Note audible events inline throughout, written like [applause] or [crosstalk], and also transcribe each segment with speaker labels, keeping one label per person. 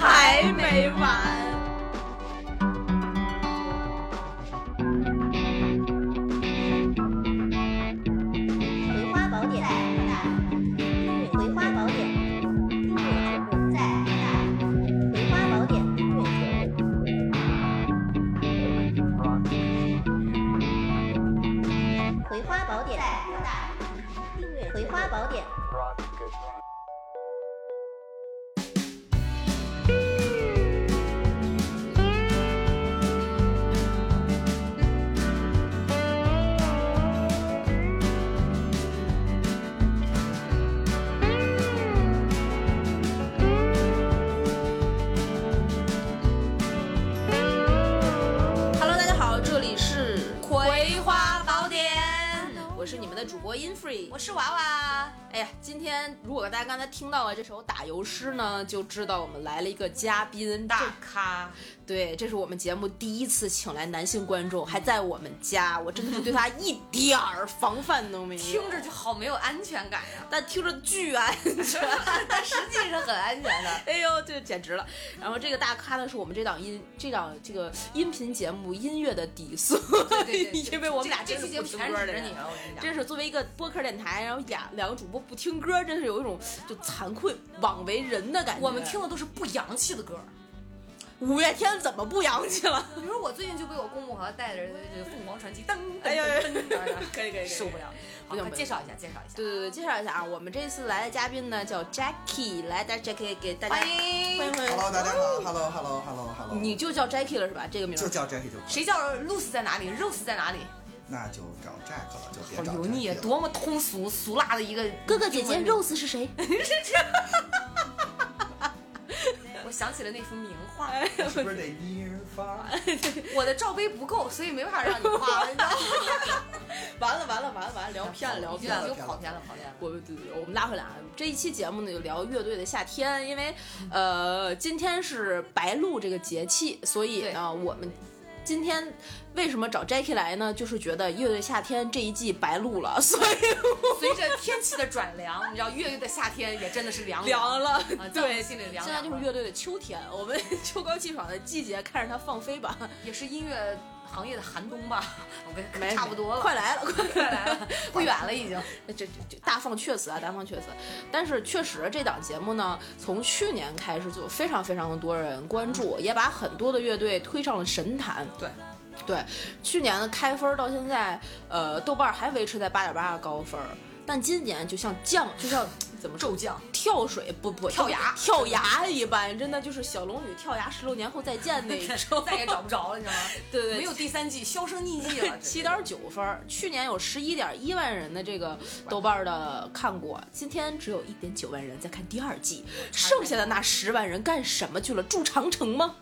Speaker 1: 没没完。
Speaker 2: 葵花宝典》在葵花宝典》音乐节目在葵花宝典》音乐节目。葵花宝典订阅《葵花宝典》。
Speaker 3: Hello，大家好，这里是
Speaker 1: 葵花宝典
Speaker 3: 我是你们的主播 InFree，
Speaker 1: 我是娃娃，
Speaker 3: 哎呀，今天如果大家刚才听到了这首打油诗呢，就知道我们来了一个嘉宾
Speaker 1: 大咖，
Speaker 3: 对，这是我们节目第一次请来男性观众，还在我们
Speaker 1: [laughs]
Speaker 3: 家，我真的是对他一点儿防范都没有。
Speaker 1: 听着，就好没有安全感呀、
Speaker 3: 但听着巨安全。
Speaker 1: 但实际是很安全的。
Speaker 3: [laughs] 哎呦，这简直了！然后这个大咖呢，是我们这档音这档这个音频节目音乐的底色，
Speaker 1: 对对对
Speaker 3: [laughs] 因为我们俩
Speaker 1: 这这
Speaker 3: 真是
Speaker 1: 期节
Speaker 3: 不
Speaker 1: 目
Speaker 3: 听
Speaker 1: 全
Speaker 3: 歌
Speaker 1: 指
Speaker 3: 的
Speaker 1: 着你
Speaker 3: 人。
Speaker 1: 了，我跟你讲。
Speaker 3: 真是作为一个播客电台，然后俩两个主播不听歌，真是有一种就惭愧枉为人的感觉。
Speaker 1: 我们听的都是不洋气的歌，
Speaker 3: 五月天怎么不洋气了？
Speaker 1: 比如我最近就被我公公和带着这个凤凰传奇噔噔
Speaker 3: 哎呦
Speaker 1: 噔噔噔噔，
Speaker 3: 可以可以可以
Speaker 1: 受不了。好，
Speaker 3: 不行
Speaker 1: 快
Speaker 3: 不行
Speaker 1: 介绍一下，介绍一下。
Speaker 3: 对对对，介绍一下啊，我们这次来的嘉宾呢叫 Jackie，来，大 Jackie 给大家
Speaker 1: 欢迎
Speaker 3: 欢迎欢迎
Speaker 4: Hello，大家好，Hello，Hello，Hello，Hello，
Speaker 3: 哦你就叫 Jackie 了是吧？这个名儿
Speaker 4: 就叫 Jacky 就可以，
Speaker 1: 谁叫 Lucy 在哪里，Rose 在哪里？
Speaker 4: 那就找 Jack 了，就别
Speaker 1: 好
Speaker 4: 找
Speaker 1: 油腻，啊，
Speaker 4: Jacky 了
Speaker 1: 多么通俗俗辣的一个
Speaker 3: 哥哥姐姐
Speaker 1: 中文名
Speaker 3: Rose 是谁？
Speaker 1: 我想起了那幅名画，
Speaker 3: 哎
Speaker 4: 是不是得一人发？
Speaker 3: [laughs]
Speaker 1: 我的罩杯不够，所以没法让你画，你知道吗？
Speaker 3: [laughs] 完了完了完了完了，聊偏 [laughs] 了聊
Speaker 1: 已经
Speaker 3: 偏了。
Speaker 1: 又跑偏了，跑偏了。
Speaker 3: 我对对对，我们拉回来啊！这一期节目呢，就聊乐队的夏天，因为呃，今天是白露这个节气，所以
Speaker 1: 对
Speaker 3: 呢，我们今天为什么找 Jackie 来呢？就是觉得乐队夏天这一季白露了， [laughs] 所以
Speaker 1: [laughs] 随着天气的转凉，你知道越狱的夏天也真的是凉
Speaker 3: 凉了
Speaker 1: 啊，在我
Speaker 3: 对，
Speaker 1: 们心里凉
Speaker 3: 现在就是
Speaker 1: 凉
Speaker 3: 乐队的秋天，我们秋高气爽的季节，看着它放飞吧，
Speaker 1: 也是音乐行业的寒冬吧，我跟
Speaker 3: 没
Speaker 1: 差不多了，
Speaker 3: 快来了，快
Speaker 1: 快来了， [laughs] 不远了已经。
Speaker 3: 这这这大放厥词啊，大放厥词。但是确实，这档节目呢，从去年开始就有非常非常的多人关注，也把很多的乐队推上了神坛。
Speaker 1: 对。
Speaker 3: 对，去年的开分到现在，呃，豆瓣还维持在八点八的高分，但今年就像降，就像怎么说
Speaker 1: 骤降，
Speaker 3: 跳水不不
Speaker 1: 跳崖。
Speaker 3: 跳崖一般，真的就是小龙女跳崖十六年后再见那一种
Speaker 1: [laughs] 再也找不着了，你知道吗？
Speaker 3: 对 [laughs] 对对
Speaker 1: 没有第三季，销声匿迹了。
Speaker 3: 七点九分儿，去年有十一点一万人的这个豆瓣儿的看过，今天只有一点九万人在看第二季，剩下的那十万人干什么去了？住长城吗？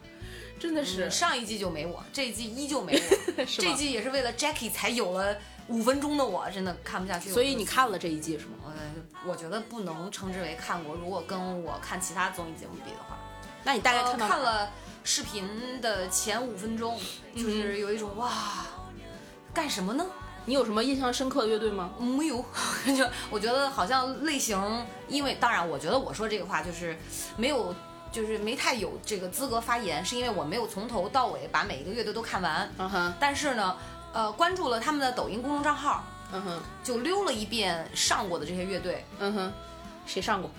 Speaker 3: 真的是
Speaker 1: 嗯，上一季就没我，这一季依旧没我，
Speaker 3: [laughs] 是吗
Speaker 1: 这一季也是为了 Jackie 才有了五分钟的我，真的看不下去。
Speaker 3: 所以你看了这一季是吗？
Speaker 1: 我就，呃我我觉得不能称之为看过。如果跟我看其他综艺节目比的话，
Speaker 3: 那你大概
Speaker 1: 呃
Speaker 3: 哦看到、
Speaker 1: 看了视频的前五分钟，就是有一种哇，干什么呢？
Speaker 3: 你有什么印象深刻的乐队吗？
Speaker 1: 没有， [laughs] 就我觉得好像类型，因为当然，我觉得我说这个话就是没有，就是没太有这个资格发言，是因为我没有从头到尾把每一个乐队都看完。
Speaker 3: 嗯哼，
Speaker 1: 但是呢，呃，关注了他们的抖音公众账号，
Speaker 3: 嗯哼，
Speaker 1: 就溜了一遍上过的这些乐队，
Speaker 3: 嗯哼，谁上过？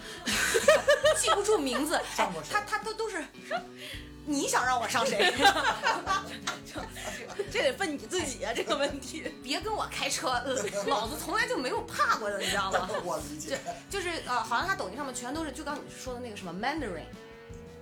Speaker 1: 记不住名字，哎
Speaker 4: 上过，谁
Speaker 1: 他他都都是，你想让我上谁？
Speaker 3: [laughs] 这得问你自己啊，这个问题。
Speaker 1: 别跟我开车，呃老子从来就没有怕过的，你知道
Speaker 4: [laughs]
Speaker 1: 吗？
Speaker 4: 我理解，
Speaker 1: 就是呃，好像他抖音上面全都是，就刚你说的那个什么 Mandarin。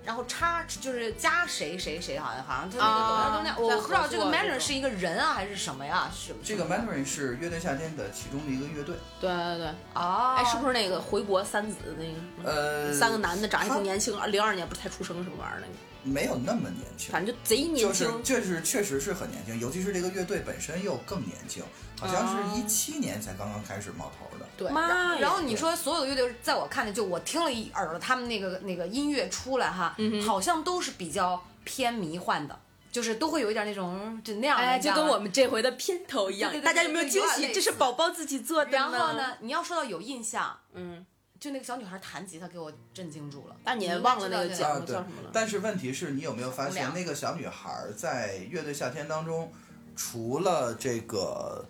Speaker 1: 然后插就是加谁谁谁，好像好像他那个抖音上都那样，
Speaker 3: 啊
Speaker 1: 我不知道
Speaker 3: 在合作
Speaker 1: 这个 Mandarin
Speaker 3: 这种
Speaker 1: 是一个人啊还是什么呀？是
Speaker 4: 这个 Mandarin 是乐队夏天的其中的一个乐队，
Speaker 3: 对对对，
Speaker 1: 哦，
Speaker 3: 哎，是不是那个回国三子那个？
Speaker 4: 呃，
Speaker 3: 三个男的长得还挺年轻，零二年不是才出生什么玩意儿那个，
Speaker 4: 没有那么年轻，
Speaker 3: 反正就贼年
Speaker 4: 就
Speaker 3: 轻
Speaker 4: 是。就是确实是很年轻，尤其是这个乐队本身又更年轻，好
Speaker 3: 哦
Speaker 4: 像是一七年才刚刚开始冒头的。
Speaker 3: 对，
Speaker 1: 然
Speaker 3: 妈
Speaker 1: 后
Speaker 3: 呀
Speaker 1: 然后你说所有的乐队，在我看的就我听了一耳朵他们那个那个音乐出来哈，
Speaker 3: 嗯
Speaker 1: 好像都是比较偏迷幻的，就是都会有一点那种就那样的，
Speaker 3: 哎，
Speaker 1: 你知
Speaker 3: 就
Speaker 1: 道
Speaker 3: 跟
Speaker 1: 吗
Speaker 3: 我们这回的片头一样
Speaker 1: 对对，对
Speaker 3: 大家有没有
Speaker 1: 对
Speaker 3: 惊
Speaker 1: 有点
Speaker 3: 喜？
Speaker 1: 类
Speaker 3: 这是
Speaker 1: 似
Speaker 3: 宝宝自己做的。
Speaker 1: 然后？呢，你要说到有印象，
Speaker 3: 嗯，
Speaker 1: 就那个小女孩弹吉他给我震惊住了。
Speaker 3: 但你也
Speaker 1: 应该
Speaker 3: 忘了
Speaker 1: 知
Speaker 3: 那
Speaker 1: 道
Speaker 3: 个
Speaker 1: 这
Speaker 3: 奖
Speaker 4: 啊
Speaker 3: 了
Speaker 4: 对
Speaker 3: 叫什么了？
Speaker 4: 但是问题是你有没有发
Speaker 1: 无
Speaker 4: 现
Speaker 1: 聊
Speaker 4: 那个小女孩儿在《乐队夏天》当中，除了这个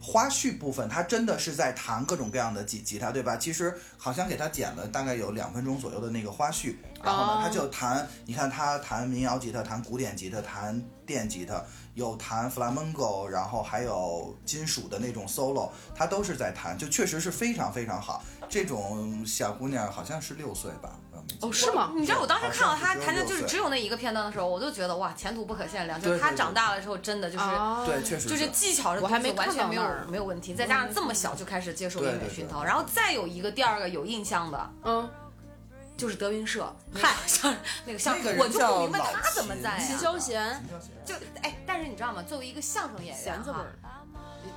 Speaker 4: 花絮部分，她真的是在弹各种各样的吉吉他，对吧？其实好像给她剪了大概有两分钟左右的那个花絮，然后
Speaker 3: 哦，
Speaker 4: 呢她就弹，你看她弹民谣吉他，弹古典吉他，弹电吉他，有弹 flamenco，然后还有金属的那种 solo，她都是在弹，就确实是非常非常好。这种小姑娘好像是六岁吧？我没记
Speaker 3: 哦，
Speaker 4: 错
Speaker 3: 是吗？
Speaker 1: 你知道我当时看到她
Speaker 4: 好像是
Speaker 1: 弹的
Speaker 4: 16
Speaker 1: 就是
Speaker 4: 岁
Speaker 1: 只有那一个片段的时候，我就觉得哇，前途不可限量。就
Speaker 4: 对
Speaker 1: 是她
Speaker 4: 对对
Speaker 1: 长大了之后，真的就是
Speaker 3: 啊
Speaker 4: 对，确实
Speaker 1: 就是技巧这
Speaker 3: 我还没
Speaker 1: 东西完全没有
Speaker 3: 看到那儿
Speaker 1: 没有问题，再加上这么小就开始接受音
Speaker 4: 对
Speaker 1: 乐
Speaker 4: 对对
Speaker 1: 熏陶，然后再有一个第二个有印象的
Speaker 3: 嗯，
Speaker 1: 就是德云社，嗨，像那个像
Speaker 4: 那个人
Speaker 1: 我就
Speaker 4: 叫
Speaker 1: 不明白
Speaker 4: 老
Speaker 1: 他怎么在
Speaker 3: 秦
Speaker 4: 秦
Speaker 1: 呀、
Speaker 3: 霄贤
Speaker 4: 秦霄贤
Speaker 1: 就哎，但是你知道吗？作为一个相声演员
Speaker 3: 闲着本
Speaker 1: 哈，
Speaker 3: 儿，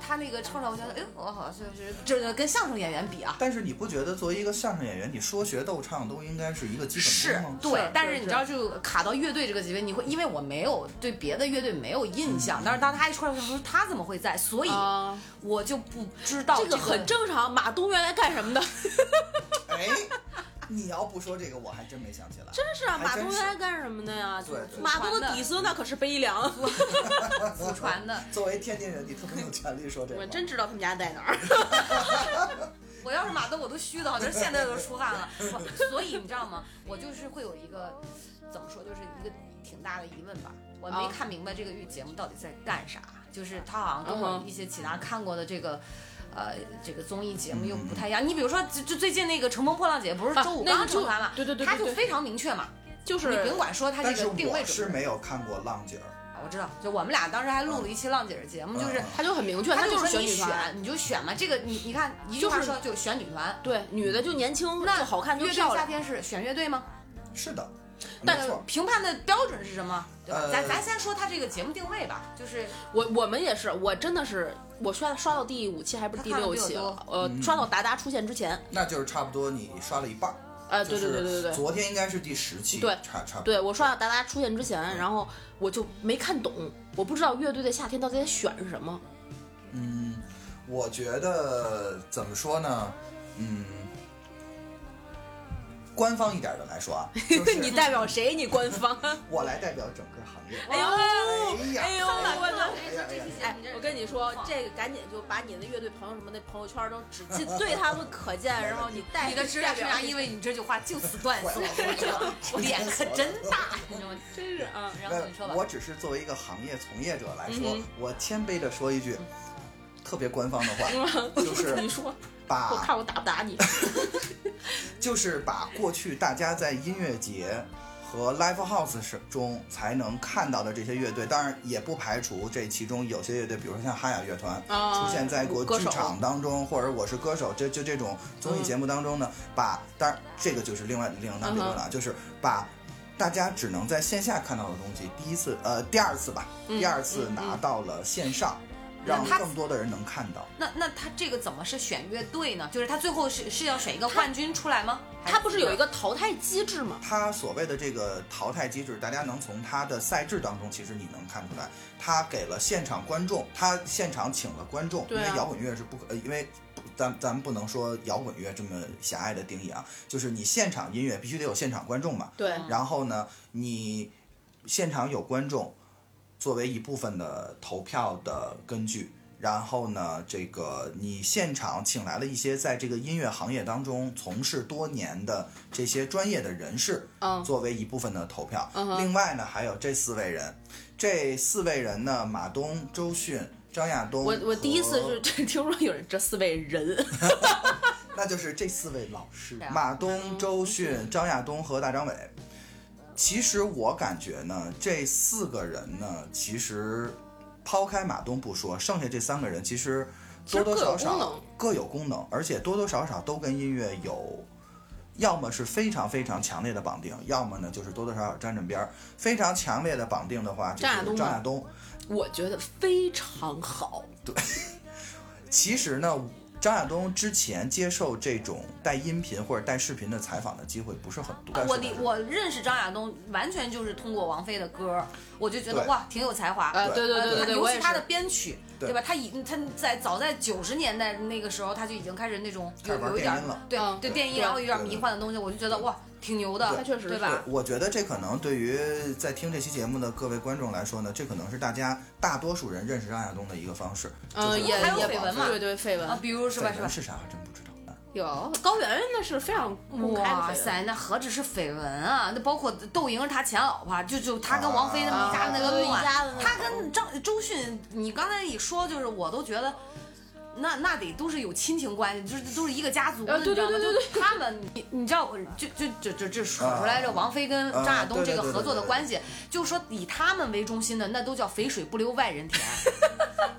Speaker 1: 他那个唱上我觉得，哎，我好像就是这个跟相声演员比啊，
Speaker 4: 但是你不觉得作为一个相声演员，你说学逗唱都应该是一个基
Speaker 1: 是
Speaker 4: 本功吗？
Speaker 1: 对
Speaker 3: 是，
Speaker 1: 但
Speaker 3: 对
Speaker 1: 是你知道，就卡到乐队这个级别，你会因为我没有对别的乐队没有印象，但是当他一出来的时候，他怎么会在？所以
Speaker 3: 嗯啊
Speaker 1: 我就不知道
Speaker 3: 这个很正常。马东原来干什么的？
Speaker 4: 哎，你要不说这个，我还真没想起来。
Speaker 3: [laughs] 真是啊，
Speaker 4: 还
Speaker 3: 马
Speaker 4: 真
Speaker 3: 东
Speaker 4: 是
Speaker 3: 原来干什么的呀？
Speaker 4: 对对
Speaker 3: 马东的底孙那可是悲凉，
Speaker 1: 祖传的。
Speaker 4: 作为天津人，你特别有权利说这个。
Speaker 3: 我真知道他们家在哪儿。
Speaker 1: 我要是马东，我都虚的，好像现在都出汗了。我所以你知道吗？我就是会有一个怎么说，就是一个挺大的疑问吧。我没
Speaker 3: 啊
Speaker 1: 看明白这个节目到底在干啥，就是他好像跟我
Speaker 3: 嗯哼
Speaker 1: 一些其他看过的这个。呃，这个综艺节目又不太一样。你比如说，就就最近那个《乘风破浪》姐不是
Speaker 3: 嗯啊
Speaker 1: 周五
Speaker 3: 那个
Speaker 1: 刚
Speaker 3: 就
Speaker 1: 成团嘛？
Speaker 3: [laughs] 对对对对
Speaker 1: 他就
Speaker 3: 对
Speaker 1: 非常明确嘛，
Speaker 3: 就
Speaker 1: 你
Speaker 3: 是
Speaker 1: 甭管说他
Speaker 4: 但
Speaker 1: 这
Speaker 4: 是
Speaker 1: 个定位
Speaker 4: 我
Speaker 1: 准
Speaker 4: 是
Speaker 1: 不准啊
Speaker 4: 没有看过《浪姐儿
Speaker 1: 我知道，就我们俩当时还录了一期浪姐儿节目，就是
Speaker 4: 嗯
Speaker 3: 他就很明确，
Speaker 1: 他
Speaker 3: 就
Speaker 1: 就是说
Speaker 3: 啊选
Speaker 1: 你
Speaker 3: 女团。
Speaker 1: 选你就选嘛，这个你你看一句话
Speaker 3: 就是
Speaker 1: 说就选女团，
Speaker 3: 对，女的就年轻，就好看，就
Speaker 1: 乐队
Speaker 3: 漂
Speaker 1: 夏
Speaker 3: 亮。
Speaker 1: 天是选乐队吗？》。
Speaker 4: 是的，
Speaker 1: 但
Speaker 4: 没错。
Speaker 1: 评判的标准是什么？对吧？
Speaker 4: 呃
Speaker 1: 咱咱先说他这个节目定位吧，就是
Speaker 3: 我我们也是，我真的是，我刷刷到第五期还不是第六期了，呃，
Speaker 4: 嗯
Speaker 3: 刷到达达出现之前，
Speaker 4: 那就是差不多你刷了一半儿。
Speaker 3: 呃，对对对对对
Speaker 4: 就是
Speaker 3: 对。
Speaker 4: 昨天应该是第十期，
Speaker 3: 对
Speaker 4: 差差不多。
Speaker 3: 对我刷到达达出现之前，然后我就没看懂，我不知道乐队的夏天到底在选什么。
Speaker 4: 嗯，我觉得怎么说呢？嗯，官方一点儿的来
Speaker 3: [laughs]
Speaker 4: 说啊，就是
Speaker 3: [laughs] 你代表谁？你官方？
Speaker 4: 我来代表整个行业。
Speaker 3: 哎呦
Speaker 4: 哎呀，
Speaker 3: 哎呦我的
Speaker 4: 哎 [laughs] 呀哎呀
Speaker 3: 哎，我跟你说，这个赶紧就把你的乐队朋友什么的朋友圈都只进对他们可见，然后你带
Speaker 1: 你的职业生涯，
Speaker 3: 一
Speaker 1: 因为你这句话就此断送，
Speaker 4: 我知道
Speaker 1: 我脸可真呃大，你知道吗？
Speaker 3: 真是啊，
Speaker 1: 然后你说吧
Speaker 4: 我，只是作为一个行业从业者来说，
Speaker 3: 嗯哼
Speaker 4: 我谦卑的说一句特别官方的
Speaker 3: [laughs]
Speaker 4: 话，就
Speaker 3: 嗯你
Speaker 4: 是啊
Speaker 3: 说，我
Speaker 4: 把
Speaker 3: 看我打不打你？
Speaker 4: 就是把过去大家在音乐节。和 live house 是中才能看到的这些乐队，当然也不排除这其中有些乐队，比如说像哈雅乐团，
Speaker 3: 啊
Speaker 4: 出现在国
Speaker 3: 歌
Speaker 4: 剧
Speaker 3: 手
Speaker 4: 场当中，或者《我是歌手》这就这种综艺节目当中呢，把当然这个就是另外另当别论了，就是把大家只能在线下看到的东西，第一次呃第二次吧，
Speaker 3: 嗯
Speaker 4: 第二次拿到了线上，让
Speaker 1: 那他
Speaker 4: 更多的人能看到。
Speaker 1: 那那他这个怎么是选乐队呢？就是他最后是是要选一个冠军出来吗？
Speaker 3: 他不是有一个淘汰机制吗？
Speaker 4: 他所谓的这个淘汰机制，大家能从他的赛制当中，其实你能看出来，他给了现场观众，他现场请了观众，因
Speaker 3: 对啊
Speaker 4: 为摇滚乐是不可，呃因为不咱咱们不能说摇滚乐这么狭隘的定义啊，就是你现场音乐必须得有现场观众嘛，
Speaker 3: 对
Speaker 4: 然后呢，你现场有观众作为一部分的投票的根据，然后呢，这个你现场请来了一些在这个音乐行业当中从事多年的这些专业的人士，
Speaker 3: 嗯
Speaker 4: 作为一部分的投票。
Speaker 3: 嗯哼
Speaker 4: 另外呢，还有这四位人，这四位人呢，马东、周迅、张亚东，
Speaker 3: 我我第一次 [laughs] 是听说有人这四位人，
Speaker 4: 那就是这四位老师
Speaker 1: 对啊：
Speaker 4: 马东、周迅、张亚东和大张伟。其实我感觉呢，这四个人呢，其实抛开马东不说，剩下这三个人其实
Speaker 3: 实
Speaker 4: 多多
Speaker 3: 各
Speaker 4: 少
Speaker 3: 有功
Speaker 4: 少
Speaker 3: 能
Speaker 4: 各有功能，而且多多少少都跟音乐有。要么是非常非常强烈的绑定，要么呢就是多多少少沾沾边儿。非常强烈的绑定的话，就是
Speaker 3: 张亚东吗
Speaker 4: 张亚东，
Speaker 3: 我觉得非常好。
Speaker 4: 其实呢，张亚东之前接受这种带音频或者带视频的采访的机会不是很多。
Speaker 1: 啊我理我认识张亚东，完全就是通过王菲的歌，我就觉得
Speaker 4: 对
Speaker 1: 哇，挺有才
Speaker 4: 啊
Speaker 1: 华。
Speaker 3: 呃，对对对对对，
Speaker 1: 尤
Speaker 3: 我
Speaker 1: 其
Speaker 3: 也
Speaker 1: 他的
Speaker 3: 是。
Speaker 1: 编曲，
Speaker 4: 对
Speaker 1: 对吧？他已他在早在九十年代那个时候，他就已经开始那种
Speaker 4: 开
Speaker 1: 有
Speaker 4: 始玩
Speaker 1: 有一点
Speaker 4: 电
Speaker 1: 儿
Speaker 4: 音了。
Speaker 1: 对
Speaker 3: 嗯
Speaker 1: 对电音，
Speaker 3: 对
Speaker 1: 然后有点
Speaker 4: 对对
Speaker 1: 迷幻的东西，我就觉得哇，挺牛的，
Speaker 4: 对
Speaker 3: 确实
Speaker 1: 对
Speaker 3: 是
Speaker 1: 吧？
Speaker 4: 我觉得这可能对于在听这期节目的各位观众来说呢，这可能是大家大多数人认识张亚东的一个方式。
Speaker 3: 嗯，也
Speaker 1: 哦还有
Speaker 3: 也
Speaker 1: 绯闻嘛
Speaker 3: 对对，绯
Speaker 1: 啊
Speaker 3: 闻，
Speaker 1: 比如是吧
Speaker 4: 绯
Speaker 1: 是吧？
Speaker 4: 闻是啥还真不知道。
Speaker 3: 有高圆圆那是非常公开的绯
Speaker 1: 哇
Speaker 3: 闻
Speaker 1: 塞，那何止是绯闻啊！那包括窦莹是他前老婆，啊就就他跟王菲他嗯们一家
Speaker 3: 啊
Speaker 1: 那个
Speaker 2: 对一
Speaker 1: 乱，
Speaker 2: 家子那
Speaker 1: 他跟张周迅，你刚才一说，就是我都觉得。那那得都是有亲情关系，就是都是一个家族的，
Speaker 3: 啊对
Speaker 1: 你知道吗？
Speaker 3: 对对对
Speaker 1: 就他们，你你知道，我就就就就就数出来这王菲跟张亚东这个合作的关系，就说以他们为中心的，那都叫肥水不流外人田，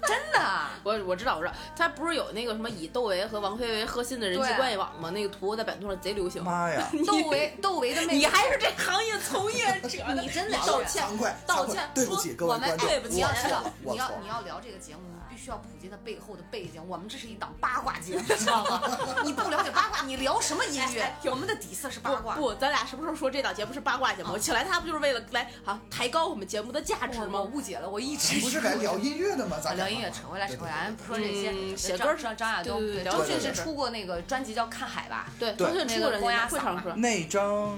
Speaker 1: 真的。啊
Speaker 3: 我我知道，我知道，他不是有那个什么以窦唯和王菲为核心的人际
Speaker 1: 对
Speaker 3: 关系网吗？那个图在百度上贼流行。
Speaker 4: 妈呀！ [laughs]
Speaker 1: 窦唯窦唯的妹妹，
Speaker 3: 你还是这行业从业者呢，
Speaker 1: [laughs] 你真的是
Speaker 3: 道歉，
Speaker 4: 惭愧，
Speaker 3: 道
Speaker 4: 惭愧
Speaker 3: 歉
Speaker 4: 对不
Speaker 3: 说
Speaker 4: 起各位
Speaker 3: 我们
Speaker 4: 观众，
Speaker 3: 对不起
Speaker 1: 你要
Speaker 4: 我
Speaker 1: 知
Speaker 4: 错
Speaker 1: 道
Speaker 4: 了，，我
Speaker 1: 你要
Speaker 4: 错
Speaker 1: 你
Speaker 4: 了。
Speaker 1: 要聊这个节目，你必须要普及它背后的背景。我们这是一档八卦节目，知道吗？ [laughs] 你不了解八卦，你聊什么音
Speaker 4: 哎
Speaker 1: 乐？我们的底色是八卦。啊
Speaker 3: 不，咱俩什么时候说这档节目是八卦节目？我请来他不就是为了来啊抬高我们节目的价值
Speaker 1: 我我
Speaker 3: 吗？
Speaker 1: 误解了，我一直
Speaker 4: 不是来聊音乐的吗？
Speaker 1: 啊
Speaker 4: 咱
Speaker 1: 聊
Speaker 4: 俩
Speaker 1: 音乐，扯回来扯回来，咱不说这些。
Speaker 3: 嗯写
Speaker 1: 张
Speaker 3: 歌儿
Speaker 1: 张张亚东，
Speaker 3: 对对对
Speaker 1: 周
Speaker 4: 对
Speaker 1: 迅
Speaker 4: 对
Speaker 1: 是
Speaker 4: 对
Speaker 1: 出过那个专辑叫《看海》吧？
Speaker 3: 对，
Speaker 4: 对
Speaker 3: 周迅出过
Speaker 1: 那个
Speaker 3: 人
Speaker 1: 公鸭
Speaker 3: 家会
Speaker 1: 嗓
Speaker 3: 唱
Speaker 1: 嘛
Speaker 3: 歌，
Speaker 4: 那张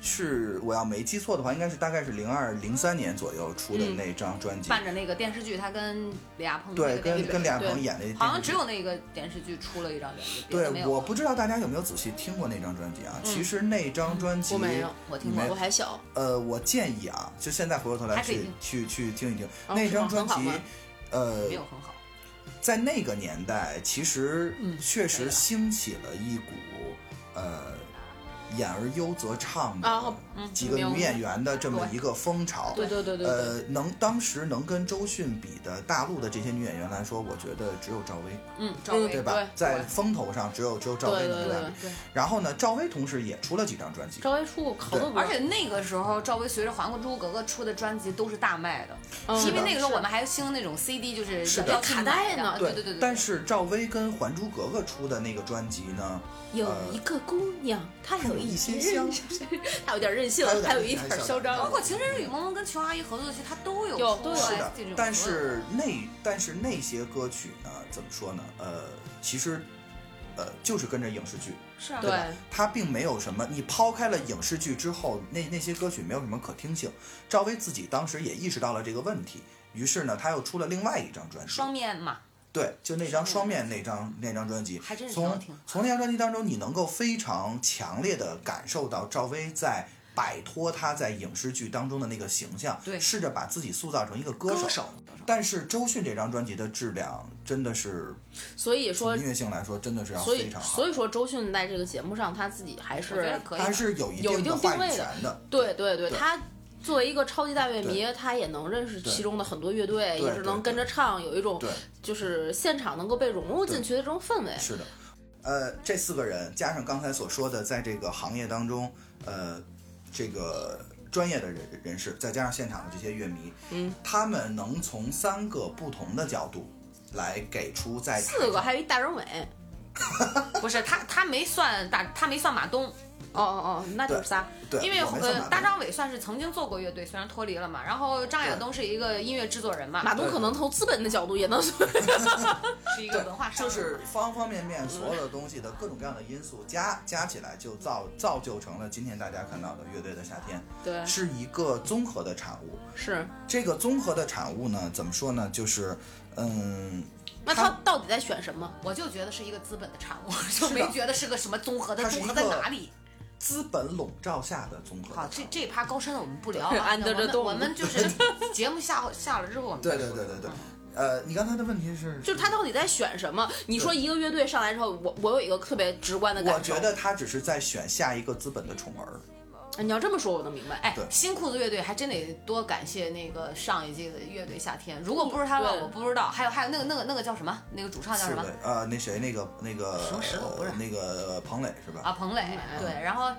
Speaker 4: 是我要没记错的话，应该是大概是零二零三年左右出的
Speaker 3: 嗯
Speaker 4: 那张专辑。
Speaker 1: 伴着那个电视剧，他跟李亚鹏那
Speaker 4: 对，
Speaker 1: 个电视
Speaker 4: 跟
Speaker 1: 剧
Speaker 4: 跟李亚鹏
Speaker 3: 对
Speaker 4: 演的电视剧，
Speaker 1: 好像只有那个电视剧出了一张专辑，别的没
Speaker 4: 对，
Speaker 1: 有
Speaker 4: 我
Speaker 1: 了
Speaker 4: 不知道大家有没有仔细听过那张专辑啊？其实那张专辑
Speaker 3: 我没有，
Speaker 1: 嗯我听
Speaker 4: 你
Speaker 1: 过
Speaker 4: 没
Speaker 3: 我还小，
Speaker 4: 呃，我建议啊，就现在回过头来
Speaker 1: 还可以
Speaker 4: 去去去听一听
Speaker 3: 哦
Speaker 4: 那
Speaker 3: 是
Speaker 4: 张
Speaker 3: 吗
Speaker 4: 专
Speaker 3: 很好
Speaker 4: 辑
Speaker 3: 吗。
Speaker 4: 呃
Speaker 1: 没，有很好。
Speaker 4: 在那个年代，其实
Speaker 1: 嗯
Speaker 4: 确
Speaker 1: 对
Speaker 4: 实
Speaker 1: 了
Speaker 4: 兴起了一股呃“演而优则唱”的
Speaker 1: 哦
Speaker 3: 啊
Speaker 4: 几个
Speaker 3: 明
Speaker 4: 女
Speaker 3: 白
Speaker 4: 演员的这么
Speaker 1: 嗯对
Speaker 4: 一个风潮。
Speaker 3: 对对对对对，
Speaker 4: 呃，能当时能跟周迅比的大陆的这些女演员来说，我觉得只有赵薇，
Speaker 1: 嗯，赵薇
Speaker 4: 对吧？
Speaker 3: 对
Speaker 4: 在
Speaker 1: 对
Speaker 4: 风头上只有只有赵
Speaker 3: 对
Speaker 4: 薇
Speaker 3: 对
Speaker 4: 能
Speaker 3: 对
Speaker 4: 代
Speaker 3: 对
Speaker 4: 表。
Speaker 1: 对。
Speaker 4: 然后呢，赵薇同时也出了几张专辑，
Speaker 3: 赵薇出过好多歌，
Speaker 1: 而且那个时候，赵薇随着黄珠格格出的专辑都是大卖的，
Speaker 3: 嗯
Speaker 1: 因为
Speaker 4: 的
Speaker 1: 那个时候我们还兴那种 CD，就是
Speaker 4: 是的
Speaker 1: 要卡带呢。
Speaker 3: 啊对
Speaker 1: 对对对，
Speaker 4: 但是赵薇跟《还珠格格》出的那个专辑呢，
Speaker 3: 有一个姑娘，她有一些
Speaker 4: 她有一些
Speaker 3: 任性， [laughs] 她有点任性
Speaker 4: 她有，点
Speaker 3: 还有一点嚣
Speaker 4: 她有
Speaker 1: 包
Speaker 3: 张
Speaker 4: 点。
Speaker 1: 括《情深深雨蒙蒙》跟琼瑶阿姨合作，其实她都有
Speaker 3: 有
Speaker 1: 出
Speaker 3: 对
Speaker 4: 是
Speaker 1: 来
Speaker 4: 的
Speaker 1: 这种，
Speaker 4: 但
Speaker 1: 所有的
Speaker 4: 是那但是那些歌曲呢，怎么说呢？呃，其实，呃，就是跟着影视剧，
Speaker 1: 是啊，
Speaker 4: 对吧
Speaker 3: 对？
Speaker 4: 它并没有什么，你抛开了影视剧之后，那那些歌曲没有什么可听性。赵薇自己当时也意识到了这个问题，于是呢，她又出了另外一张专辑，
Speaker 1: 双面嘛，
Speaker 4: 对，就那张双面那张那张专辑，
Speaker 1: 还真是挺好
Speaker 4: 从
Speaker 1: 听的
Speaker 4: 从那张专辑当中，你能够非常强烈的感受到赵薇在摆脱她在影视剧当中的那个形象，
Speaker 1: 对
Speaker 4: 试着把自己塑造成一个歌
Speaker 1: 歌
Speaker 4: 手。
Speaker 1: 手
Speaker 4: 但是周迅这张专辑的质量真的是，
Speaker 3: 所以说
Speaker 4: 从音乐性来说真的是要
Speaker 3: 所
Speaker 4: 非
Speaker 3: 以
Speaker 4: 常好
Speaker 3: 所，以说周迅在这个节目上，她自己还
Speaker 1: 我觉得
Speaker 3: 是
Speaker 1: 可以
Speaker 4: 它
Speaker 1: 的。
Speaker 4: 是有一
Speaker 3: 有一
Speaker 4: 的
Speaker 3: 定定
Speaker 4: 话语
Speaker 3: 位的
Speaker 4: 权的。
Speaker 3: 对对对，
Speaker 4: 对
Speaker 3: 她作为一个超级大乐迷，她也能认识其中的很多乐队，
Speaker 4: 对
Speaker 3: 也是能跟着唱，有一种
Speaker 4: 对
Speaker 3: 就是现场能够被融入进去的这种氛围。
Speaker 4: 是的，呃，这四个人加上刚才所说的，在这个行业当中，呃，这个专业的人人士，再加上现场的这些乐迷，
Speaker 3: 嗯，
Speaker 4: 他们能从三个不同的角度来给出在
Speaker 3: 四个，还有一大张伟。
Speaker 1: 不是他，他没算大，他没算马东，
Speaker 3: 哦哦哦，那就是仨。
Speaker 4: 对，
Speaker 1: 因为
Speaker 4: 我没算
Speaker 1: 呃，
Speaker 4: 满
Speaker 1: 大张伟算是曾经做过乐队，虽然脱离了嘛。然后张亚东是一个音乐制作人嘛，
Speaker 3: 马东可能从资本的角度也能说，
Speaker 1: 是一个文化
Speaker 4: 就
Speaker 1: 上
Speaker 4: 是方方面
Speaker 1: 嗯
Speaker 4: 面所有的东西的各种各样的因素加加起来，就造造就成了今天大家看到的乐队的夏天，
Speaker 1: 嗯
Speaker 3: 对，
Speaker 4: 是一个综合的产物。
Speaker 3: 是。
Speaker 4: 这个综合的产物呢，怎么说呢？就是，嗯，
Speaker 3: 那
Speaker 4: 他
Speaker 3: 他到底在选什么？
Speaker 1: 我就觉得是一个资本的产物，就没觉得是个什么综合的，
Speaker 4: 它是一
Speaker 1: 综
Speaker 4: 个
Speaker 1: 合在哪里？
Speaker 4: 资本笼罩下的综合的
Speaker 1: 好，
Speaker 4: 产
Speaker 1: 这
Speaker 4: 物。
Speaker 1: 这一趴高深的我们不聊
Speaker 4: [laughs]
Speaker 1: 啊，
Speaker 3: 安德烈
Speaker 1: 我
Speaker 3: 动
Speaker 1: 们我们就是节目下下了之后，我们
Speaker 4: 对
Speaker 1: 再
Speaker 4: 对
Speaker 1: 说
Speaker 4: 对对对
Speaker 1: 嗯，
Speaker 4: 呃，你刚才的问题是，
Speaker 3: 就是他到底在选什么？你说一个乐队上来之后，我我有一个特别直观的感
Speaker 4: 我
Speaker 3: 受。
Speaker 4: 觉得他只是在选下一个资本的宠儿。
Speaker 3: 哎你要这么说，我能明白。
Speaker 1: 哎
Speaker 4: 对，
Speaker 1: 新裤子乐队还真得多感谢那个上一届的乐队夏天，如果不是他
Speaker 3: 对
Speaker 1: 们，我不知道。还有还有那个那个那个叫什么？那个主唱叫
Speaker 4: 是
Speaker 1: 什么？
Speaker 4: 的，呃，那谁，那个那个
Speaker 1: 什么石头不是
Speaker 4: 那个彭磊是吧？
Speaker 1: 啊啊，彭磊。对，然后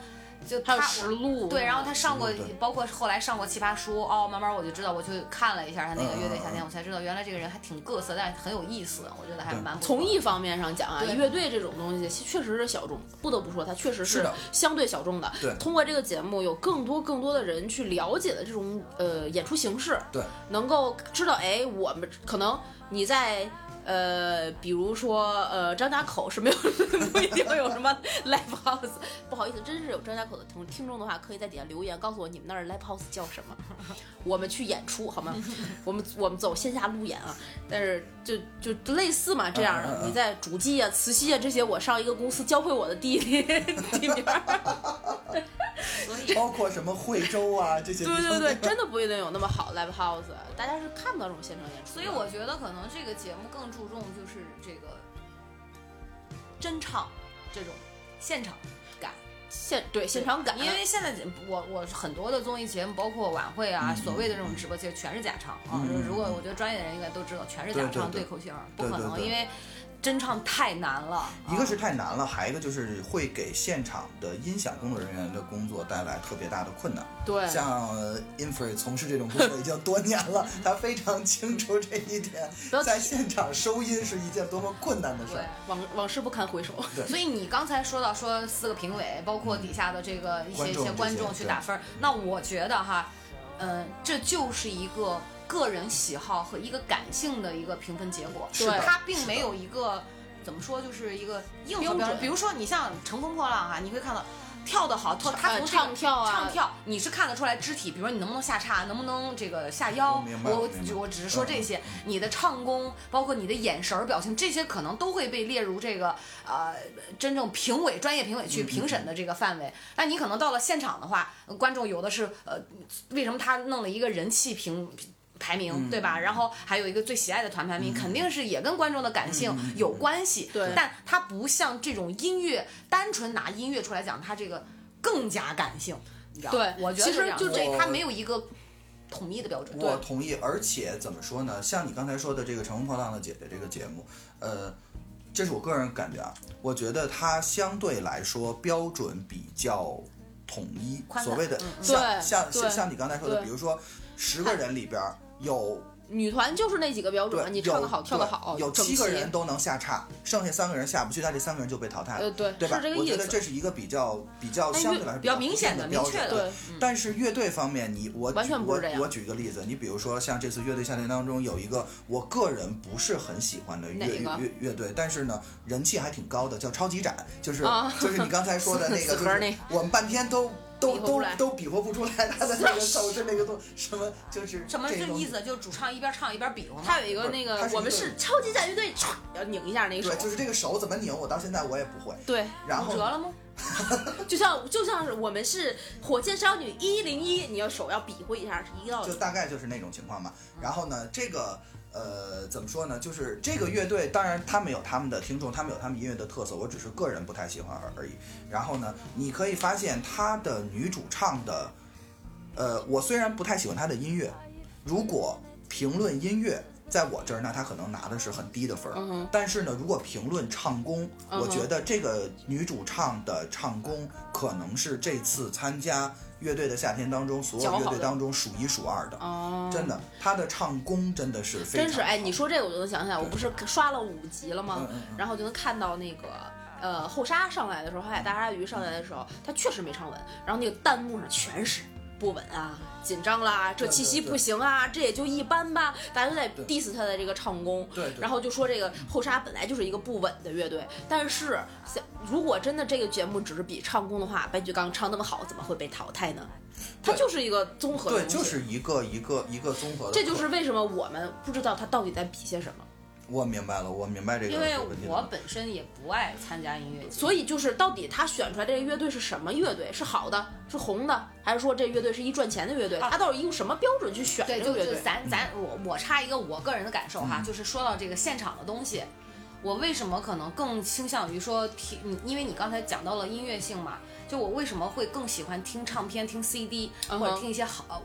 Speaker 1: 就
Speaker 3: 嗯
Speaker 1: 他
Speaker 3: 还有实录，
Speaker 1: 对，然后他上过
Speaker 4: 对对，
Speaker 1: 包括后来上过《奇葩说》哦，慢慢我就知道，我去看了一下他那个
Speaker 4: 嗯
Speaker 1: 《乐队
Speaker 4: 嗯
Speaker 1: 夏天》，
Speaker 4: 嗯
Speaker 1: 我才知道原来这个人还挺各色，但是很有意思，我觉得还
Speaker 4: 对
Speaker 1: 蛮不错
Speaker 3: 从一方面上讲啊，
Speaker 1: 对
Speaker 3: 乐队这种东西确实是小众，不得不说它确实
Speaker 4: 是
Speaker 3: 是
Speaker 4: 的
Speaker 3: 相对小众的。
Speaker 4: 对
Speaker 3: 通过这个节目，有更多更多的人去了解了这种呃演出形式，
Speaker 4: 对，
Speaker 3: 能够知道哎，我们可能你在。呃，比如说，呃，张家口是没有 [laughs] 不一定有什么 live house，不好意思，真是有张家口的听听众的话，可以在底下留言告诉我你们那儿 live house 叫什么， [laughs] 我们去演出
Speaker 4: [laughs]
Speaker 3: 好吗？我们我们走线下路演啊，但是就就类似嘛这样
Speaker 4: 嗯嗯
Speaker 3: 的，
Speaker 4: 嗯
Speaker 3: 你在主机啊、磁吸啊这些，我上一个公司教会我的地
Speaker 4: [laughs]
Speaker 3: 理 [laughs] 地名儿，
Speaker 1: 所以
Speaker 4: 包括什么惠州啊这些
Speaker 3: 对
Speaker 4: 地
Speaker 3: 对
Speaker 4: 方。
Speaker 3: 对，真的不一定有那么好 live house，大家是看不到这种现场演出的。
Speaker 1: 所以我觉得可能这个节目更注重就是这个真唱这种现场感，
Speaker 3: 现对现场感，
Speaker 1: 因为现在我我很多的综艺节目，包括晚会啊，
Speaker 4: 嗯
Speaker 1: 所谓的这种直播，其实全是假唱啊。
Speaker 4: 嗯
Speaker 1: 如果我觉得专业的人应该都知道，全是假唱
Speaker 4: 对对对
Speaker 1: 口型，不
Speaker 4: 对对
Speaker 1: 可能，
Speaker 4: 对
Speaker 1: 因为真唱太难了。
Speaker 4: 一个
Speaker 1: 啊
Speaker 4: 是太难了，还一个就是会给现场的音响工作人员的工作带来特别大的困难。
Speaker 3: 对
Speaker 4: 像 i n f r y 从事这种工作已经多年了，
Speaker 1: [laughs]
Speaker 4: 他非常清楚这一点
Speaker 3: 不要，提
Speaker 4: 在现场收音是一件多么困难的事
Speaker 1: 对
Speaker 4: 儿。。
Speaker 3: 往往事不堪回首。
Speaker 1: 所以你刚才说到说四个评委，包括底下的这个一些
Speaker 4: 观
Speaker 1: 一
Speaker 4: 众
Speaker 1: 些观众
Speaker 4: 这些
Speaker 1: 去打分儿，那我觉得哈，嗯，这就是一个个人喜好和一个感性的一个评分结果，
Speaker 4: 是
Speaker 3: 的
Speaker 1: 它并没有一个怎么说，就是一个硬核
Speaker 3: 标
Speaker 1: 标
Speaker 3: 准
Speaker 1: 准。比如说你像《乘风破浪》哈，你会看到。跳得好，跳他
Speaker 3: 呃
Speaker 1: 从这个
Speaker 3: 唱跳啊
Speaker 1: 唱跳，你是看得出来肢体，比如说你能不能下叉，能不能这个下腰
Speaker 4: 我明，白
Speaker 1: 我
Speaker 4: 我明白
Speaker 1: 我只是说这些，
Speaker 4: 嗯
Speaker 1: 你的唱功，包括你的眼神儿、表情，这些可能都会被列入这个呃真正评委、专业评委去评审的这个范围。那你可能到了现场的话，呃观众有的是呃，为什么他弄了一个人气评？排名对吧？然后还有一个最喜爱的团排名，肯定是也跟观众的感性有关系。
Speaker 3: 对
Speaker 1: 但它不像这种音乐，单纯拿音乐出来讲，它这个更加感性。你知道吗
Speaker 3: 对
Speaker 1: 我觉得
Speaker 3: 其
Speaker 1: 是
Speaker 3: 实
Speaker 1: 样
Speaker 3: 就
Speaker 1: 的
Speaker 4: 这
Speaker 1: 它没有一个统一的标准。
Speaker 4: 我同意，而且怎么说呢？像你刚才说的这个《乘风破浪的姐姐》这个节目，呃，这是我个人感觉啊，我觉得它相对来说标准比较统一。
Speaker 1: 宽泛
Speaker 4: 所谓的
Speaker 1: 嗯嗯
Speaker 4: 像像
Speaker 3: 对
Speaker 4: 像像你刚才说的，
Speaker 3: 对
Speaker 4: 比如说十个人里边儿有
Speaker 3: 女团就是那几个标准
Speaker 4: 对
Speaker 3: 啊，，你
Speaker 4: 有
Speaker 3: 唱得好，跳得
Speaker 4: 对
Speaker 3: 好，
Speaker 4: 有
Speaker 3: 整
Speaker 4: 七个
Speaker 3: 齐
Speaker 4: 人都能下叉，剩下三个人下不去，那这三个人就被淘汰
Speaker 3: 呃
Speaker 4: 了。
Speaker 3: 对，
Speaker 4: 对吧？
Speaker 3: 是这个
Speaker 4: 我
Speaker 3: 意
Speaker 4: 觉得
Speaker 3: 思。
Speaker 4: 这是一个比较比较
Speaker 3: 但
Speaker 4: 相
Speaker 3: 乐
Speaker 4: 对来说
Speaker 1: 哎比较
Speaker 4: 固
Speaker 1: 明
Speaker 4: 定
Speaker 1: 显
Speaker 4: 的
Speaker 1: 的、
Speaker 4: 标
Speaker 1: 明确
Speaker 4: 准
Speaker 1: 的。
Speaker 3: 对
Speaker 4: 但是乐队方面，你我
Speaker 3: 嗯完全不是这样
Speaker 4: 我我举一个例子，你比如说像这次乐队夏天当中有一个我个人不是很喜欢的乐
Speaker 3: 哪一个
Speaker 4: 乐乐乐队，但是呢人气还挺高的，叫超级展，就是、
Speaker 3: 啊
Speaker 4: 就是你刚才说的那
Speaker 3: 死
Speaker 4: 个，
Speaker 3: 核
Speaker 4: 就
Speaker 3: 那
Speaker 4: 是我们半天都都
Speaker 3: 比划不
Speaker 4: 都
Speaker 3: 来
Speaker 4: 都比划不出来他的那个手势那个动什么，就是
Speaker 1: 什么
Speaker 4: 这
Speaker 1: 这
Speaker 4: 种
Speaker 1: 意思？就是主唱一边唱一边比划吗？
Speaker 3: 他有一个那
Speaker 4: 不是它
Speaker 3: 个
Speaker 4: 是，一
Speaker 3: 我们
Speaker 4: 个
Speaker 3: 是超级战乐队，唰要拧一下那个手
Speaker 4: 对，，就是这个手怎么拧，我到现在我也不会。
Speaker 3: 对，
Speaker 4: 然
Speaker 1: 骨
Speaker 4: 后
Speaker 1: 折了
Speaker 4: [laughs]
Speaker 1: 吗？
Speaker 3: 就像就像是我们是火箭少女一零一，你要手要比划一下是一个道
Speaker 4: 就
Speaker 3: 理。
Speaker 4: 大概就是那种情况吧。然后呢，这个呃怎么说呢？就是这个乐队，当然他们有他们的听众，他们有他们音乐的特色，我只是个人不太喜欢而而已。然后呢，你可以发现他的女主唱的，呃，我虽然不太喜欢她的音乐，如果评论音乐。在我这儿呢，她可能拿的是很低的分儿，
Speaker 3: 嗯哼
Speaker 4: 但是呢，如果评论唱功，
Speaker 3: 嗯哼
Speaker 4: 我觉得这个女主唱的唱功可能是这次参加乐队的夏天当中所有
Speaker 3: 较好
Speaker 4: 乐队
Speaker 3: 的
Speaker 4: 当中数一数二的。
Speaker 3: 哦
Speaker 4: 真的，他的唱功真的是非常
Speaker 3: 真是哎，你
Speaker 4: 好
Speaker 3: 说这个我就能想起来，我不是刷了五集了吗
Speaker 4: 嗯嗯？嗯
Speaker 3: 然后就能看到那个。呃，后沙上来的时候，海大鲨鱼上来的时候，他确实没唱稳，然后那个弹幕上全是不稳啊，紧张啦，这
Speaker 4: 对对
Speaker 3: 气息
Speaker 4: 对
Speaker 3: 不行啊，这也就一般吧，大家都在
Speaker 4: 对
Speaker 3: diss 他的这个唱功，
Speaker 4: 对对
Speaker 3: 然后就说这个后沙本来就是一个不稳的乐队，但是像如果真的这个节目只是比唱功的话，白举纲唱那么好，怎么会被淘汰呢？它
Speaker 4: 对
Speaker 3: 就是一个综合的
Speaker 4: 对，
Speaker 3: 东西
Speaker 4: 就是一个一个一个综合的课。
Speaker 3: 这就是为什么我们不知道他到底在比些什么。
Speaker 4: 我明白了，我明白这个
Speaker 1: 因为
Speaker 4: 问题了
Speaker 1: 我本身也不爱参加音乐节，
Speaker 3: 所以就是到底他选出来这个乐队是什么乐队？是好的，是红的，还是说这乐队是一赚钱的乐队？
Speaker 1: 啊
Speaker 3: 他到底用什么标准去选
Speaker 1: 对，
Speaker 3: 这
Speaker 1: 就
Speaker 3: 个乐
Speaker 1: 就
Speaker 3: 队？
Speaker 1: 咱咱我我插一个我个人的感受哈，
Speaker 4: 嗯
Speaker 1: 就是说到这个现场的东西，我为什么可能更倾向于说听你，因为你刚才讲到了音乐性嘛，就我为什么会更喜欢听唱片、听 CD
Speaker 3: 嗯哼
Speaker 1: 或者听一些好。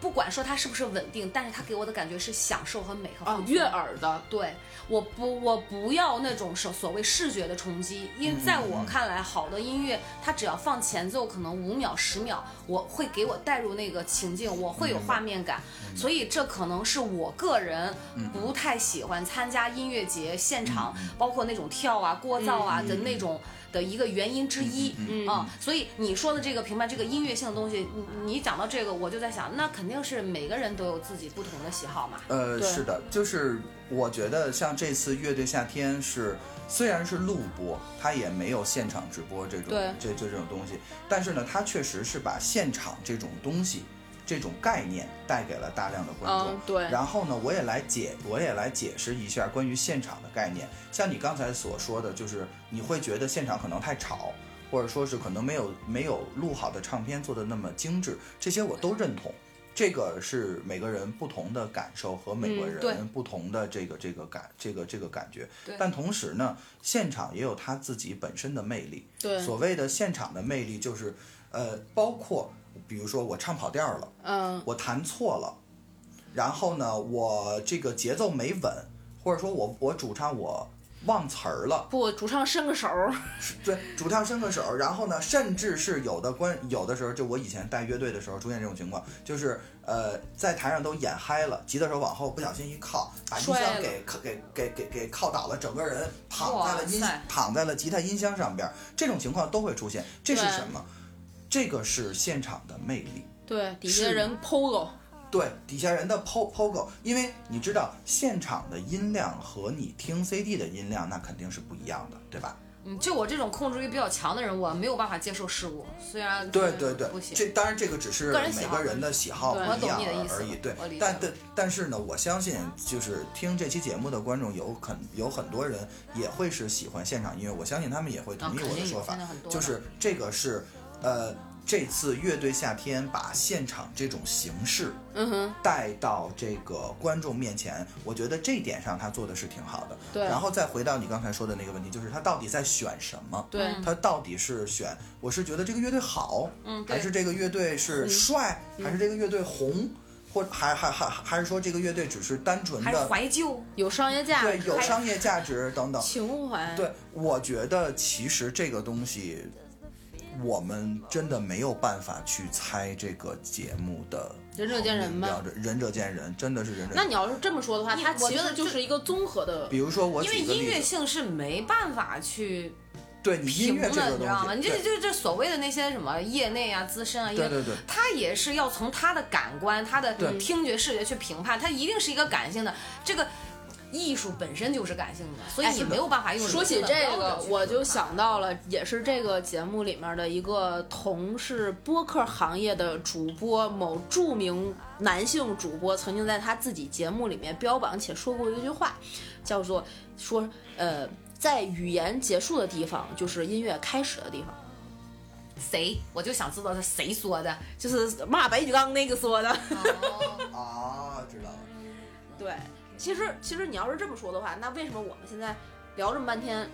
Speaker 1: 不管说它是不是稳定，但是它给我的感觉是享受和美和放
Speaker 3: 啊
Speaker 1: 松。
Speaker 3: 悦耳的，
Speaker 1: 对，我不我不要那种所所谓视觉的冲击，因为在我看来，好的音乐它只要放前奏，可能五秒十秒，我会给我带入那个情境，我会有画面感，
Speaker 3: 嗯
Speaker 1: 所以这可能是我个人不太喜欢参加音乐节现场，
Speaker 3: 嗯
Speaker 1: 包括那种跳啊、聒噪啊的那种的一个原因之一。
Speaker 3: 嗯
Speaker 1: 啊、所以你说的这个评判这个音乐性的东西，你你讲到这个，我就在想，那肯定是每个人都有自己不同的喜好嘛。
Speaker 4: 呃，
Speaker 3: 对
Speaker 4: 是的，就是我觉得像这次乐队夏天是，虽然是录播，它也没有现场直播这种
Speaker 3: 对
Speaker 4: 这这这种东西，但是呢，它确实是把现场这种东西。这种概念带给了大量的观众，
Speaker 3: 嗯对
Speaker 4: 然后呢，我也来解，我也来解释一下关于现场的概念。像你刚才所说的，就是你会觉得现场可能太吵，或者说是可能没有没有录好的唱片做的那么精致，这些我都认同。这个是每个人不同的感受和每个
Speaker 3: 嗯
Speaker 1: 对
Speaker 4: 人不同的这个、这个感这个这个感觉
Speaker 1: 对，
Speaker 4: 但同时呢，现场也有它自己本身的魅力。
Speaker 3: 对，
Speaker 4: 所谓的现场的魅力就是，呃，包括比如说我唱跑调了，
Speaker 3: 嗯，
Speaker 4: 我弹错了，然后呢，我这个节奏没稳，或者说我我主唱我忘词儿了，
Speaker 3: 不，主唱伸个手儿，
Speaker 4: 对，主唱伸个手，然后呢，甚至是有的关有的时候，就我以前带乐队的时候出现这种情况，就是呃，在台上都演嗨了，吉他手往后不小心一靠，把音箱
Speaker 3: 摔了
Speaker 4: 给给给给给靠倒了，整个人躺在了音
Speaker 1: 哇塞
Speaker 4: 躺在了吉他音箱上边儿，这种情况都会出现。这是
Speaker 3: 对
Speaker 4: 什么？这个是现场的魅力。
Speaker 3: 对，底下
Speaker 4: 是
Speaker 3: 人 POGO，
Speaker 4: 对底下人的 po pogo，因为你知道现场的音量和你听 CD 的音量那肯定是不一样的，对吧？
Speaker 1: 嗯，就我这种控制欲比较强的人，我没有办法接受失误。虽
Speaker 3: 啊
Speaker 1: 然
Speaker 4: 对对对
Speaker 1: 不，行，
Speaker 4: 这当然这个只是
Speaker 1: 个人喜
Speaker 4: 每
Speaker 1: 好
Speaker 4: 个人的喜好不
Speaker 3: 对
Speaker 4: 一
Speaker 1: 我懂
Speaker 4: 样
Speaker 1: 你的意思
Speaker 4: 而已。对
Speaker 1: 我理，解
Speaker 4: 但但但是呢，我相信就是听这期节目的观众有很有很多人也会是喜欢现场音乐，我相信他们也会同
Speaker 1: 啊
Speaker 4: 意
Speaker 1: 肯
Speaker 4: 我
Speaker 1: 定
Speaker 4: 的
Speaker 1: 有
Speaker 4: 说法
Speaker 1: 现在很，多
Speaker 4: 就
Speaker 1: 的
Speaker 4: 是这个是呃这次乐队夏天把现场这种形式
Speaker 3: 嗯哼，
Speaker 4: 带到这个观众面前，我觉得这一点上他做的是挺好的。
Speaker 3: 对
Speaker 4: 然后再回到你刚才说的那个问题，就是他到底在选什么？
Speaker 3: 对，
Speaker 1: 嗯
Speaker 4: 他到底是选我是觉得这个乐队好，
Speaker 1: 嗯
Speaker 4: 还
Speaker 1: 对嗯
Speaker 4: 是这个乐队是帅，还是这个乐队红，或还还还还是说这个乐队只是单纯
Speaker 1: 还是
Speaker 4: 的
Speaker 1: 怀旧，
Speaker 3: 有商业价，
Speaker 4: 对有
Speaker 3: 还
Speaker 4: 商业价值等等？
Speaker 3: 情怀，
Speaker 4: 对，我觉得其实这个东西，我们真的没有办法去猜这个节目的
Speaker 3: 仁者见仁
Speaker 4: 标
Speaker 3: 吧。
Speaker 4: 准，仁者见仁，真的是仁者。
Speaker 3: 那你要是这么说的话，
Speaker 1: 你
Speaker 3: 它
Speaker 1: 我
Speaker 3: 其
Speaker 1: 觉得
Speaker 3: 实就是一个综合的
Speaker 4: 比，如说我
Speaker 1: 因为
Speaker 4: 举个
Speaker 1: 音乐
Speaker 4: 例子，
Speaker 1: 性是没办法去
Speaker 4: 对你音
Speaker 1: 评
Speaker 4: 乐
Speaker 1: 的，
Speaker 4: 这个
Speaker 1: 你知道吗？
Speaker 4: 东
Speaker 1: 你
Speaker 4: 西，
Speaker 1: 这这这所谓的那些什么业内啊、资深啊，因
Speaker 4: 对
Speaker 1: 为
Speaker 4: 对对对
Speaker 1: 他也是要从他的感官、他的
Speaker 4: 对
Speaker 1: 听觉、视觉去评判，他一定是一个感性的这个。艺术本身就是感性的，所以
Speaker 3: 哎
Speaker 1: 你
Speaker 3: 是的
Speaker 1: 没有办法用
Speaker 3: 说
Speaker 1: 理
Speaker 3: 起
Speaker 1: 性的
Speaker 3: 这
Speaker 1: 标准
Speaker 3: 个
Speaker 1: 去，
Speaker 3: 我
Speaker 1: 评
Speaker 3: 就
Speaker 1: 判
Speaker 3: 想到了，也是这个节目里面的一个同是播客行业的主播，某著名男性主播曾经在他自己节目里面标榜且说过一句话，叫做说呃，在语言结束的地方就是音乐开始的地方，
Speaker 1: 谁，我就想知道是谁说的。
Speaker 3: 就是骂白举纲那个说的。
Speaker 4: 啊，知道了。
Speaker 3: 对，其实其实你要是这么说的话，那为什么我们现在聊这么半天，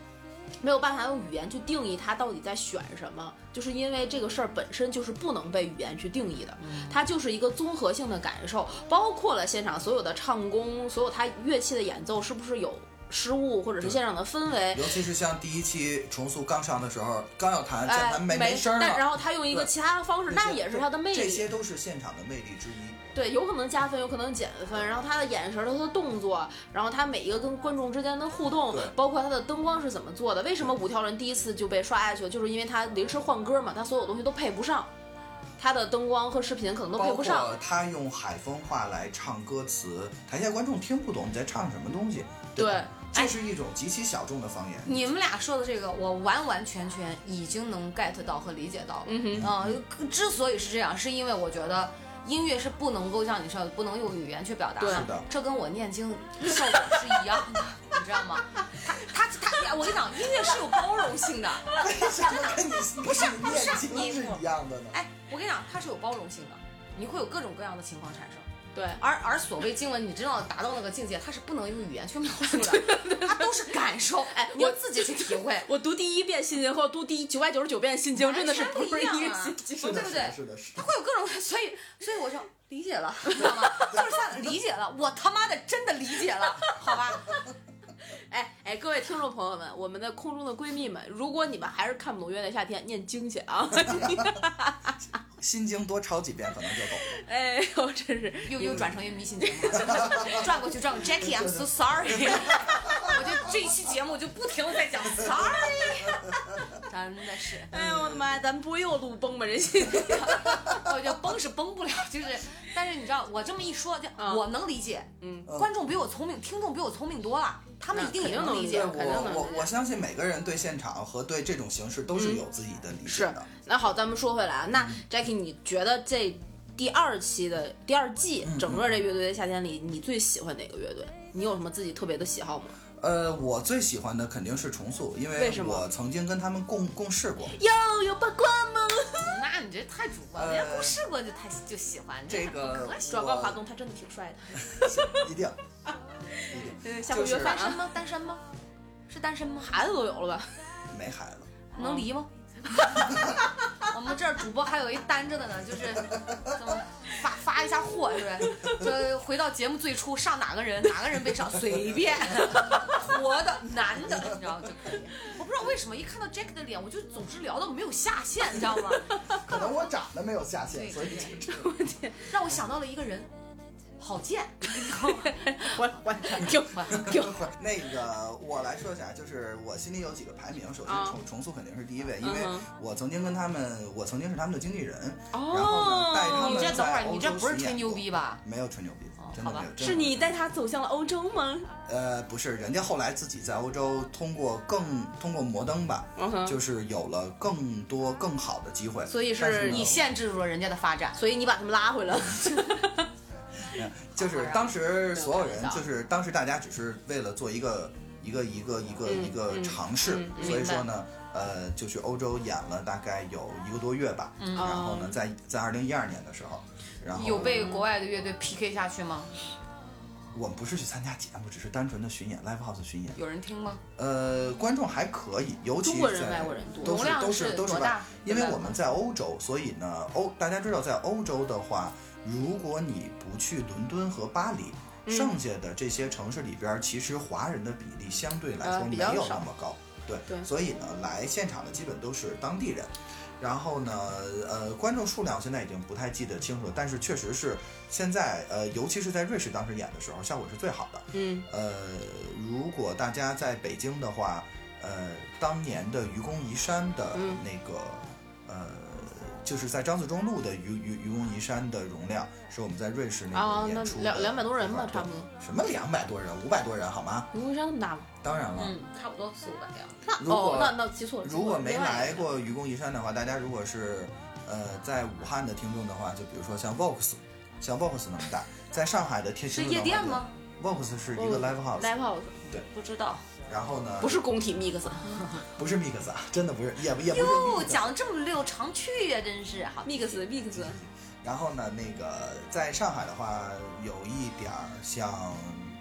Speaker 3: 没有办法用语言去定义它到底在选什么？就是因为这个事儿本身就是不能被语言去定义的，
Speaker 4: 嗯
Speaker 3: 它就是一个综合性的感受，包括了现场所有的唱功，所有它乐器的演奏是不是有失误，或者是现场的氛围。
Speaker 4: 尤其是像第一期重塑刚上的时候，刚要弹键
Speaker 3: 哎，
Speaker 4: 盘没没声儿
Speaker 3: 但然
Speaker 4: 了，
Speaker 3: 后他用一个
Speaker 4: 对
Speaker 3: 其他的方式，那也是他的魅力。
Speaker 4: 这些都是现场的魅力之一。
Speaker 3: 对，有可能加分，有可能减分。然后他的眼神儿、他的动作，然后他每一个跟观众之间的互动
Speaker 4: 对，
Speaker 3: 包括他的灯光是怎么做的。为什么五条人第一次就被刷下去了？就是因为他临时换歌嘛，他所有东西都配不上，他的灯光和视频可能都配
Speaker 4: 包
Speaker 3: 不上
Speaker 4: 括。他用海风话来唱歌词，台下观众听不懂你在唱什么东西。吧
Speaker 1: 对
Speaker 3: 哎
Speaker 4: 这是一种极其小众的方言。
Speaker 1: 你们俩说的这个，我完完全全已经能 get 到和理解到了。
Speaker 3: 嗯
Speaker 1: 嗯、之所以是这样，是因为我觉得音乐是不能够像你说的，不能用语言去表达
Speaker 3: 对
Speaker 1: 的
Speaker 4: 是的
Speaker 1: 这跟我念经效果是一样的，你知道吗？ [laughs] 他他他，哎我跟你讲，音乐是有包容性的。
Speaker 4: [laughs] 为什么 [laughs] 跟你不是
Speaker 1: 不是
Speaker 4: 念经
Speaker 1: 你
Speaker 4: 是一样的呢？
Speaker 1: 哎哎，我跟你讲，它是有包容性的，你会有各种各样的情况产生。
Speaker 3: 对，
Speaker 1: 而而所谓经文，你真要达到那个境界，它是不能用语言去描述
Speaker 3: [laughs]
Speaker 1: 的，它都是感受，哎，你要自己去体会。
Speaker 3: [laughs] 我读第一遍心经和读第九百九十九遍心经真的是
Speaker 1: 完全
Speaker 3: 不
Speaker 1: 不一
Speaker 3: 是
Speaker 1: 样
Speaker 3: 一个
Speaker 1: 啊
Speaker 3: 心经。
Speaker 1: 对不对
Speaker 4: 是的，是
Speaker 1: 它
Speaker 4: 的。
Speaker 1: 会有各种， [laughs] 所以所以我就理解了，你知道吗？就是像理解了，我他妈的真的理解了，好吧？
Speaker 3: 哎哎，各位听众朋友们，我们的空中的闺蜜们，如果你们还是看不懂《月亮夏天》，念经去 [laughs] 啊！
Speaker 4: 心经多抄几遍可能就懂了。
Speaker 3: 哎呦，真是
Speaker 1: 又又转成一个迷信节目了， [laughs] 转过去转过去，Jackie，I'm so sorry。我就这一期节目就不停的在讲 sorry，真的是，
Speaker 3: 哎呦我的妈呀！咱们不会又录崩吧？人心
Speaker 1: 我就崩是崩不了，就是，但是你知道我这么一说，就
Speaker 3: 嗯
Speaker 1: 我能理解，
Speaker 3: 嗯，
Speaker 1: 观众比我聪明，听众比我聪明多了，他们一定也
Speaker 3: 那肯定能
Speaker 1: 理
Speaker 3: [laughs] 对
Speaker 1: 解，
Speaker 3: 我肯定能
Speaker 4: 我我我相信每个人对现场和对这种形式都是有自己的理解
Speaker 3: 嗯是
Speaker 4: 的。。
Speaker 3: 那好，咱们说回来啊，
Speaker 4: 嗯
Speaker 3: 那 Jackie，你觉得这第二期的第二季，
Speaker 4: 嗯
Speaker 3: 整个这乐队的夏天里，你最喜欢哪个乐队？你有什么自己特别的喜好吗？
Speaker 4: 呃，我最喜欢的肯定是重塑，因
Speaker 3: 为
Speaker 4: 为
Speaker 3: 什么哎
Speaker 4: 我曾经跟他们共共事过。
Speaker 3: 又有八卦吗？
Speaker 1: 那你这太主观了，
Speaker 3: 哎
Speaker 4: 呃
Speaker 1: 人家不试过就太就喜欢
Speaker 4: 这个
Speaker 1: 可喜
Speaker 3: 转告华
Speaker 4: 我
Speaker 3: 东，他真的挺帅的。
Speaker 4: 一
Speaker 3: [laughs]
Speaker 4: 定一定
Speaker 3: 嗯，下回约饭
Speaker 1: 单身
Speaker 3: 啊，
Speaker 1: 吗？单身吗？是单身吗？
Speaker 3: 孩子都有了吧？
Speaker 4: [laughs] 没孩子。
Speaker 1: 能离吗？我们这儿主播还有一单着的呢，就是怎么发发一下货是不是？就回到节目最初，上哪个人，哪个人被上，随便，活的、男的，你知道就可以。我不知道为什么一看到 Jack 的脸，我就总是聊到没有下限，你知道吗？
Speaker 4: 可能我长得没有下限，
Speaker 1: 对
Speaker 4: 所以
Speaker 1: 对
Speaker 4: 就
Speaker 1: 让我想到了一个人，郝建，
Speaker 3: 我 [laughs] 我就就
Speaker 4: 那个我来说一下，就是我心里有几个排名，首先
Speaker 3: 啊
Speaker 4: 重重塑肯定是第一位，因为
Speaker 3: 嗯
Speaker 4: 我曾经跟他们，我曾经是他们的经纪人，然后呢带他
Speaker 3: 哦
Speaker 4: 们
Speaker 1: 你这等会儿
Speaker 4: 在欧洲
Speaker 1: 你这不是
Speaker 4: 巡演
Speaker 1: 吹牛
Speaker 4: 过
Speaker 1: 逼吧？
Speaker 4: 没有吹牛逼
Speaker 1: 哦，
Speaker 4: 真的
Speaker 1: 好吧
Speaker 4: 没有。真的
Speaker 3: 是
Speaker 4: 没有
Speaker 3: 你带他走向了欧洲吗？
Speaker 4: 呃，不是，人家后来自己在欧洲通过更通过摩登吧，
Speaker 3: 嗯哼
Speaker 4: 就是有了更多更好的机会。
Speaker 3: 所以是
Speaker 4: 但是呢
Speaker 1: 你限制住了人家的发展。
Speaker 3: 所以你把他们拉回来了。
Speaker 4: 就是当时所有人，就是当时大家只是为了做一个一个一个一个
Speaker 3: 嗯
Speaker 4: 一个
Speaker 3: 嗯
Speaker 4: 尝试
Speaker 3: 嗯，
Speaker 4: 所以说呢，呃，就去欧洲演了大概有一个多月吧。
Speaker 3: 嗯
Speaker 4: 然后
Speaker 3: 哦
Speaker 4: 呢，在在二零一二年的时候，然后
Speaker 1: 有被国外的乐队 PK 下去吗？
Speaker 4: 我们不是去参加节目，只是单纯的巡演，live house 巡演。
Speaker 1: 有人听吗？
Speaker 4: 呃，观众还可以，尤其
Speaker 3: 中国人
Speaker 4: 在
Speaker 3: 外国人多
Speaker 4: 都
Speaker 1: 容
Speaker 4: 是
Speaker 1: 量
Speaker 4: 都
Speaker 1: 是
Speaker 4: 是都是
Speaker 1: 多
Speaker 4: 外
Speaker 1: 大
Speaker 4: 因为
Speaker 1: 多大
Speaker 4: 我们在欧洲，所以呢，欧大家知道，在欧洲的话，如果你不去伦敦和巴黎，
Speaker 3: 嗯
Speaker 4: 剩下的这些城市里边儿，其实华人的比例相对来
Speaker 3: 呃
Speaker 4: 说
Speaker 3: 比
Speaker 4: 没
Speaker 3: 较
Speaker 4: 有
Speaker 3: 少
Speaker 4: 那么高。对，
Speaker 3: 对
Speaker 4: 所以呢，来现场的基本都是当地人。然后呢，呃，观众数量现在已经不太记得清楚了，但是确实是现在，呃，尤其是在瑞士当时演的时候，效果是最好的。
Speaker 3: 嗯，
Speaker 4: 呃，如果大家在北京的话，呃，当年的愚公移山的
Speaker 3: 嗯
Speaker 4: 那个，呃，就是在张自忠路的愚愚愚公移山的容量，是我们在瑞士那
Speaker 3: 啊
Speaker 4: 个
Speaker 3: 那
Speaker 4: 演出
Speaker 3: 两
Speaker 4: 的
Speaker 3: 200多人吧
Speaker 4: 地方
Speaker 3: 差不多。
Speaker 4: 对什么两百多人，五百多人好吗？
Speaker 3: 卢鸿山那么大吗？
Speaker 4: 当然了，
Speaker 1: 嗯，差不多四五百辆。
Speaker 3: 那
Speaker 4: 如果
Speaker 3: 哦，那那记错了。记错
Speaker 4: 如果
Speaker 3: 了
Speaker 4: 没
Speaker 3: 另外一个
Speaker 4: 来过愚公移山的话，大家如果是呃在武汉的听众的话，就比如说像 Vox，像 Vox 那么大，在上海的听
Speaker 1: 是
Speaker 4: 众
Speaker 1: 夜店
Speaker 4: 的话
Speaker 1: 吗？
Speaker 4: ？Vox 是一个 live house，
Speaker 3: live house
Speaker 1: 不知道。
Speaker 4: 然后呢，
Speaker 3: 哦不是工体 [laughs] mix
Speaker 4: 不是 mix 啊， [laughs] 真的不是，也不也不是
Speaker 1: 哟，
Speaker 4: mix 啊。
Speaker 1: 讲的这么溜，常去呀、真是好。
Speaker 3: mix mix，
Speaker 4: 然后呢，那个在上海的话，有一点儿像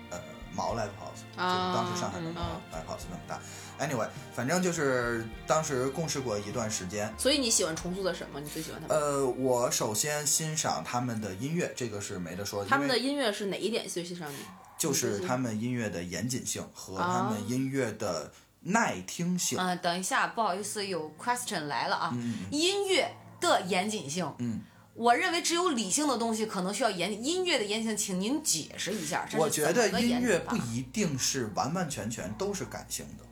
Speaker 4: 呃毛 live house，
Speaker 3: 啊
Speaker 4: 就是当时上海的毛
Speaker 3: 嗯
Speaker 4: live house 那么大。Anyway，反正就是当时共事过一段时间。
Speaker 3: 所以你喜欢重塑的什么？你最喜欢他们？
Speaker 4: 呃，我首先欣赏他们的音乐，这个是没得说的，
Speaker 3: 他们
Speaker 4: 因
Speaker 3: 的
Speaker 4: 为
Speaker 3: 音乐是哪一点最欣赏你？
Speaker 4: 就是他们音乐的严谨性和他
Speaker 3: 啊
Speaker 4: 们音乐的耐听性。
Speaker 1: 嗯、等一下，不好意思，有 question 来了啊。
Speaker 4: 嗯
Speaker 1: 音乐的严谨性，
Speaker 4: 嗯，
Speaker 1: 我认为只有理性的东西可能需要严谨，音乐的严谨性，请您解释一下。这是
Speaker 4: 我觉得
Speaker 1: 怎么个
Speaker 4: 音
Speaker 1: 严
Speaker 4: 乐
Speaker 1: 谨法
Speaker 4: 不一定是完完全全都是感性的。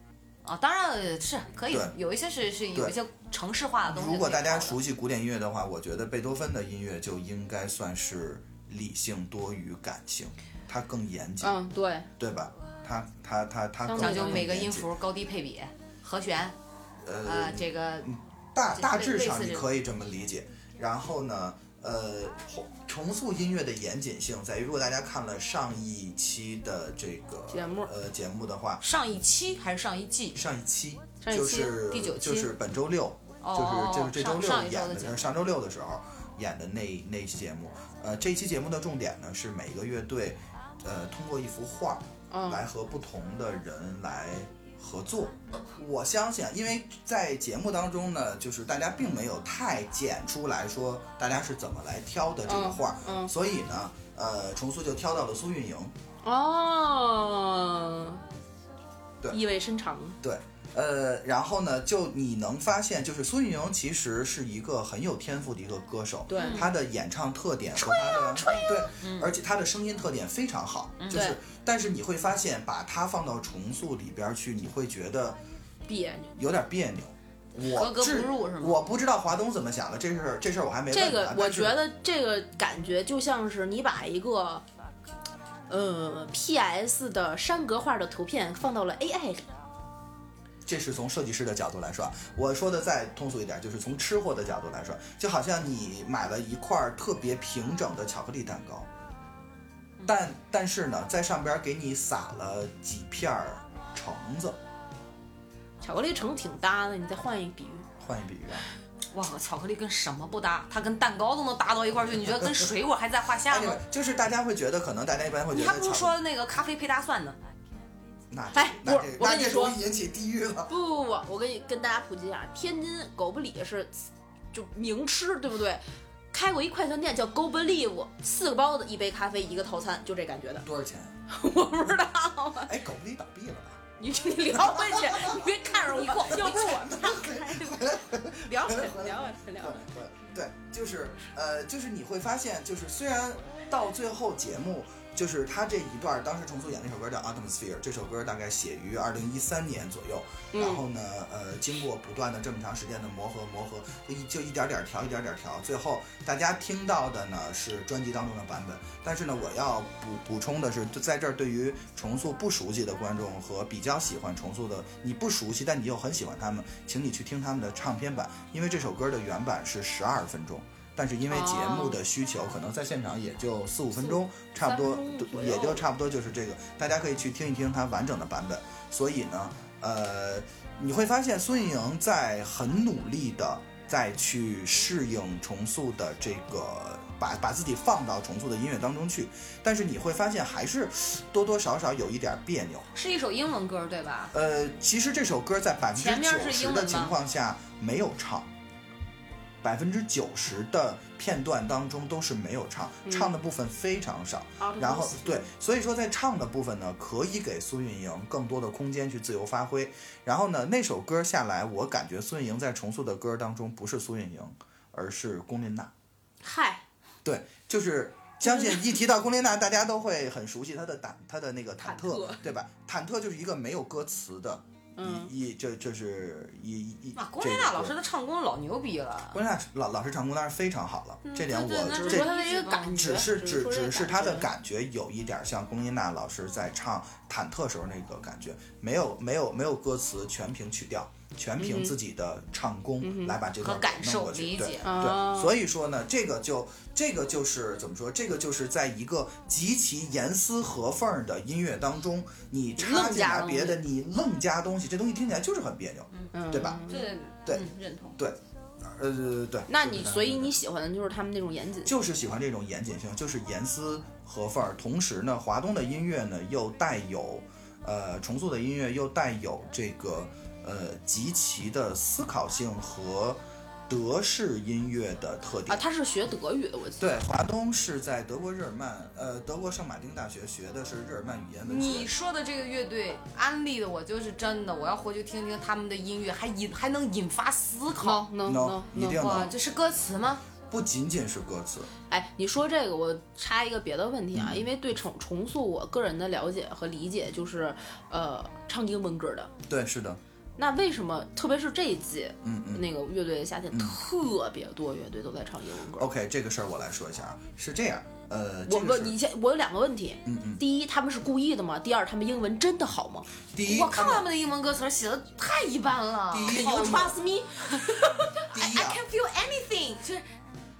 Speaker 1: 啊，当然呃是可以
Speaker 4: 对，
Speaker 1: 有一些是是有
Speaker 4: 对
Speaker 1: 一些城市化的东西。
Speaker 4: 如果大家，熟悉古典音乐的话，我觉得贝多芬的音乐就应该算是理性多于感性，它更严谨，
Speaker 3: 嗯，对，
Speaker 4: 对吧？它它它它更
Speaker 1: 讲究
Speaker 4: 更
Speaker 1: 每个
Speaker 4: 严
Speaker 1: 音
Speaker 4: 谨
Speaker 1: 符高低配比、和弦，
Speaker 4: 呃嗯
Speaker 1: 呃，这个
Speaker 4: 大
Speaker 1: 这
Speaker 4: 大
Speaker 1: 类
Speaker 4: 致
Speaker 1: 类
Speaker 4: 上
Speaker 1: 似
Speaker 4: 你
Speaker 1: 这
Speaker 4: 可以这么理解。然后呢，呃，重重塑音乐的严谨性在于，如果大家看了上一期的这个
Speaker 3: 节目
Speaker 4: 呃节目的话，
Speaker 1: 上一期还是上一季？
Speaker 4: 上一期
Speaker 3: 上一
Speaker 4: 就
Speaker 3: 期
Speaker 4: 是
Speaker 1: 第九期
Speaker 4: 就是本周六，
Speaker 1: 哦
Speaker 4: 就是就是这周
Speaker 1: 上哦
Speaker 4: 六
Speaker 1: 上一周
Speaker 4: 演
Speaker 1: 的
Speaker 4: 的，
Speaker 1: 节
Speaker 4: 就
Speaker 1: 目
Speaker 4: 是上周六的时候，演的那那一期节目。呃，这期节目的重点呢是每个乐队，呃，通过一幅画
Speaker 3: 嗯
Speaker 4: 来和不同的人来合作。我相信啊，因为在节目当中呢，就是大家并没有太剪出来说大家是怎么来挑的这个画，
Speaker 3: 嗯嗯
Speaker 4: 所以呢，呃，重塑就挑到了苏运莹。
Speaker 3: 哦，
Speaker 4: 对
Speaker 3: 意味深长，
Speaker 4: 对，呃，然后呢，就你能发现，就是苏运莹其实是一个很有天赋的一个歌手，
Speaker 3: 对
Speaker 1: 嗯
Speaker 4: 她的演唱特点和她的、对，而且她的声音特点非常好，就
Speaker 1: 嗯
Speaker 4: 是
Speaker 3: 对，
Speaker 4: 但是你会发现，把她放到重塑里边去，你会觉得
Speaker 3: 别扭。
Speaker 4: 有点别扭。我
Speaker 1: 格格不
Speaker 4: 至
Speaker 1: 入是吗
Speaker 4: 我不知道华东怎么想的，这事儿这事儿我还没问
Speaker 3: 这
Speaker 4: 他
Speaker 3: 个
Speaker 4: 但
Speaker 3: 我觉
Speaker 4: 是
Speaker 3: 得这个感觉就像是你把一个，呃，PS 的山格画的图片放到了 AI 里，
Speaker 4: 这是从设计师的角度来说啊，我说的再通俗一点，就是从吃货的角度来说，就好像你买了一块特别平整的巧克力蛋糕，
Speaker 1: 嗯
Speaker 4: 但但是呢，在上边给你撒了几片儿橙子，
Speaker 3: 巧克力橙挺搭的，你再换一个比喻，
Speaker 4: 换一比喻啊，
Speaker 1: 哇，巧克力跟什么不搭？它跟蛋糕都能搭到一块儿去，你觉
Speaker 4: [laughs]
Speaker 1: 得跟水果还在话下
Speaker 4: 哎那
Speaker 1: 吗
Speaker 4: 个？就是大家会觉得，可能大家一般会觉
Speaker 1: 你
Speaker 4: 得
Speaker 1: 还不如
Speaker 4: 巧克
Speaker 1: 说那个咖啡配大蒜呢。
Speaker 4: 那
Speaker 3: 哎
Speaker 4: 那
Speaker 3: 我
Speaker 4: 这
Speaker 3: 我
Speaker 4: 那
Speaker 3: 跟你
Speaker 4: 这
Speaker 3: 说
Speaker 4: 容易引起地狱了。
Speaker 3: 不不不，我跟你跟大家普及一下，天津狗不理是就名吃，对不对？开过一快餐店叫 Go Believe，四个包子，一杯咖啡，一个套餐，就这感觉的。 [laughs]
Speaker 4: 多少钱？
Speaker 3: 我不知道，啊
Speaker 4: 哎，狗不理倒闭了吧？
Speaker 3: 你你聊回去，你别看着我一逛，要不是我们俩开， [laughs] 聊回去，聊回去，聊回去。
Speaker 4: 对，就是呃，就是你会发现，就是虽然到最后节目，就是他这一段儿，当时重塑演那首歌叫《Atmosphere》，这首歌大概写于二零一三年左右，然后呢，呃，经过不断的这么长时间的磨合磨合，就一就一点点儿调，一点点儿调，最后大家听到的呢是专辑当中的版本。但是呢，我要补补充的是，就在这儿对于重塑不熟悉的观众和比较喜欢重塑的，你不熟悉但你又很喜欢他们，请你去听他们的唱片版，因为这首歌的原版是十二分钟。但是因为节目的需求，可能在现场也就四五分钟，差不多
Speaker 3: 三分钟左右
Speaker 4: 也就差不多就是这个，大家可以去听一听它完整的版本。所以呢，呃，你会发现孙颖在很努力的在去适应重塑的这个，把把自己放到重塑的音乐当中去，但是你会发现还是多多少少有一点别扭。
Speaker 1: 是一首英文歌对吧？
Speaker 4: 呃，其实这首歌在百分
Speaker 1: 前
Speaker 4: 之
Speaker 1: 面
Speaker 4: 九
Speaker 1: 是英
Speaker 4: 十
Speaker 1: 文吗
Speaker 4: 的情况下没有唱，百分之九十的片段当中都是没有唱，
Speaker 1: 嗯
Speaker 4: 唱的部分非常少。然后对，所以说在唱的部分呢，可以给苏运莹更多的空间去自由发挥。然后呢，那首歌下来，我感觉孙莹在重塑的歌当中不是苏运莹，而是龚琳娜。
Speaker 3: 嗨，
Speaker 4: 对，就是相信一提到龚琳娜，大家都会很熟悉她的忐她的那个忐
Speaker 3: 忐
Speaker 4: 忑
Speaker 3: 忑，
Speaker 4: 对吧？忐忑就是一个没有歌词的，
Speaker 3: 嗯
Speaker 4: 一一这这是一一
Speaker 1: 哇，龚
Speaker 4: 这
Speaker 1: 琳
Speaker 4: 个
Speaker 1: 娜老
Speaker 4: 歌
Speaker 1: 师的唱功老牛逼了。
Speaker 4: 龚琳娜老老师唱功当然非常好了，这点我
Speaker 1: 嗯对对那
Speaker 4: 这
Speaker 1: 就
Speaker 3: 只
Speaker 1: 是
Speaker 3: 是
Speaker 1: 说他的一个感
Speaker 3: 他的一个感觉说
Speaker 4: 只，是只只是他的
Speaker 3: 感
Speaker 4: 感觉有一点像龚琳娜老师在唱忐忑时候那个感觉，没有没有没有歌词，全凭曲调，全凭自己的唱功来把这段
Speaker 1: 嗯和感
Speaker 4: 给弄
Speaker 1: 受
Speaker 4: 过去
Speaker 1: 理
Speaker 4: 对
Speaker 1: 解
Speaker 3: 哦
Speaker 4: 对，所以说呢，这个就这个就是怎么说，这个就是在一个极其严丝合缝的音乐当中，你插
Speaker 3: 愣
Speaker 4: 进
Speaker 3: 加
Speaker 4: 来
Speaker 3: 东
Speaker 4: 别
Speaker 3: 西
Speaker 4: 的，你愣加东西，这东西听起来就是很别扭，
Speaker 3: 觉，
Speaker 4: 对吧？
Speaker 1: 对
Speaker 4: 对
Speaker 1: 嗯认同。
Speaker 4: 对，呃对。
Speaker 3: 那
Speaker 4: 就是
Speaker 3: 你
Speaker 4: 这样
Speaker 3: 所以
Speaker 4: 对
Speaker 3: 你喜欢的就是他们那种严谨，
Speaker 4: 就是喜欢这种严谨性，就是严丝合缝儿。同时呢，华东的音乐呢又带有，呃，重塑的音乐又带有这个呃极其的思考性和德式音乐的特
Speaker 3: 啊，
Speaker 4: 点。
Speaker 3: 他是学德语的，我记得。
Speaker 4: 对，华东是在德国日耳曼，呃，德国圣马丁大学学的是日耳曼语言文学。
Speaker 1: 你说的这个乐队安利的我就是真的，我要回去听听他们的音乐，还引还能引发思考。
Speaker 3: 哦 no
Speaker 4: no，一定
Speaker 1: 哇，
Speaker 4: 能，
Speaker 1: 这是歌词吗？
Speaker 4: 不仅仅是歌词，
Speaker 3: 哎，你说这个，我插一个别的问题
Speaker 4: 嗯
Speaker 3: 啊，因为对重重塑我个人的了解和理解就是，呃，唱英文歌的。
Speaker 4: 对，是的，
Speaker 3: 那为什么，特别是这一季，
Speaker 4: 嗯嗯。
Speaker 3: 那个乐队的夏天，特别多乐队都在唱英文歌。
Speaker 4: OK，这个事儿我来说一下啊，是这样，呃，
Speaker 3: 我
Speaker 4: 这个
Speaker 3: 问
Speaker 4: 是
Speaker 3: 你，先，我有两个问题。
Speaker 4: 嗯嗯，
Speaker 3: 第一，他们是故意的吗？第二，他们英文真的好吗？
Speaker 4: 第一，
Speaker 1: 我看他们的英文歌词写的太一般了。
Speaker 4: 第一
Speaker 3: You
Speaker 4: 他们
Speaker 3: trust me？
Speaker 4: 第
Speaker 1: I
Speaker 4: 一
Speaker 1: I
Speaker 4: 啊
Speaker 1: can，feel anything，就是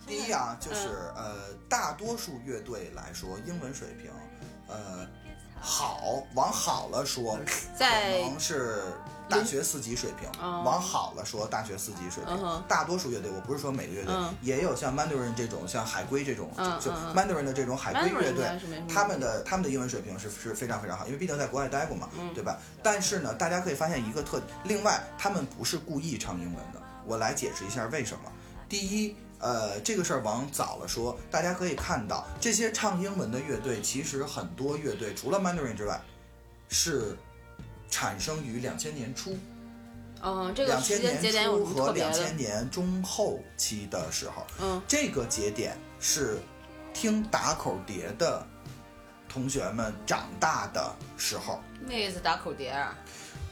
Speaker 4: 第一
Speaker 3: 嗯
Speaker 4: 啊，就是呃，大多数乐队来说，英文水平，呃，好，往好了说，可
Speaker 3: 嗯在
Speaker 4: 能是大学四级水平，
Speaker 3: 哦
Speaker 4: 往好了说大学四级水
Speaker 3: 嗯
Speaker 4: 平
Speaker 3: 哼。
Speaker 4: 大多数乐队，我不是说每个乐队
Speaker 3: 嗯，
Speaker 4: 也有像 Mandarin 这种，像海龟这种
Speaker 3: 嗯，
Speaker 4: 就
Speaker 3: 嗯嗯
Speaker 4: Mandarin 的这种海归
Speaker 3: Mandarin
Speaker 4: 乐
Speaker 3: 应
Speaker 4: 队
Speaker 3: 该是没什么，
Speaker 4: 他们的他们的英文水平是是非常非常好，因为毕竟在国外待过嘛，
Speaker 3: 嗯
Speaker 4: 对吧？但是呢，大家可以发现一个特点，另外他们不是故意唱英文的，我来解释一下为什么。第一，呃，这个事儿往早了说，大家可以看到这些唱英文的乐队，其实很多乐队除了 Mandarin 之外，是产生于两千年初。
Speaker 3: 嗯，这个
Speaker 4: 两
Speaker 3: 时
Speaker 4: 千
Speaker 3: 间节点
Speaker 4: 年
Speaker 3: 有什么
Speaker 4: 初
Speaker 3: 特
Speaker 4: 和
Speaker 3: 别
Speaker 4: 两
Speaker 3: 的
Speaker 4: 千？年中后期的时候，
Speaker 3: 嗯，
Speaker 4: 这个节点是听打口碟的同学们长大的时候。
Speaker 1: 那是打口碟啊，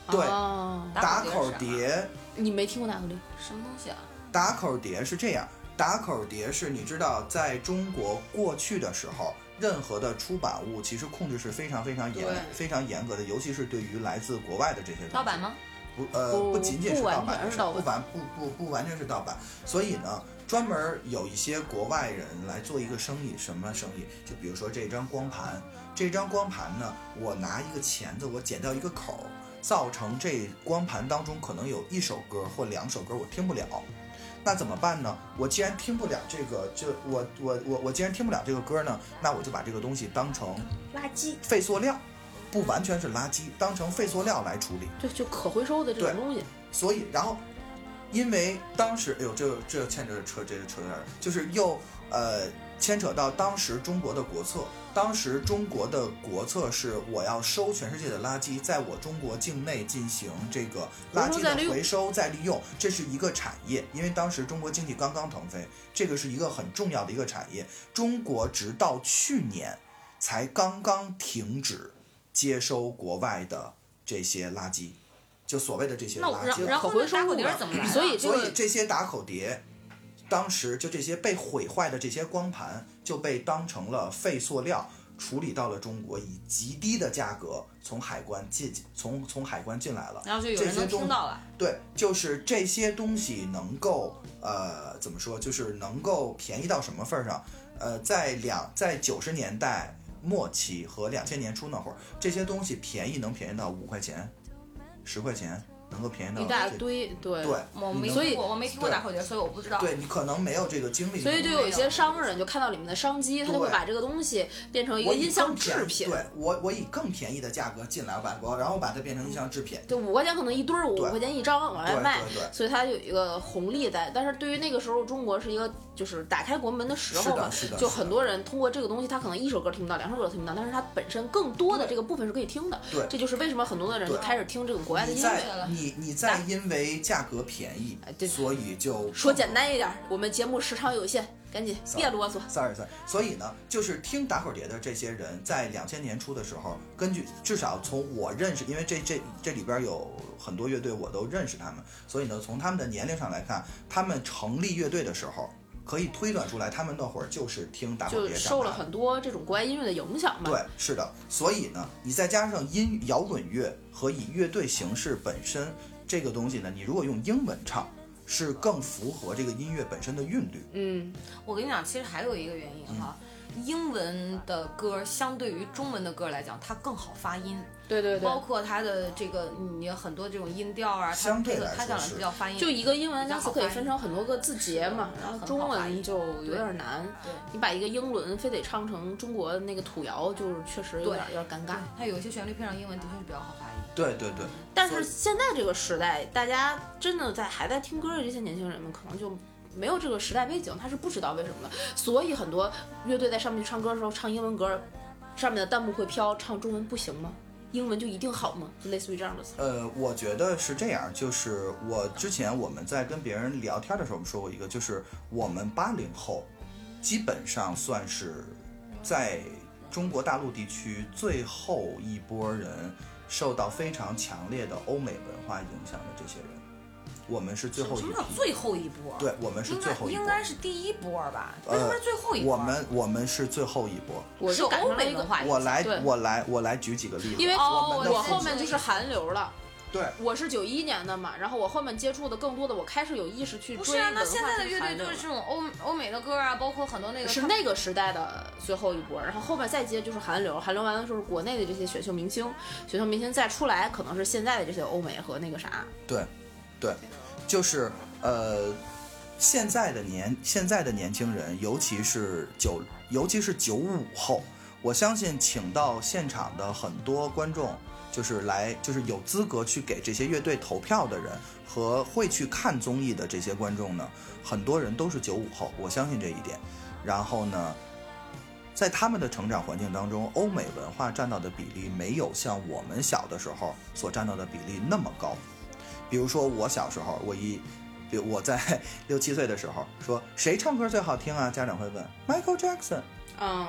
Speaker 4: 对，
Speaker 3: 哦
Speaker 4: 打
Speaker 1: 打
Speaker 4: 口
Speaker 1: 口碟是
Speaker 4: 碟，
Speaker 3: 你没听过哪个零？
Speaker 1: 什么东西啊？
Speaker 4: 打口碟是这样，打口碟是你知道，在中国过去的时候，任何的出版物其实控制是非常非常严
Speaker 1: 对、
Speaker 4: 非常严格的，尤其是对于来自国外的这些东西。
Speaker 1: 盗版吗？
Speaker 4: 不呃
Speaker 3: 不
Speaker 4: 不仅仅是
Speaker 3: 不完
Speaker 4: 盗版
Speaker 3: 全是
Speaker 4: 的事
Speaker 3: 盗
Speaker 4: 儿，
Speaker 3: 版
Speaker 4: 不完不不不完全是盗版，所以呢，专门有一些国外人来做一个生意，什么生意？就比如说这张光盘，这张光盘呢，我拿一个钳子，我剪掉一个口儿，造成这光盘当中可能有一首歌或两首歌我听不了。那怎么办呢？我既然听不了这个，就我我我我既然听不了这个歌呢，那我就把这个东西当成
Speaker 2: 垃圾。
Speaker 4: 废塑料，不完全是垃圾，当成废塑料来处理。
Speaker 3: 对，就可回收的这种
Speaker 4: 对
Speaker 3: 东西。
Speaker 4: 所以然后因为当时，哎呦，这这牵扯扯这扯远了，就是又呃牵扯到当时中国的国策。当时中国的国策是我要收全世界的垃圾，在我中国境内进行这个垃圾的回收再利用，这是一个产业。因为当时中国经济刚刚腾飞，这个是一个很重要的一个产业。中国直到去年才刚刚停止接收国外的这些垃圾，就所谓的这些
Speaker 1: 那
Speaker 4: 垃
Speaker 1: 然
Speaker 4: 圾。
Speaker 1: 然后
Speaker 3: 可回收
Speaker 1: 那打
Speaker 3: 物
Speaker 1: 口碟
Speaker 3: 了
Speaker 1: 儿怎么来的？啊
Speaker 3: 所以这
Speaker 4: 所
Speaker 3: 个
Speaker 4: 以这些打口碟，当时就这些被毁坏的这些光盘就被当成了废塑料处理到了中国，以极低的价格从海关进从从海关进来了。
Speaker 1: 然后就有人能听到了，
Speaker 4: 对，就是这些东西能够呃怎么说，就是能够便宜到什么份儿上？呃，在两在九十年代末期和两千年初那会儿，这些东西便宜能便宜到五块钱、十块钱，能够便宜到
Speaker 3: 一大
Speaker 4: 这
Speaker 3: 堆，对
Speaker 4: 对，
Speaker 1: 我
Speaker 4: 你
Speaker 1: 没
Speaker 4: 能
Speaker 3: 所以
Speaker 1: 听过，我没听过
Speaker 4: 对
Speaker 1: 打口碟，所以我不知道。
Speaker 4: 嗯对你可能没有这个经历，
Speaker 3: 所以就有一些
Speaker 1: 没有
Speaker 3: 商人就看到里面的商机，他就会
Speaker 4: 对
Speaker 3: 把这个东西变成一个
Speaker 4: 我以
Speaker 3: 音像
Speaker 4: 更便
Speaker 3: 制品。
Speaker 4: 对我我以更便宜的价格进来外国，然后把它变成音像制品。
Speaker 3: 就五块钱可能一堆儿，五
Speaker 4: 对
Speaker 3: 块钱一张往外卖
Speaker 4: 对对，对
Speaker 3: 所以它有一个红利在。但是对于那个时候中国是一个就是打开国门的时候嘛
Speaker 4: 是的是，的
Speaker 3: 就是
Speaker 4: 的
Speaker 3: 很多人通过这个东西，他可能一首歌听不到，两首歌听不到，但是它本身更多的这个部分是可以听的。
Speaker 4: 对
Speaker 3: 这就是为什么很多的人就
Speaker 4: 对
Speaker 3: 开始听这个国外的
Speaker 4: 你
Speaker 3: 音乐
Speaker 4: 再
Speaker 3: 了。
Speaker 4: 你你再因为价格便宜
Speaker 3: 哎，对
Speaker 4: 所以就
Speaker 3: 说简单一点，我们节目时长有限，赶紧别啰嗦。
Speaker 4: ，sorry sorry。所以呢，就是听打口碟的这些人，在两千年初的时候，根据至少从我认识，因为这这这里边有很多乐队我都认识他们，所以呢，从他们的年龄上来看，他们成立乐队的时候，可以推断出来，他们那会儿就是听打口
Speaker 3: 就
Speaker 4: 碟长
Speaker 3: 受
Speaker 4: 大
Speaker 3: 了
Speaker 4: 的
Speaker 3: 很多这种国外音乐的影响嘛。
Speaker 4: 对，是的。所以呢，你再加上音摇滚乐和以乐队形式本身这个东西呢，你如果用英文唱，是更符合这个音乐本身的韵律。
Speaker 3: 嗯，
Speaker 1: 我跟你讲，其实还有一个原因哈，
Speaker 4: 嗯
Speaker 1: 英文的歌相对于中文的歌来讲，它更好发音，
Speaker 3: 对对对
Speaker 1: 包，括它的这这个你很多这种音调啊，它
Speaker 4: 相对
Speaker 1: 这个
Speaker 4: 来
Speaker 1: 它
Speaker 4: 说
Speaker 1: 讲的
Speaker 4: 是
Speaker 1: 比较发音。
Speaker 3: 就一个英文
Speaker 1: 比较
Speaker 3: 单词
Speaker 1: 好
Speaker 3: 可以
Speaker 1: 发
Speaker 3: 分
Speaker 1: 音
Speaker 3: 成很多个字节嘛，
Speaker 1: 是
Speaker 3: 然后
Speaker 1: 很
Speaker 3: 中
Speaker 1: 好发
Speaker 3: 文
Speaker 1: 音
Speaker 3: 就有点难。
Speaker 1: 对
Speaker 3: 嗯你把一个英伦非得唱成中国那个土窑，就是确实有
Speaker 1: 对
Speaker 3: 点有点尴尬。
Speaker 1: 它有一些旋律配上英文的确是比较好发音。
Speaker 4: 对对对，
Speaker 3: 但是现在这个时代，大家真的在还在听歌的这些年轻人们，可能就。没有这个时代背景，他是不知道为什么的，所以很多乐队在上面去唱歌的时候唱英文歌，上面的弹幕会飘，唱中文不行吗？英文就一定好吗？就类似于这样的词。
Speaker 4: 呃，我觉得是这样，就是我之前我们在跟别人聊天的时候，我们说过一个，就是我们八零后基本上算是在中国大陆地区最后一波人受到非常强烈的欧美文化影响的这些人，我们是最后一
Speaker 1: 什
Speaker 4: 批
Speaker 1: 么叫。最后一波？
Speaker 4: 对，我们是
Speaker 1: 应
Speaker 4: 最
Speaker 1: 该
Speaker 4: 后一
Speaker 1: 应
Speaker 4: 波。
Speaker 1: 该是第一波吧？
Speaker 4: 呃
Speaker 1: 为什么是最后一波？啊
Speaker 4: 我们我们是最后一波。
Speaker 3: 我
Speaker 1: 是
Speaker 3: 就赶
Speaker 1: 欧
Speaker 3: 上了
Speaker 1: 美
Speaker 3: 一个
Speaker 1: 文化影响。
Speaker 4: 我来
Speaker 3: 对
Speaker 4: 我来我来举几个例子，
Speaker 3: 因为
Speaker 1: 哦
Speaker 4: 我们
Speaker 1: 我
Speaker 4: 的
Speaker 3: 我
Speaker 1: 知道
Speaker 3: 后
Speaker 4: 父
Speaker 3: 面就是韩流了，
Speaker 4: 对，
Speaker 3: 我是九一年的嘛，然后我后面接触的更多的，我开始有意识去
Speaker 1: 不
Speaker 3: 追
Speaker 1: 是啊，
Speaker 3: 文
Speaker 1: 那
Speaker 3: 化
Speaker 1: 现在的
Speaker 3: 跟
Speaker 1: 乐
Speaker 3: 韩
Speaker 1: 队
Speaker 3: 流
Speaker 1: 就是
Speaker 3: 了
Speaker 1: 这种欧欧美的歌啊，包括很多那个
Speaker 3: 是
Speaker 1: 他们
Speaker 3: 那个时代的最后一波，然后后面再接就是韩流，韩流完了就是国内的这些选秀明星，选秀明星再出来可能是现在的这些欧美和那个啥，
Speaker 4: 对，对，就是呃，现在的年现在的年轻人，尤其是九，尤其是九五后，我相信请到现场的很多观众，就是来就是有资格去给这些乐队投票的人和会去看综艺的这些观众呢，很多人都是九五后，我相信这一点。然后呢？在他们的成长环境当中，欧美文化占到的比例没有像我们小的时候所占到的比例那么高。比如说我小时候，我一，比如我在 [laughs] 六七岁的时候，说谁唱歌最好听啊？家长会问 Michael Jackson，
Speaker 3: 嗯，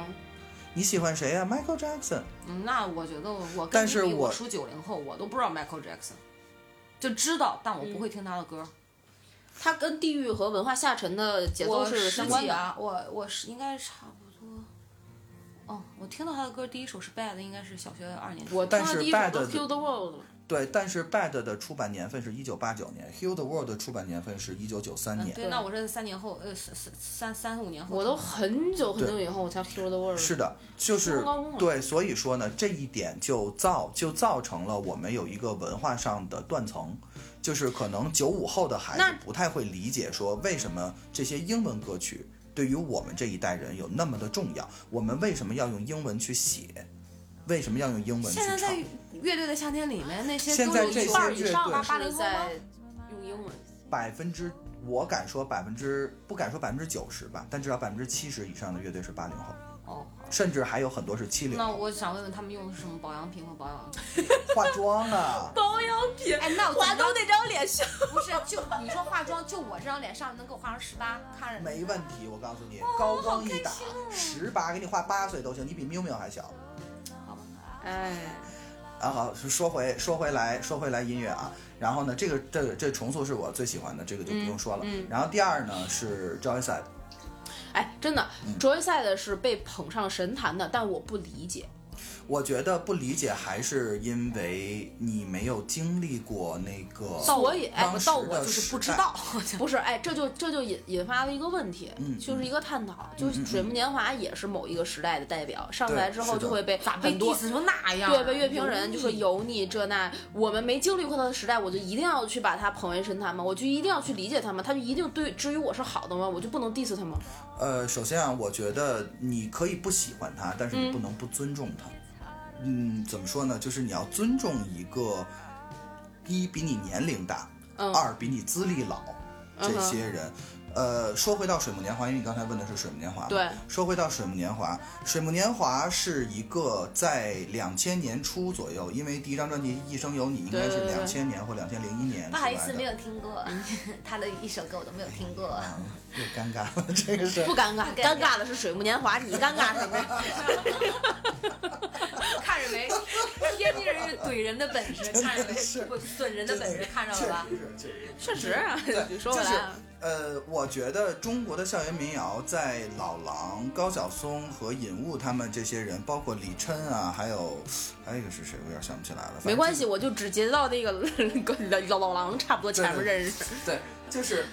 Speaker 4: 你喜欢谁呀、m i c h a e l Jackson，
Speaker 1: 嗯，那我觉得我跟
Speaker 4: 但
Speaker 1: 你
Speaker 4: 是
Speaker 1: 比，
Speaker 4: 我
Speaker 1: 我属九零后，我都不知道 Michael Jackson，就知道，但我不
Speaker 3: 嗯
Speaker 1: 会听他的歌。
Speaker 3: 它跟地域和文化下沉的节奏
Speaker 1: 我
Speaker 3: 是
Speaker 1: 十
Speaker 3: 相关
Speaker 1: 几
Speaker 3: 的。
Speaker 1: 啊，我我是应该差不多。哦，我听到他的歌第一首是 Bad，应该是小学二年级。
Speaker 3: 我
Speaker 4: 但
Speaker 3: 听了
Speaker 4: 是
Speaker 3: 第一首
Speaker 4: Bad
Speaker 3: 都
Speaker 4: 的
Speaker 3: Kill the World 了，
Speaker 4: 对，但是 Bad 的出版年份是一九八九年，Heal the World 的出版年份是一九九三年。
Speaker 1: 嗯对，那我是三年后，呃，三三三三五年后。
Speaker 3: 我都很久很久以后我才 Kill the World。
Speaker 4: 是的，就是
Speaker 3: 初中高中了
Speaker 4: 对，所以说呢，这一点就造就造成了我们有一个文化上的断层，就是可能九五后的孩子
Speaker 3: 那
Speaker 4: 不太会理解说为什么这些英文歌曲对于我们这一代人有那么的重要，我们为什么要用英文去写，为什么要用英文去
Speaker 1: 现在在
Speaker 4: 唱？
Speaker 1: 乐队的夏天里面，那些
Speaker 4: 现
Speaker 1: 都
Speaker 4: 在
Speaker 1: 有
Speaker 4: 这
Speaker 1: 一
Speaker 4: 些
Speaker 1: 半
Speaker 3: 半
Speaker 1: 儿
Speaker 3: 以上吧，
Speaker 4: 乐
Speaker 1: 是
Speaker 3: 八零
Speaker 4: 队
Speaker 3: 后
Speaker 1: 在
Speaker 3: 用英文。。
Speaker 4: 百分之我敢说百分之不敢说百分之九十吧，但至少百分之七十以上的乐队是八零后，
Speaker 1: 哦。好
Speaker 4: 甚至还有很多是七零
Speaker 1: 那
Speaker 4: 后，
Speaker 1: 我想问问他们用的是什么保养品和保养？
Speaker 4: 化妆啊
Speaker 3: 保养品，
Speaker 1: 哎，那
Speaker 3: 华东那张脸像。
Speaker 1: 不是就你说化妆，就我这张脸上面能给我画成十八，看着
Speaker 4: 没问题，我告诉你，高光一打，十八给你画八岁都行，你比喵喵还小。
Speaker 1: [laughs]
Speaker 3: 哎，
Speaker 4: 啊，好，说回说回来，说回来音乐啊，然后呢，这个这个这重塑是我最喜欢的，这个就不用说了。然后第二呢是 Joyce，
Speaker 3: 哎，真的，Joyside 是被捧上神坛的，但我不理解。
Speaker 4: 我觉得不理解还是因为你没有经历过那个
Speaker 3: 到我也哎
Speaker 4: 当，时
Speaker 1: 到我
Speaker 4: 的
Speaker 1: 就是
Speaker 4: 时
Speaker 1: 不知
Speaker 4: 代
Speaker 1: 道。
Speaker 3: 不是，哎，这就这就引引发了一个问题，
Speaker 4: 嗯
Speaker 3: 就是一个探讨，就是水木年华也是某一个时代的代表，上来之后
Speaker 4: 是的
Speaker 3: 就会被
Speaker 1: [laughs] 被
Speaker 3: 很多嗯
Speaker 1: diss 成那样，嗯
Speaker 3: 对被乐评人就说
Speaker 1: 油腻
Speaker 3: 油腻这那，我们没经历过他的时代，我就一定要去把他捧为神坛吗？我就一定要去理解他们，他就一定对至于我是好的吗？我就不能 diss 他吗？
Speaker 4: 呃，首先啊，我觉得你可以不喜欢他，但是你不能不尊重他。嗯怎么说呢？就是你要尊重一个，一比你年龄大，
Speaker 3: 嗯
Speaker 4: 二比你资历老
Speaker 3: 嗯
Speaker 4: 这
Speaker 3: 哼
Speaker 4: 些人。呃，说回到《水木年华》，因为你刚才问的是《水木年华》嘛。
Speaker 3: 对
Speaker 4: 说回到《水木年华》，《水木年华》是一个在两千年初左右，因为第一张专辑《一生有你》应该是
Speaker 3: 对对对
Speaker 4: 两千年或两千零一年
Speaker 1: 不
Speaker 4: 出
Speaker 1: 好
Speaker 4: 来
Speaker 1: 意思，没
Speaker 4: 的。
Speaker 1: 有听过他的一首歌，我都没有听过。
Speaker 4: 啊又尴尬了，这个是
Speaker 3: 不尴尬，
Speaker 1: 不尴尬
Speaker 3: 尴尬的是水木年华，你尴尬什么呀？
Speaker 1: 看着没，天津人是怼人的
Speaker 4: [laughs]
Speaker 1: 本事，看着没，
Speaker 4: 是
Speaker 1: 不损人的本事，看着了
Speaker 4: 确
Speaker 1: 吧？
Speaker 4: 实是，确实
Speaker 3: [laughs]
Speaker 4: 是。
Speaker 3: 确实啊，
Speaker 4: 对，
Speaker 3: 你说回
Speaker 4: 就
Speaker 3: 来
Speaker 4: 是
Speaker 3: 啊，
Speaker 4: 呃，我觉得中国的校园民谣在老狼、高晓松和尹悟他们这些人，包括李琛啊，还有还有一个是谁，我有点想不起来了。反正
Speaker 3: 没关系，我就只截到那个 [laughs] 老老狼差不多前面
Speaker 4: 对对
Speaker 3: 认识。
Speaker 4: 就是，对，就是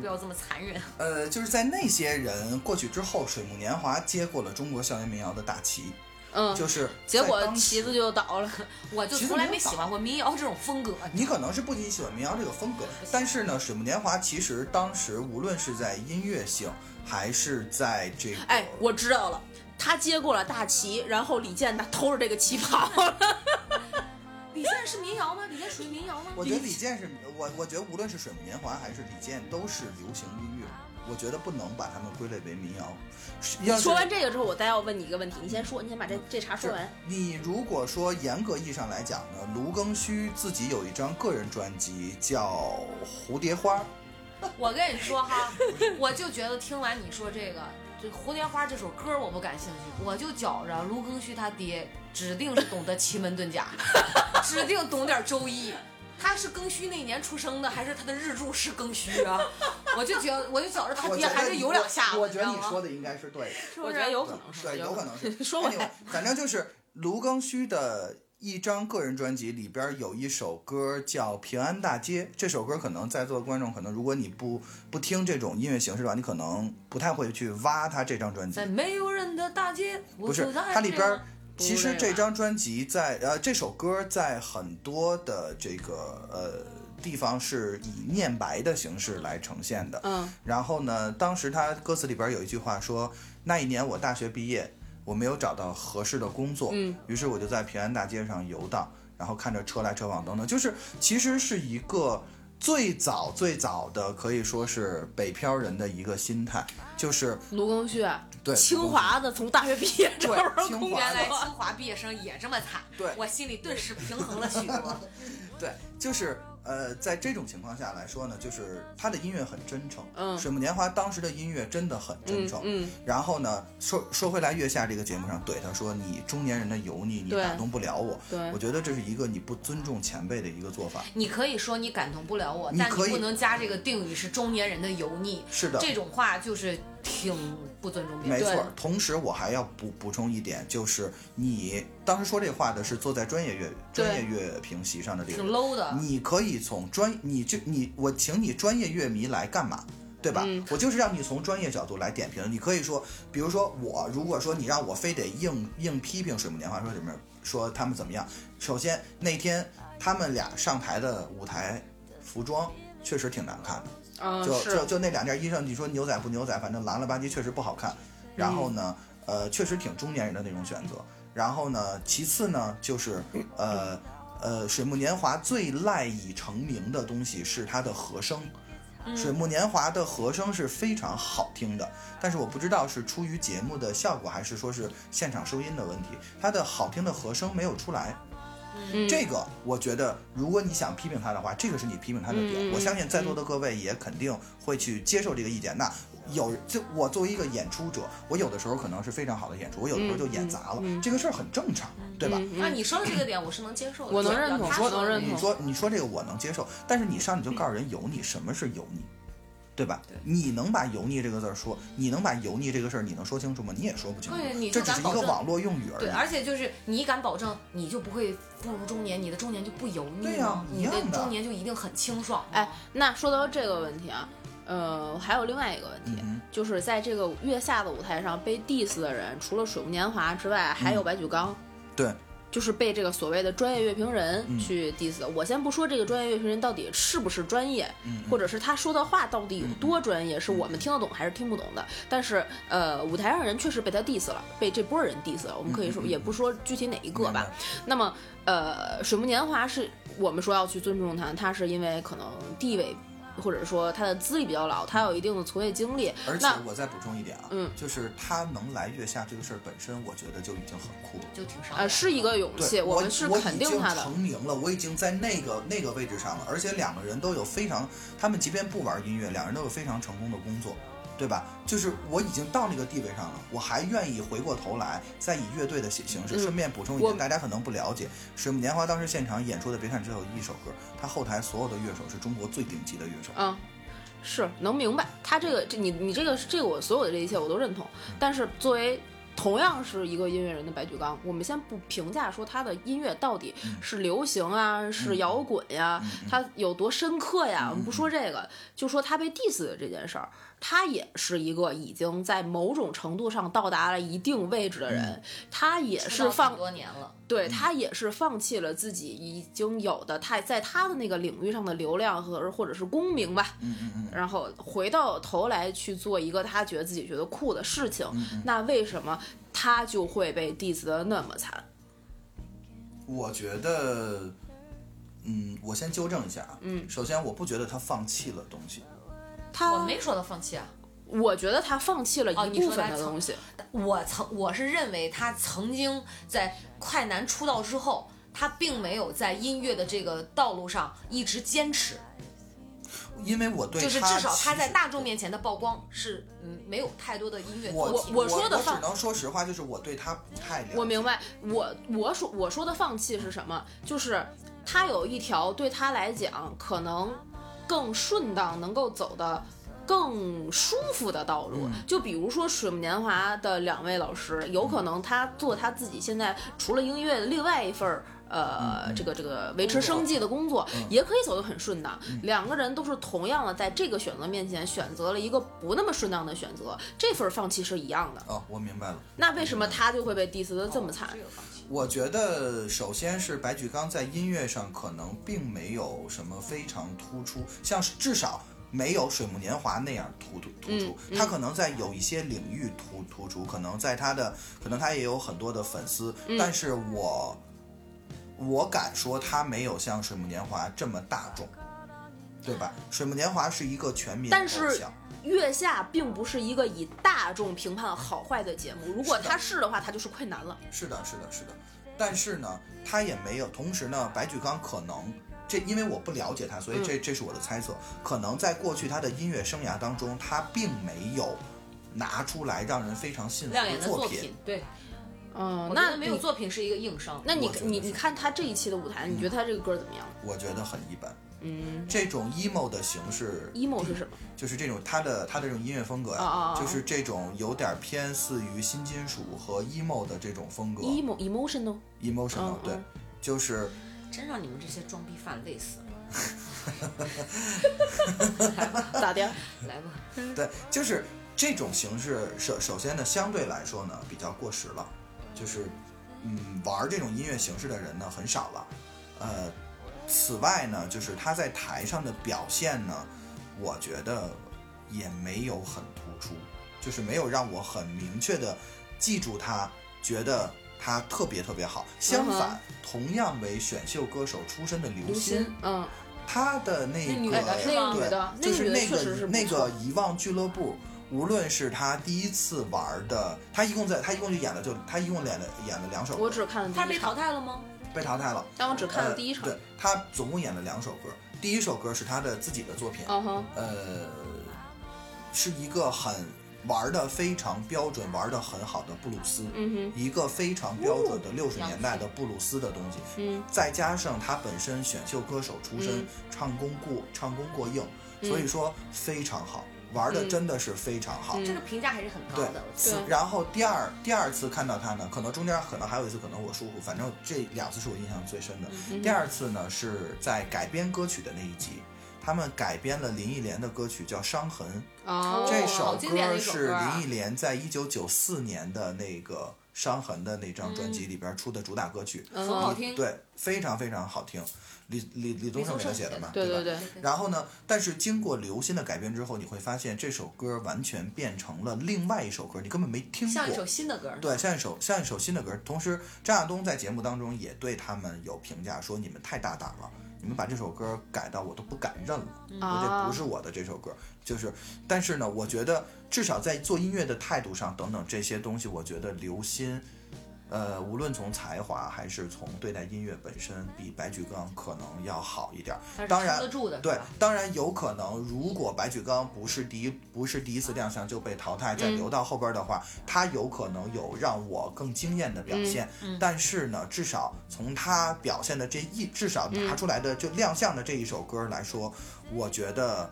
Speaker 1: 不要这么残忍。
Speaker 4: 呃，就是在那些人过去之后，水木年华接过了中国校园民谣的大旗，
Speaker 3: 嗯，
Speaker 4: 就是
Speaker 3: 结
Speaker 4: 在
Speaker 3: 果
Speaker 4: 当时
Speaker 3: 旗子就倒了。
Speaker 1: 啊我就从来没喜欢过民谣这种风格。
Speaker 4: 你可能是不仅喜欢民谣这个风格，但是呢，水木年华其实当时无论是在音乐性，还是在这个，
Speaker 3: 哎，我知道了，他接过了大旗，然后李健他偷着这个旗跑 [laughs] 了。
Speaker 1: 李健是民谣吗？李健属于民谣吗？
Speaker 4: 我觉得李健是我，我觉得无论是水木年华还是李健，都是流行音乐。我觉得不能把他们归类为民谣。要是
Speaker 3: 说完这个之后，我再要问你一个问题，你先说，你先把这这茬说
Speaker 4: 是
Speaker 3: 完。
Speaker 4: 你如果说严格意义上来讲呢，卢庚戌自己有一张个人专辑叫《蝴蝶花》，
Speaker 1: 我跟你说哈，我就觉得听完你说这个，这《蝴蝶花》这首歌我不感兴趣，我就觉着卢庚戌他爹指定是懂得奇门遁甲， [laughs] 指定懂点周易。他是庚戌那年出生的，还是他的日柱是庚戌啊？我就觉我就觉着他
Speaker 4: 我
Speaker 1: 爹
Speaker 4: 觉得
Speaker 1: 还是有两下子，
Speaker 4: 我觉得
Speaker 1: 知道
Speaker 4: 你
Speaker 1: 吗
Speaker 4: 说的应
Speaker 1: [laughs]
Speaker 4: 该是对的。
Speaker 3: 我觉得有可能是，
Speaker 4: 对，有可能是。
Speaker 3: 说回
Speaker 4: Anyway，
Speaker 3: 来，
Speaker 4: 反正就是卢庚戌的一张个人专辑里边有一首歌叫《平安大街》，这首歌可能在座的观众可能，如果你不不听这种音乐形式的话，你可能不太会去挖它这张专辑
Speaker 1: 在。没有人的大街，我
Speaker 4: 不是
Speaker 1: 走在
Speaker 4: 它里边
Speaker 1: 这
Speaker 4: 儿
Speaker 1: 样，
Speaker 4: 其实这张专辑在呃这首歌在很多的这个呃地方是以念白的形式来呈现的。
Speaker 3: 嗯，
Speaker 4: 然后呢，当时他歌词里边有一句话说：“那一年我大学毕业，我没有找到合适的工作，
Speaker 3: 嗯，
Speaker 4: 于是我就在平安大街上游荡，然后看着车来车往等等，就是其实是一个。”最早最早的可以说是北漂人的一个心态，就是
Speaker 3: 卢庚戌，啊
Speaker 4: 对
Speaker 3: 清华的从大学毕业这玩意
Speaker 4: 对
Speaker 3: 儿
Speaker 4: 清
Speaker 3: 公
Speaker 4: 华
Speaker 1: 原来
Speaker 3: 园
Speaker 1: 清
Speaker 3: 了，
Speaker 1: 华毕业生也这么惨，
Speaker 4: 对
Speaker 1: 我心里顿时平衡了许多。
Speaker 4: 对，就是呃，在这种情况下来说呢，就是他的音乐很真诚。
Speaker 3: 嗯
Speaker 4: 水木年华当时的音乐真的很真诚。
Speaker 3: 嗯嗯
Speaker 4: 然后呢，说说回来，月下这个节目上怼他说：“你中年人的油腻，你
Speaker 3: 对
Speaker 4: 打动不了我。”
Speaker 3: 嗯对
Speaker 4: 我觉得这是一个你不尊重前辈的一个做法。
Speaker 1: 你可以说你感动不了我，
Speaker 4: 你
Speaker 1: 但
Speaker 4: 可以
Speaker 1: 你不能加这个定语是中年人的油腻。
Speaker 4: 是的
Speaker 1: 这种话就是挺不尊重别
Speaker 4: 没
Speaker 1: 人。
Speaker 4: 错
Speaker 3: 对
Speaker 4: 儿，同时我还要补补充一点，就是你当时说这话的是坐在专业乐
Speaker 3: 对
Speaker 4: 专业乐评席上的这个人
Speaker 1: 挺 low 的。
Speaker 4: 你可以从专你这你我请你专业乐迷来干嘛？对吧？
Speaker 3: 嗯
Speaker 4: 我就是让你从专业角度来点评。你可以说，比如说我，如果说你让我非得硬硬批评水木年华说什么，说他们怎么样？首先那天他们俩上台的舞台服装确实挺难看的。
Speaker 3: 嗯
Speaker 4: 就是就就那两件衣裳，你说牛仔不牛仔，反正蓝了吧唧，确实不好看。然后呢，呃，确实挺中年人的那种选择。然后呢，其次呢，就是呃呃，水木年华最赖以成名的东西是它的和声。水木年华的和声是非常好听的，但是我不知道是出于节目的效果，还是说是现场收音的问题，它的好听的和声没有出来。
Speaker 3: 嗯
Speaker 4: 这个我觉得，如果你想批评他的话，这个是你批评他的点。
Speaker 3: 嗯嗯
Speaker 4: 我相信在座的各位也肯定会去接受这个意见。那有就我作为一个演出者，我有的时候可能是非常好的演出，我有的时候就演砸了，这个事儿很正常，对吧？
Speaker 3: 嗯
Speaker 1: 那啊你说的这个点我是能接受的，
Speaker 3: 我能
Speaker 1: 对
Speaker 3: 认同
Speaker 1: 要他
Speaker 3: 我
Speaker 1: 说
Speaker 3: 能
Speaker 1: 的
Speaker 3: 认
Speaker 1: 那
Speaker 3: 同
Speaker 4: 你说你说这个我能接受，但是你上来就告诉人油腻，什么是油腻，对吧？你能把油腻这个字儿说，你能把油腻这个事儿你能说清楚吗？你也说不清
Speaker 1: 对你
Speaker 4: 楚，
Speaker 1: 就
Speaker 4: 这只是一
Speaker 1: 敢保
Speaker 4: 个
Speaker 1: 证
Speaker 4: 网络用语而
Speaker 1: 对，
Speaker 4: 已。
Speaker 1: 而且就是你敢保证你就不会步入中年，你的中年就不油腻
Speaker 4: 对
Speaker 1: 吗？
Speaker 4: 呀一
Speaker 1: 你的
Speaker 4: 样的
Speaker 1: 中年就一定很清爽吗。
Speaker 3: 哎，那说到这个问题啊，呃，还有另外一个问题，
Speaker 4: 嗯
Speaker 3: 就是在这个月下的舞台上被 diss 的人，除了水木年华之外，还有白举纲。
Speaker 4: 嗯对，
Speaker 3: 就是被这个所谓的专业乐评人
Speaker 4: 嗯
Speaker 3: 去 diss 的。我先不说这个专业乐评人到底是不是专业，
Speaker 4: 嗯
Speaker 3: 或者是他说的话到底有多专业，是我们听得懂还是听不懂的。但是，呃，舞台上人确实被他 diss 了，被这波人 diss 了。我们可
Speaker 4: 嗯
Speaker 3: 以说，也不说具体哪一个
Speaker 4: 明白
Speaker 3: 吧。那么，呃，水木年华是我们说要去尊重他，他是因为可能地位，或者说他的资历比较老，他有一定的从业经历。
Speaker 4: 而且
Speaker 3: 那
Speaker 4: 我再补充一点啊，
Speaker 3: 嗯
Speaker 4: 就是他能来月下这个事儿本身，我觉得就已经很酷了。
Speaker 1: 就挺伤
Speaker 3: 呃，
Speaker 1: 人
Speaker 3: 是一个勇气，
Speaker 4: 对，我
Speaker 3: 们是
Speaker 4: 我
Speaker 3: 肯
Speaker 4: 已
Speaker 3: 定
Speaker 4: 经
Speaker 3: 他的。
Speaker 4: 成名了，我已经在那个那个位置上了，而且两个人都有非常，他们即便不玩音乐，两人都有非常成功的工作，对吧？就是我已经到那个地位上了，我还愿意回过头来再以乐队的形形式。顺便补充一
Speaker 3: 嗯我
Speaker 4: 点，大家可能不了解，水木年华当时现场演出的，别看只有一首歌，他后台所有的乐手是中国最顶级的乐手。
Speaker 3: 嗯，是能明白他这个，这你你这个这个我所有的这一切我都认同，但是作为。同样是一个音乐人的白举纲，我们先不评价说他的音乐到底
Speaker 4: 嗯
Speaker 3: 是流行啊，是摇滚呀、他有多深刻呀，我们不说这个，就说他被 diss 的这件事儿，他也是一个已经在某种程度上到达了一定位置的人，他也
Speaker 1: 出道
Speaker 3: 是
Speaker 1: 很
Speaker 3: 放
Speaker 1: 多年了，
Speaker 3: 对他也是放弃了自己已经有的他在他的那个领域上的流量和或者是功名吧，
Speaker 4: 嗯嗯嗯，
Speaker 3: 然后回到头来去做一个他觉得自己觉得酷的事情，那为什么他就会被 diss 的那么惨？
Speaker 4: 我觉得，嗯，我先纠正一下啊。嗯，首先我不觉得他放弃了东西，
Speaker 3: 他
Speaker 1: 我没说他放弃啊。
Speaker 3: 我觉得他放弃了
Speaker 1: 哦
Speaker 3: 一
Speaker 1: 你说
Speaker 3: 部分
Speaker 1: 他
Speaker 3: 的东西，
Speaker 1: 我曾我是认为他曾经在快男出道之后，他并没有在音乐的这个道路上一直坚持，
Speaker 4: 因为我对
Speaker 1: 就是
Speaker 4: 他
Speaker 1: 至少他
Speaker 4: 其
Speaker 1: 在
Speaker 4: 实
Speaker 1: 大众面前的曝光是嗯没有太多的音乐
Speaker 4: 我
Speaker 1: 作品。
Speaker 3: 我说的
Speaker 4: 我
Speaker 3: 放
Speaker 4: 只能说实话，就是我对他不太了解。
Speaker 3: 我明白，我我说我说的放弃是什么？就是他有一条对他来讲可能更顺当，能够走的更舒服的道路。就比如说水木年华的两位老师，有可能他做他自己现在除了音乐的另外一份儿呃这个这个维持生计的工作，也可以走得很顺当。两个人都是同样的，在这个选择面前选择了一个不那么顺当的选择，这份放弃是一样的。
Speaker 4: 哦，我明白了。
Speaker 3: 那为什么他就会被 diss 的这么惨？
Speaker 4: 我觉得首先是白举纲在音乐上可能并没有什么非常突出，像是至少没有《水木年华》那样突突突出。
Speaker 3: 嗯嗯
Speaker 4: 他可能在有一些领域突突出，可能在他的可能他也有很多的粉丝，
Speaker 3: 嗯
Speaker 4: 但是我我敢说他没有像《水木年华》这么大众，对吧？《水木年华》是一个全民
Speaker 3: 但
Speaker 4: 偶
Speaker 3: 是
Speaker 4: 像
Speaker 3: 月下并不是一个以大众评判好坏的节目，如果
Speaker 4: 是的
Speaker 3: 他是的话，他就是快男了。
Speaker 4: 是的，是的，是的。但是呢，他也没有。同时呢，白举纲可能这，因为我不了解他，所以这
Speaker 1: 嗯
Speaker 4: 这是我的猜测。可能在过去他的音乐生涯当中，他并没有拿出来让人非常信服
Speaker 1: 亮眼的
Speaker 4: 作
Speaker 1: 作
Speaker 4: 品。，
Speaker 1: 对，
Speaker 3: 嗯
Speaker 1: 我觉
Speaker 3: 那
Speaker 1: 得没有
Speaker 3: 你
Speaker 1: 作品是一个硬伤。
Speaker 3: 那你
Speaker 4: 我觉得
Speaker 3: 你
Speaker 4: 是
Speaker 3: 你看他这一期的舞台，你觉得他这个歌怎么样？
Speaker 4: 我觉得很一般。
Speaker 3: 嗯
Speaker 4: 这种 emo 的形式
Speaker 1: 嗯
Speaker 3: ，emo 是什么？
Speaker 4: 就是这种他的他的这种音乐风格
Speaker 1: 哦
Speaker 4: 呀、
Speaker 3: 啊啊啊啊
Speaker 4: 就是这种有点偏似于新金属和 emo 的这种风格
Speaker 3: emo emotional，
Speaker 4: emotional，、
Speaker 3: 嗯
Speaker 4: 对，就是
Speaker 1: 真让你们这些装逼犯累死了。
Speaker 3: 咋的？
Speaker 1: 来
Speaker 4: [laughs]
Speaker 1: 吧，
Speaker 4: 对，就是这种形式，首首先呢，相对来说呢比较过时了，就是嗯，玩这种音乐形式的人呢很少了。呃，此外呢，就是他在台上的表现呢，我觉得也没有很突出，就是没有让我很明确的记住他，觉得他特别特别好。相反，同样为选秀歌手出身的刘欣，，
Speaker 3: 嗯，
Speaker 4: 她的那
Speaker 1: 那女
Speaker 4: 个
Speaker 1: 的是
Speaker 3: 那个
Speaker 1: 吗
Speaker 3: 女的，
Speaker 4: 对，就
Speaker 3: 个
Speaker 4: 是
Speaker 3: 女的
Speaker 4: 那
Speaker 3: 确实
Speaker 4: 个
Speaker 3: 是不
Speaker 4: 那
Speaker 3: 错
Speaker 4: 个遗忘俱乐部，无论是他第一次玩的，他一共在他一共就演了就他一共演了演了两首歌，
Speaker 3: 我只看了第一
Speaker 1: 他被
Speaker 3: 场
Speaker 1: 淘汰了吗？
Speaker 4: 被淘汰了。
Speaker 3: 但我只看了
Speaker 4: 呃
Speaker 3: 第一场。
Speaker 4: 对他总共演了两首歌，第一首歌是他的自己的作品，
Speaker 3: 嗯哼，
Speaker 4: 呃，是一个很玩的非常标准、玩的很好的布鲁斯，
Speaker 3: 嗯哦
Speaker 4: 一个非常标准的六十年代的布鲁斯的东西，
Speaker 3: 哼，嗯
Speaker 4: 再加上他本身选秀歌手出身，
Speaker 3: 嗯
Speaker 4: 唱功过唱功过硬，
Speaker 1: 嗯
Speaker 4: 所以说非常好，玩的真的是非常好。
Speaker 3: 嗯
Speaker 1: 这个评价还是很高
Speaker 4: 对
Speaker 1: 的，我，觉
Speaker 4: 此
Speaker 1: 得
Speaker 3: 对
Speaker 4: 然后第二第二次看到他呢，可能中间可能还有一次，可能我疏忽，反正这两次是我印象最深的。
Speaker 1: 嗯
Speaker 4: 第二次呢是在改编歌曲的那一集，他们改编了林忆莲的歌曲叫《伤痕》，
Speaker 3: 哦，
Speaker 4: 这
Speaker 1: 好
Speaker 4: 首
Speaker 1: 经典的
Speaker 4: 歌
Speaker 1: 一首歌
Speaker 4: 是
Speaker 1: 啊
Speaker 4: 林忆莲在一九九四年的那个《伤痕》的那张专辑里边出的主打歌曲。
Speaker 1: 很
Speaker 3: 嗯
Speaker 1: 好听。
Speaker 4: 对，非常非常好听。李李李宗盛给他写的嘛，
Speaker 3: 对
Speaker 4: 吧？
Speaker 3: 对对，
Speaker 4: 然后呢，但是经过刘欣的改编之后，你会发现这首歌完全变成了另外一首歌，你根本没听
Speaker 1: 像一首
Speaker 4: 过。
Speaker 1: 新的歌。
Speaker 4: 对，像一首像一首新的歌。同时，张亚东在节目当中也对他们有评价，说你们太大胆了，你们把这首歌改到我都不敢认了，我这
Speaker 3: 啊
Speaker 4: 不是我的这首歌。就是，但是呢，我觉得至少在做音乐的态度上等等这些东西，我觉得刘欣呃，无论从才华还是从对待音乐本身，比白举纲可能要好一点儿。
Speaker 1: 它是
Speaker 4: 当然
Speaker 1: 撑得住的，是
Speaker 4: 对
Speaker 1: 吧，
Speaker 4: 当然有可能，如果白举纲不是第一不是第一次亮相就被淘汰，再
Speaker 3: 嗯
Speaker 4: 留到后边的话，他有可能有让我更惊艳的表现。
Speaker 1: 嗯嗯
Speaker 4: 但是呢，至少从他表现的这一，至少拿出来的就亮相的这一首歌来说，我觉得。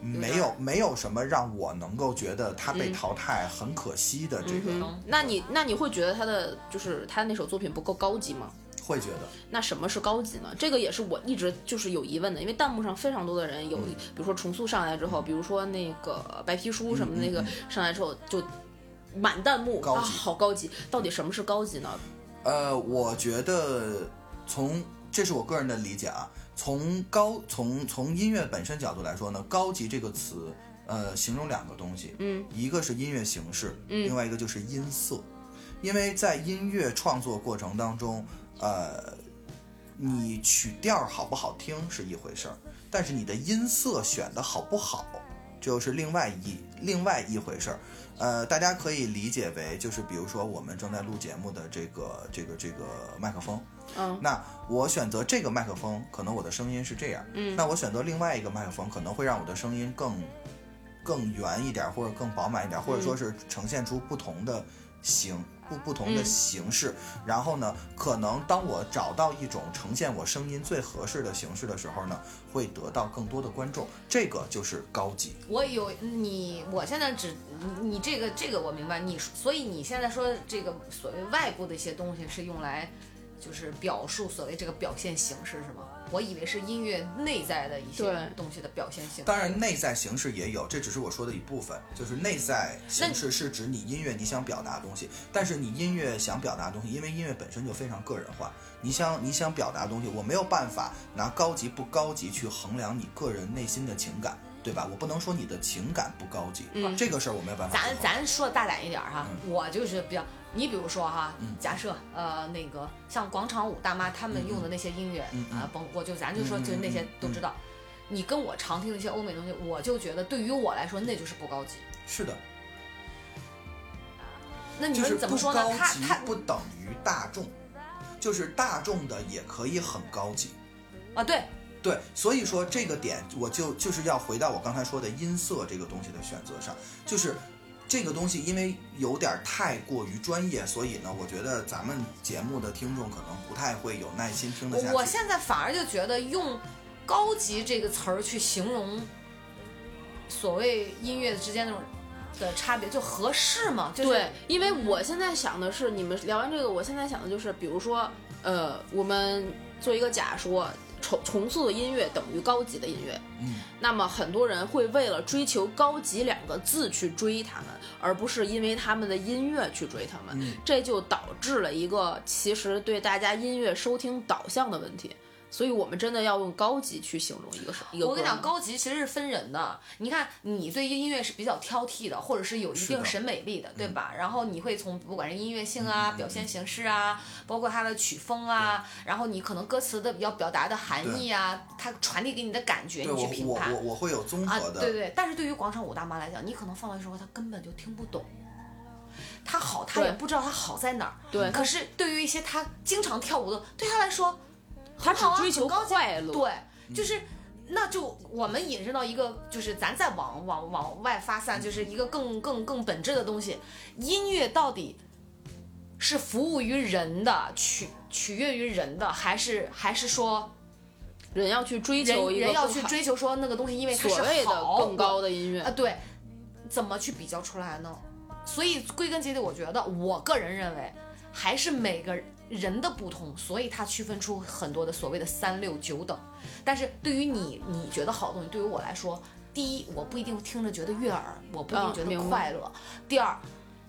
Speaker 4: 没有，没有什么让我能够觉得他被
Speaker 3: 嗯
Speaker 4: 淘汰很可惜的这个，
Speaker 3: 嗯哼，那你那你会觉得他的就是他那首作品不够高级吗？
Speaker 4: 会觉得
Speaker 3: 那什么是高级呢？这个也是我一直就是有疑问的，因为弹幕上非常多的人有，
Speaker 4: 嗯
Speaker 3: 比如说重塑上来之后，比如说那个白皮书什么的
Speaker 4: 嗯嗯
Speaker 3: 那个上来之后就满弹幕
Speaker 4: 高级
Speaker 3: 啊，好高级！到底什么是高级呢？
Speaker 4: 呃，我觉得从这是我个人的理解啊，从高从从音乐本身角度来说呢，高级这个词，呃，形容两个东西，
Speaker 3: 嗯，
Speaker 4: 一个是音乐形式，
Speaker 3: 嗯
Speaker 4: 另外一个就是音色，因为在音乐创作过程当中，呃，你曲调好不好听是一回事儿，但是你的音色选的好不好，这又是另外一另外一回事儿。呃，大家可以理解为就是比如说我们正在录节目的这个这个这个麦克风，
Speaker 3: 嗯，
Speaker 4: 那我选择这个麦克风，可能我的声音是这样，
Speaker 3: 嗯
Speaker 4: 那我选择另外一个麦克风，可能会让我的声音更更圆一点，或者更饱满一点，或
Speaker 3: 嗯
Speaker 4: 者说是呈现出不同的形。不不同的
Speaker 3: 嗯
Speaker 4: 形式，然后呢，可能当我找到一种呈现我声音最合适的形式的时候呢，会得到更多的观众，这个就是高级。
Speaker 1: 我有你，我现在只你你这个这个我明白，你所以你现在说这个所谓外部的一些东西是用来就是表述所谓这个表现形式是吗？我以为是音乐内在的一些
Speaker 3: 对
Speaker 1: 东西的表现形式。
Speaker 4: 当然，内在形式也有，这只是我说的一部分。就是内在形式是指你音乐你想表达的东西，但是你音乐想表达的东西，因为音乐本身就非常个人化，你想你想表达的东西，我没有办法拿高级不高级去衡量你个人内心的情感，对吧？我不能说你的情感不高级，
Speaker 3: 嗯
Speaker 4: 这个事儿我没有办法去
Speaker 1: 咱
Speaker 4: 衡量。
Speaker 1: 咱说的大胆一点儿哈，我就是比较，你比如说哈，
Speaker 4: 嗯
Speaker 1: 假设呃那个像广场舞大妈他们用的那些音乐
Speaker 4: 嗯嗯
Speaker 1: 啊，甭我就咱就说
Speaker 4: 嗯嗯
Speaker 1: 就那些
Speaker 4: 嗯
Speaker 1: 都知道，你跟我常听的一些欧美东西，我就觉得对于我来说那就是不高级。
Speaker 4: 是的，
Speaker 1: 那你
Speaker 4: 就是
Speaker 1: 们怎么
Speaker 4: 不
Speaker 1: 说呢
Speaker 4: 高？
Speaker 1: 他
Speaker 4: 级
Speaker 1: 他
Speaker 4: 不等于大众，就是大众的也可以很高级。
Speaker 1: 啊对，
Speaker 4: 对，所以说这个点，我就就是要回到我刚才说的音色这个东西的选择上，就是这个东西因为有点太过于专业，所以呢，我觉得咱们节目的听众可能不太会有耐心听得下去。
Speaker 1: 我我现在反而就觉得用“高级”这个词儿去形容所谓音乐之间那种的差别，就合适吗？就是、
Speaker 3: 对，因为我现在想的是，你们聊完这个，我现在想的就是，比如说，呃，我们做一个假说，重重塑的音乐等于高级的音乐，
Speaker 4: 嗯，
Speaker 3: 那么很多人会为了追求“高级”两个字去追他们，而不是因为他们的音乐去追他们，
Speaker 4: 嗯
Speaker 3: 这就导致了一个其实对大家音乐收听导向的问题。所以我们真的要用高级去形容一个什一个
Speaker 1: 我跟你讲，
Speaker 3: 歌
Speaker 1: 高级其实是分人的。你看，你对音乐是比较挑剔的，或者是有一
Speaker 4: 是的嗯
Speaker 1: 定审美力的，对吧？然后你会从不管是音乐性啊、表现形式啊，包括它的曲风啊，然后你可能歌词的要表达的含义啊，它传递给你的感觉，
Speaker 4: 对
Speaker 1: 你
Speaker 4: 我
Speaker 1: 去呃评
Speaker 4: 我
Speaker 1: 判
Speaker 4: 我我会有综
Speaker 1: 啊
Speaker 4: 合，的，
Speaker 1: 对对。但是对于广场舞大妈来讲，你可能放到一首歌，她根本就听不懂。她好，她
Speaker 3: 对
Speaker 1: 也不知道她好在哪儿。
Speaker 3: 对
Speaker 1: 可是对于一些她经常跳舞的，对她来说，
Speaker 3: 他
Speaker 1: 好啊
Speaker 3: 只追求
Speaker 1: 很高级
Speaker 3: 快乐，
Speaker 1: 对，就是。那就我们引申到一个，就是咱再往往往外发散，就是一个更更更本质的东西。音乐到底是服务于人的，取取悦于人的，还是还是说
Speaker 3: 人要去追
Speaker 1: 人
Speaker 3: 求一个
Speaker 1: 人要
Speaker 3: 更
Speaker 1: 去
Speaker 3: 好
Speaker 1: 追求说那个东西，因为它
Speaker 3: 所谓
Speaker 1: 是
Speaker 3: 的
Speaker 1: 好
Speaker 3: 更高的音乐
Speaker 1: 啊，？对，怎么去比较出来呢？所以归根结底，我觉得我个人认为，还是每个人的不同，所以它区分出很多的所谓的三六九等。但是对于你，你觉得好的东西，对于我来说，第一，我不一定听着觉得悦耳，我不一定
Speaker 3: 嗯
Speaker 1: 觉
Speaker 3: 明
Speaker 1: 得
Speaker 3: 白
Speaker 1: 快乐；第二，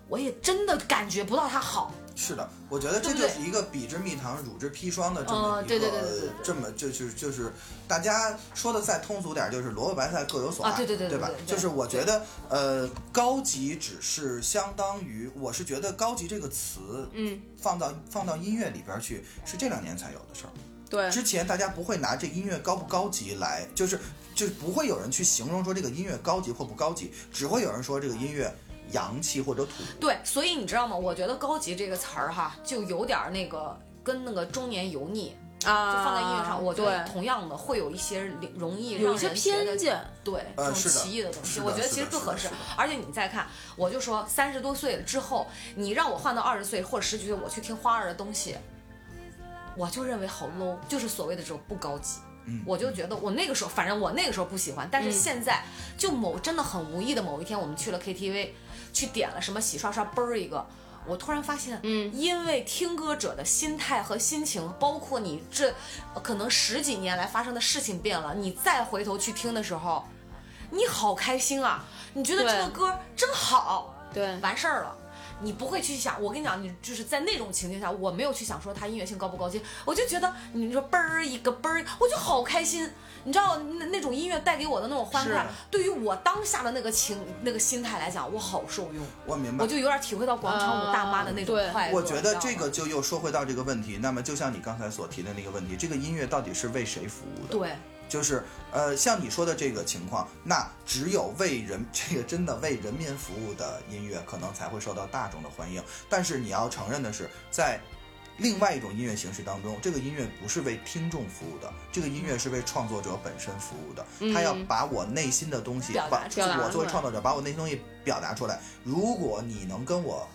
Speaker 1: 我也真的感觉不到它好。
Speaker 4: 是的，我觉得这
Speaker 1: 对不
Speaker 4: 就
Speaker 1: 对
Speaker 4: 是一个彼之蜜糖，乳之砒霜的这么
Speaker 1: 嗯
Speaker 4: 一
Speaker 1: 对对
Speaker 4: 个
Speaker 1: 对对对对
Speaker 4: 这么就就是就是大家说的再通俗点儿，就是萝卜白菜各有所爱，
Speaker 1: 啊对对对对
Speaker 4: 吧
Speaker 1: 对？对
Speaker 4: 就是我觉得呃，高级只是相当于，我是觉得高级这个词
Speaker 3: 嗯，
Speaker 4: 放到放到音乐里边儿去，是这两年才有的事儿。
Speaker 3: 对，
Speaker 4: 之前大家不会拿这音乐高不高级来，就是就是不会有人去形容说这个音乐高级或不高级，只会有人说这个音乐洋气或者土。
Speaker 1: 对，所以你知道吗？我觉得“高级”这个词儿哈，就有点儿那个跟那个中年油腻
Speaker 3: 啊，
Speaker 1: 就放在音乐上，我觉得
Speaker 3: 对
Speaker 1: 同样的会有一些容易
Speaker 3: 有
Speaker 1: 让
Speaker 3: 一些
Speaker 1: 人觉得
Speaker 3: 偏见，
Speaker 1: 对，这
Speaker 4: 呃
Speaker 1: 种
Speaker 4: 是的
Speaker 1: 奇异的东
Speaker 4: 是
Speaker 1: 西，
Speaker 4: 的
Speaker 1: 我觉得
Speaker 4: 是的
Speaker 1: 其实不
Speaker 4: 是的
Speaker 1: 合
Speaker 4: 是
Speaker 1: 适
Speaker 4: 的。
Speaker 1: 而且你再看，我就说三十多岁了之后，你让我换到二十岁或者十几岁，我去听花儿的东西，我就认为好 low，就是所谓的这种不高级。
Speaker 4: 嗯
Speaker 1: 我就觉得我那个时候，反正我那个时候不喜欢，但是
Speaker 3: 嗯
Speaker 1: 现在就某真的很无意的某一天，我们去了 KTV，去点了什么洗刷刷，嘣儿一个。我突然发现，
Speaker 3: 嗯，
Speaker 1: 因为听歌者的心态和心情，包括你这呃可能十几年来发生的事情变了，你再回头去听的时候，你好开心啊！你觉得
Speaker 3: 对嗯
Speaker 1: 这个歌真好，
Speaker 3: 对，
Speaker 1: 完事儿了。你不会去想，我跟你讲，你就是在那种情境下，我没有去想说它音乐性高不高级，我就觉得你说嘣儿一个嘣儿，我就好开心。你知道那那种音乐带给我的那种欢快
Speaker 4: 是，
Speaker 1: 对于我当下的那个情那个心态来讲，我好受用，
Speaker 4: 我明白
Speaker 1: 我。就有点体会到广场舞大妈的那种
Speaker 3: 啊对
Speaker 1: 快乐。
Speaker 4: 我觉得
Speaker 1: 你知道吗
Speaker 4: 这个就又说回到这个问题，那么就像你刚才所提的那个问题，这个音乐到底是为谁服务的？
Speaker 1: 对，
Speaker 4: 就是呃，像你说的这个情况，那只有为人 [laughs] 这个真的为人民服务的音乐，可能才会受到大众的欢迎。但是你要承认的是，在另外一种音乐形式当中，这个音乐不是为听众服务的，这个音乐是为创作者本身服务的。他要
Speaker 3: 嗯
Speaker 4: 把我内心的东西，
Speaker 1: 表达
Speaker 4: 把
Speaker 1: 出
Speaker 3: 来
Speaker 4: 我作为创作者，把我内心东西表达出来。如果你能跟我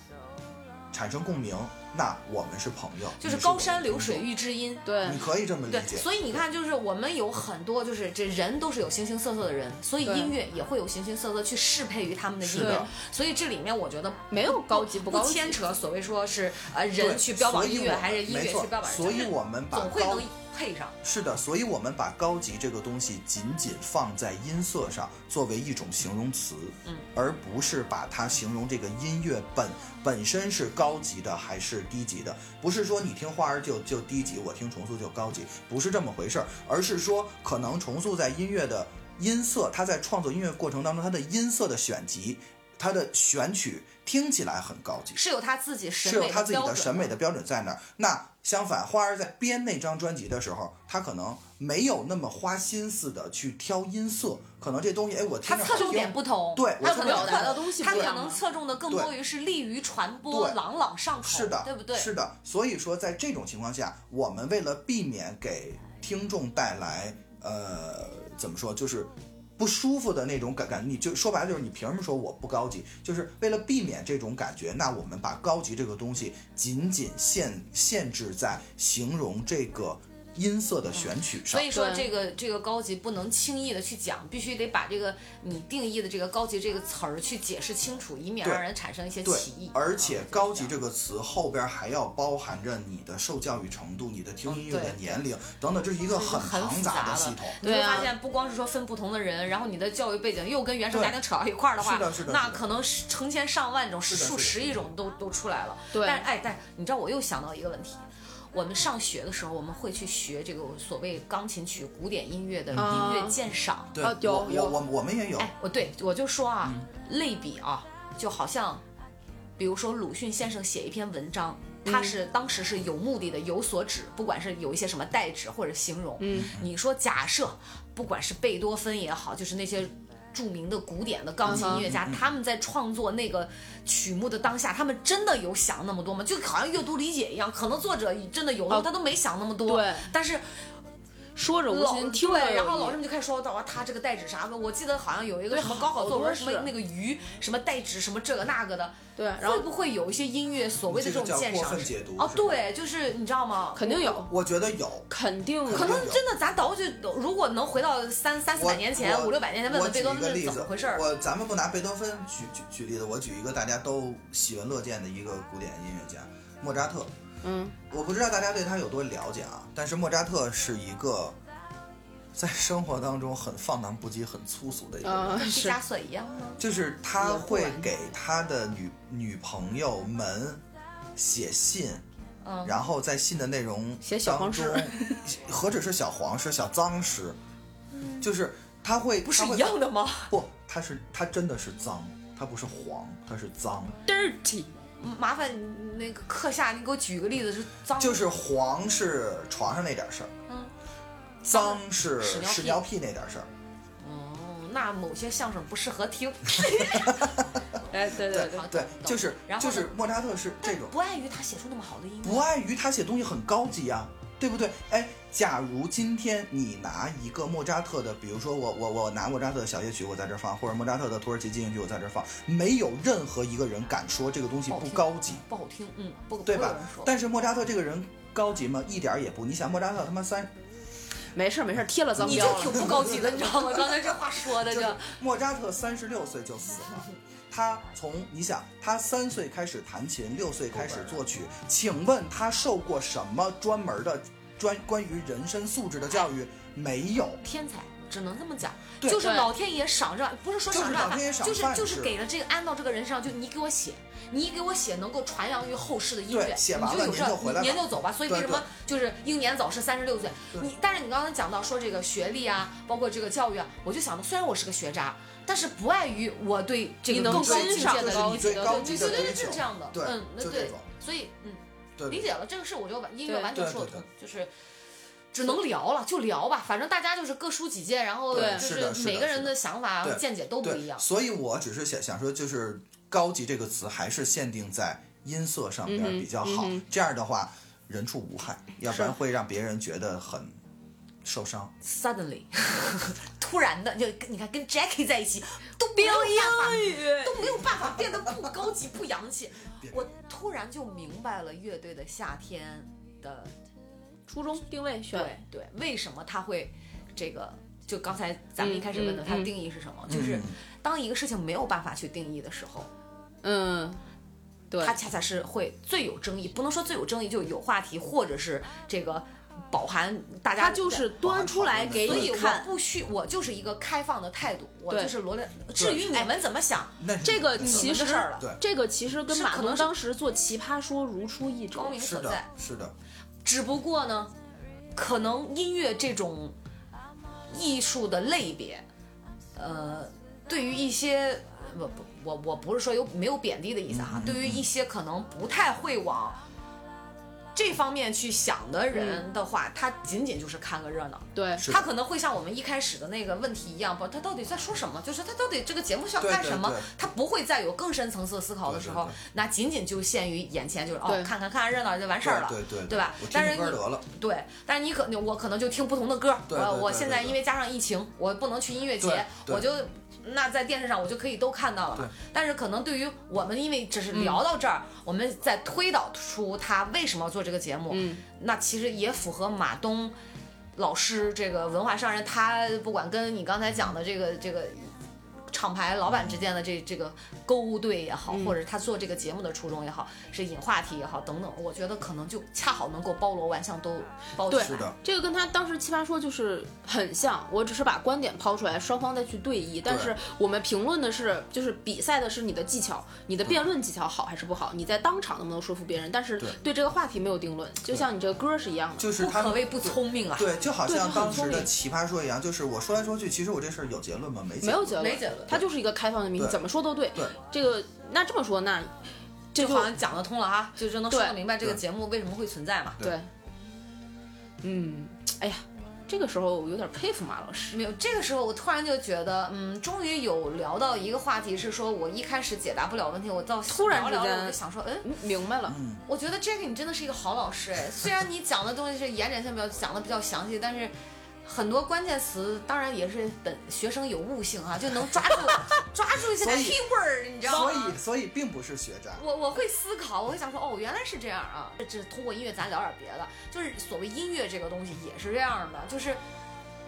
Speaker 4: 产生共鸣，那我们是朋友，
Speaker 1: 就是
Speaker 4: 你
Speaker 1: 高
Speaker 4: 我的
Speaker 1: 山流
Speaker 4: 朋
Speaker 1: 水
Speaker 4: 友
Speaker 1: 遇知音。
Speaker 3: 对
Speaker 4: 你可以这么理
Speaker 1: 对，
Speaker 4: 解。
Speaker 1: 所以你看，就是我们有很多，就是这人都是有形形色色的人，所以
Speaker 3: 对
Speaker 1: 音乐也会有形形色色去适配于他们的音
Speaker 4: 是
Speaker 1: 乐
Speaker 4: 的。
Speaker 1: 所以这里面我觉得
Speaker 3: 没有高级不
Speaker 1: 不
Speaker 3: 高级，
Speaker 1: 牵扯所谓说是呃
Speaker 4: 对
Speaker 1: 人去标榜
Speaker 4: 所以
Speaker 1: 音乐
Speaker 4: 我们
Speaker 1: 还是音乐
Speaker 4: 没错
Speaker 1: 去标榜人，
Speaker 4: 所
Speaker 1: 就
Speaker 4: 以
Speaker 1: 是
Speaker 4: 我们把
Speaker 1: 总会
Speaker 4: 高
Speaker 1: 能配上。
Speaker 4: 是的，所以我们把高级这个东西仅仅放在音色上作为一种形容词，
Speaker 1: 嗯，
Speaker 4: 而不是把它形容这个音乐本本身是高级的还是低级的，不是说你听花儿就就低级，我听重塑就高级，不是这么回事儿，而是说可能重塑在音乐的音色，它在创作音乐过程当中，它的音色的选集，它的选曲听起来很高级，
Speaker 1: 是有他自己审
Speaker 4: 是有
Speaker 1: 美
Speaker 4: 他自己
Speaker 1: 标
Speaker 4: 的
Speaker 1: 准
Speaker 4: 审美的标准在那儿。那相反，花儿在编那张专辑的时候，他可能没有那么花心思的去挑音色，可能这东西，哎，我听
Speaker 1: 他
Speaker 4: 着
Speaker 1: 侧
Speaker 4: 好
Speaker 1: 重点
Speaker 4: 听。
Speaker 1: 不同，
Speaker 4: 对我
Speaker 1: 他
Speaker 4: 侧
Speaker 1: 可
Speaker 4: 重
Speaker 1: 能
Speaker 4: 点不
Speaker 1: 他
Speaker 4: 同
Speaker 1: 他
Speaker 3: 不一
Speaker 1: 可
Speaker 3: 样
Speaker 1: 能
Speaker 3: 嘛
Speaker 1: 侧重的更多
Speaker 4: 对
Speaker 1: 于是利于传播，
Speaker 4: 对
Speaker 1: 朗朗上口，
Speaker 4: 是的，
Speaker 1: 对不对？
Speaker 4: 是的。所以说，在这种情况下，我们为了避免给听众带来呃，怎么说，就是。不舒服的那种感感，你就说白了就是你凭什么说我不高级？就是为了避免这种感觉，那我们把高级这个东西仅仅限限制在形容这个音色的选取上。
Speaker 1: 所以说
Speaker 3: 对
Speaker 1: 这个这个高级不能轻易的去讲，必须得把这个你定义的这个高级这个词儿去解释清楚，以免
Speaker 4: 对
Speaker 1: 让人产生一些
Speaker 4: 对
Speaker 1: 歧义。，
Speaker 4: 而且
Speaker 1: 嗯
Speaker 4: “高级”这个词后边还要包含着你的受教育程度、你的听音乐的
Speaker 1: 嗯对
Speaker 4: 年龄等等，这是一个很
Speaker 1: 很
Speaker 4: 庞
Speaker 1: 复
Speaker 4: 杂
Speaker 1: 杂
Speaker 4: 的
Speaker 1: 了
Speaker 4: 系统。
Speaker 1: 你会
Speaker 3: 对啊
Speaker 1: 发现，不光是说分不同的人，然后你的教育背景又跟原生家庭扯到一块儿的话，
Speaker 4: 是的是的
Speaker 1: 那
Speaker 4: 是的
Speaker 1: 可能是成千上万种、
Speaker 4: 是的
Speaker 1: 数
Speaker 4: 是的
Speaker 1: 十亿种都都出来了。
Speaker 3: 对
Speaker 1: 但是哎，但是你知道我又想到一个问题。我们上学的时候，我们会去学这个所谓钢琴曲、古典音乐的音乐
Speaker 3: 啊
Speaker 1: 鉴赏。
Speaker 4: 对，
Speaker 3: 啊有
Speaker 4: 我
Speaker 3: 有
Speaker 4: 我我我们也有，
Speaker 1: 哎，我对我就说啊，
Speaker 3: 嗯
Speaker 1: 类比啊，就好像，比如说鲁迅先生写一篇文章，
Speaker 3: 嗯
Speaker 1: 他是当时是有目的的、有所指，不管是有一些什么代指或者形容。
Speaker 3: 嗯，
Speaker 1: 你说假设，不管是贝多芬也好，就是那些。著名的古典的钢琴音乐家，
Speaker 3: 嗯
Speaker 1: 他们在创作那个曲目的当下，他们真的有想那么多吗？就好像阅读理解一样，可能作者真的有，
Speaker 3: 哦
Speaker 1: 他都没想那么多。
Speaker 3: 对
Speaker 1: 但是
Speaker 3: 说者无
Speaker 1: 老
Speaker 3: 心，听
Speaker 1: 对
Speaker 3: 者有意。
Speaker 1: 然后老师们就开始说到啊，他这个代指啥的，我记得好像有一个
Speaker 3: 对
Speaker 1: 什么高考作文
Speaker 3: 好多
Speaker 1: 什么
Speaker 3: 是
Speaker 1: 那个鱼什么代指什么这个那个的，
Speaker 3: 对，然
Speaker 1: 会
Speaker 3: 后
Speaker 1: 不会有一些音乐所谓的种
Speaker 4: 这个叫
Speaker 1: 鉴
Speaker 4: 过
Speaker 1: 赏
Speaker 4: 分解读
Speaker 1: 哦，
Speaker 4: 是吧
Speaker 1: 对，就是你知道吗？
Speaker 3: 肯定有，
Speaker 4: 我觉得有。
Speaker 3: 肯定有
Speaker 1: 可能
Speaker 4: 肯定有
Speaker 1: 真的咱倒就如果能回到三三四
Speaker 4: 我
Speaker 1: 百年前
Speaker 4: 我
Speaker 1: 五六百年前，问
Speaker 4: 我
Speaker 1: 问
Speaker 4: 举
Speaker 1: 贝多
Speaker 4: 一个
Speaker 1: 芬
Speaker 4: 例
Speaker 1: 是怎
Speaker 4: 子
Speaker 1: 么回事儿，
Speaker 4: 我咱们不拿贝多芬举举举例子，我举一个大家都喜闻乐见的一个古典音乐家莫扎特。
Speaker 3: 嗯，
Speaker 4: 我不知道大家对他有多了解啊，但是莫扎特是一个在生活当中很放荡不羁、很粗俗的一个
Speaker 1: [laughs]
Speaker 4: 人。
Speaker 3: 啊
Speaker 1: 跟毕
Speaker 3: 是
Speaker 1: 加索一样吗？
Speaker 4: 就是他会给他的女女朋友们写信，
Speaker 1: 嗯，
Speaker 4: 然后在信的内容
Speaker 3: 写小黄诗
Speaker 4: 当中，何止是小黄诗、小脏诗，就是他会
Speaker 1: 嗯不是
Speaker 4: 他会
Speaker 1: 一样的吗 [laughs]
Speaker 4: 不，他是他真的是脏，他不是黄，他是脏，
Speaker 3: dirty，
Speaker 1: 嗯麻烦你那个课下你给我举个例子，是脏
Speaker 4: 就是黄是床上那点事儿，
Speaker 1: 哦嗯
Speaker 4: 脏是
Speaker 1: 屎尿屁
Speaker 4: 屎尿屁那点事儿，
Speaker 1: 哦，那某些相声不适合听，
Speaker 3: 哎，对对对
Speaker 1: 好，
Speaker 4: [laughs] 对，
Speaker 1: 啊懂
Speaker 4: 就是
Speaker 1: 然后
Speaker 4: 就
Speaker 1: 呢
Speaker 4: 是莫扎特是这种。
Speaker 1: 不碍于他写出那么好的音乐
Speaker 4: 不。碍于他写东西很高级呀、对不对？哎，假如今天你拿一个莫扎特的，比如说我我我拿莫扎特的小夜曲，我在这儿放，或者莫扎特的土耳其进行曲，我在这儿放，没有任何一个人敢说这个东西不高级，
Speaker 1: 不好听，嗯，不
Speaker 4: 对
Speaker 1: 不会
Speaker 4: 吧
Speaker 1: 有人说？
Speaker 4: 但是莫扎特这个人高级吗？一点儿也不。你想莫扎特他妈三，
Speaker 3: 没事儿没事儿，贴了脏
Speaker 1: 你
Speaker 3: 标
Speaker 1: 这
Speaker 3: 了
Speaker 1: 挺不高级的，你知道吗？刚才这话说的
Speaker 4: [laughs] 就是
Speaker 1: 就，
Speaker 4: 莫扎特三十六岁就死了。他从你想，他三岁开始弹琴，六岁开始作曲，请问他受过什么专门的专关于人身素质的教育？没有。
Speaker 1: 天才，只能这么讲，
Speaker 4: 对
Speaker 1: 就是
Speaker 3: 对
Speaker 1: 老天爷赏着，不是说
Speaker 4: 就
Speaker 1: 赏
Speaker 4: 是
Speaker 1: 着啊
Speaker 4: 老天爷赏
Speaker 1: 就是
Speaker 4: 饭
Speaker 1: 就是
Speaker 4: 吃
Speaker 1: 给了这个安到这个人身上，就你给我写，你给我写能够传扬于后世的音乐，
Speaker 4: 对写
Speaker 1: 你
Speaker 4: 完
Speaker 1: 就
Speaker 4: 了
Speaker 1: 有
Speaker 4: 您
Speaker 1: 这
Speaker 4: 就回来吧
Speaker 1: 您就走吧。所以为
Speaker 4: 对
Speaker 1: 什么就是英年早逝三十六岁？
Speaker 4: 对
Speaker 1: 你但是你刚才讲到说这个学历啊，包括这个教育啊，我就想到，虽然我是个学渣，但是不碍于我对这
Speaker 3: 你
Speaker 1: 个更
Speaker 3: 能欣
Speaker 1: 高境
Speaker 3: 赏
Speaker 1: 界的
Speaker 4: 就是
Speaker 1: 理
Speaker 4: 你
Speaker 1: 解
Speaker 4: 对
Speaker 1: 的
Speaker 4: 高
Speaker 1: 对
Speaker 4: 级的
Speaker 1: 对对
Speaker 4: 追
Speaker 1: 对，
Speaker 4: 求
Speaker 1: 是这样的，
Speaker 4: 对
Speaker 1: 嗯，那
Speaker 4: 就这
Speaker 1: 对
Speaker 4: 种，
Speaker 1: 所以嗯。
Speaker 4: 对
Speaker 1: 理解了这个事，我就完音乐
Speaker 3: 对
Speaker 1: 完全
Speaker 4: 对
Speaker 1: 说得
Speaker 4: 对
Speaker 1: 通，就是只能聊了就聊吧，反正大家就是各抒己见，然后
Speaker 3: 对
Speaker 1: 就是
Speaker 4: 的是的
Speaker 1: 每个
Speaker 4: 是
Speaker 1: 人
Speaker 4: 的
Speaker 1: 的想法
Speaker 4: 对
Speaker 1: 见解都不一
Speaker 4: 对，
Speaker 1: 样。
Speaker 4: 所以我只是想想说，就是“高级”这个词还是限定在音色上边
Speaker 3: 嗯哼
Speaker 4: 比较好，
Speaker 3: 嗯哼
Speaker 4: 这样的话人畜无害，要不然会让别人觉得很受伤，
Speaker 1: suddenly，突然的，就你看跟 Jackie 在一起都没有办法，
Speaker 3: 语
Speaker 1: 都没有办法变得不高级、不洋
Speaker 4: [laughs]
Speaker 1: 气。我突然就明白了乐队的夏天的
Speaker 3: 初中定位选
Speaker 1: 对对，为什么他会这个？就刚才咱们一开始问的，
Speaker 3: 嗯嗯
Speaker 1: 它的
Speaker 3: 嗯
Speaker 1: 定义是什么？就是当一个事情没有办法去定义的时候，
Speaker 3: 嗯，对
Speaker 1: 它，恰恰是会最有争议，不能说最有争议，就有话题，或者是这个饱含大家
Speaker 3: 他就是端出来给
Speaker 1: 所以
Speaker 3: 你
Speaker 1: 我
Speaker 3: 看。
Speaker 1: 不需，我就是一个开放的态度，我
Speaker 3: 对
Speaker 1: 就是罗列。至于你们怎么想，
Speaker 4: 那是
Speaker 3: 这个
Speaker 4: 嗯
Speaker 1: 你
Speaker 3: 其
Speaker 1: 们
Speaker 3: 实
Speaker 1: 的事儿了，
Speaker 4: 对
Speaker 3: 这个其实跟
Speaker 1: 是
Speaker 3: 马
Speaker 1: 可
Speaker 3: 东
Speaker 1: 能是
Speaker 3: 当时做《奇葩说》如出一辙
Speaker 1: 高，明
Speaker 4: 是
Speaker 1: 所
Speaker 4: 的
Speaker 1: 在。，
Speaker 4: 是的，
Speaker 1: 只不过呢，可能音乐这种艺术的类别，呃，对于一些我不我我不是说有没有贬低的意思哈，
Speaker 4: 嗯嗯
Speaker 1: 对于一些可能不太会往。这方面去想的
Speaker 3: 嗯
Speaker 1: 人的话，他仅仅就是看个热闹，
Speaker 3: 对，
Speaker 4: 是的
Speaker 1: 他可能会像我们一开始的那个问题一样，不，他到底在说什么？就是他到底这个节目想
Speaker 4: 对
Speaker 1: 干
Speaker 4: 对
Speaker 1: 什么
Speaker 4: 对？
Speaker 1: 他不会再有更深层次的思考的时候
Speaker 4: 对对对，
Speaker 1: 那仅仅就限于眼前，就是哦
Speaker 3: 对，
Speaker 1: 看看看看热闹就完事儿了，
Speaker 4: 对对
Speaker 1: 对吧
Speaker 4: 我听
Speaker 1: 但是
Speaker 4: 听歌
Speaker 1: 你
Speaker 4: 得了，
Speaker 1: 对，但是你可我可能就听不同的歌，
Speaker 4: 对
Speaker 1: 我
Speaker 4: 对
Speaker 1: 我
Speaker 4: 对
Speaker 1: 现
Speaker 4: 对
Speaker 1: 在
Speaker 4: 对
Speaker 1: 因为加上疫情，我不能去音乐节
Speaker 4: 对，对
Speaker 1: 我就那在电视上我就可以都看到了嘛
Speaker 4: 对。
Speaker 1: 但是可能对于我们，因为只是聊到这儿，我们再推导出他为什么要做这个节目，
Speaker 3: 嗯
Speaker 1: 那其实也符合马东老师这个文化商人，他不管跟你刚才讲的这个这个。厂牌老板之间的这这个购物队也好，
Speaker 3: 嗯
Speaker 1: 或者他做这个节目的初衷也好，是引话题也好，等等，我觉得可能就恰好能够包罗万象都包起
Speaker 3: 对
Speaker 1: 来。
Speaker 4: 是的，
Speaker 3: 这个跟他当时奇葩说就是很像，我只是把观点抛出来，双方再去对弈。但是我们评论的是，就是比赛的是你的技巧，你的辩论技巧好还是不好，你在当场能不能说服别人，但是
Speaker 4: 对
Speaker 3: 对这个话题没有定论，就像你这个歌是一样的。
Speaker 4: 就是
Speaker 1: 不
Speaker 4: 他
Speaker 1: 可
Speaker 4: 们
Speaker 1: 谓不聪明啊，
Speaker 4: 对，就好像当时
Speaker 3: 对就很
Speaker 4: 的
Speaker 3: 聪明
Speaker 4: 奇葩说一样，就是我说来说去，其实我这事儿有结论吗？没结
Speaker 3: 没有
Speaker 4: 论
Speaker 3: 结论，
Speaker 1: 没结论
Speaker 3: 它就是一个开放的谜，
Speaker 4: 对
Speaker 3: 怎么说都对。
Speaker 4: 对
Speaker 3: 这个那这么说，那这
Speaker 1: 就
Speaker 3: 就
Speaker 1: 好像讲得通了啊，就就能说
Speaker 3: 对
Speaker 1: 得明白这个
Speaker 4: 对
Speaker 1: 节目为什么会存在嘛。
Speaker 4: 对
Speaker 3: 对，嗯，哎呀，这个时候我有点佩服马老师，
Speaker 1: 没有，这个时候我突然就觉得，嗯，终于有聊到一个话题，是说我一开始解答不了问题，我到
Speaker 3: 突然之
Speaker 1: 聊聊
Speaker 3: 间
Speaker 1: 我就想说，嗯，
Speaker 3: 嗯明白了，
Speaker 1: 我觉得 Jack 你真的是一个好老师哎，虽然你讲的东西是延展性比较讲的比较详细，但是。很多关键词当然也是本学生有悟性啊，就能抓住 [laughs] 抓住一些
Speaker 4: 所以
Speaker 1: key word，你知道
Speaker 4: 所
Speaker 1: 吗？
Speaker 4: 以所以并不是学渣，
Speaker 1: 我我会思考，我会想说，哦，原来是这样啊。这这通过音乐咱聊点别的，就是所谓音乐这个东西也是这样的，就是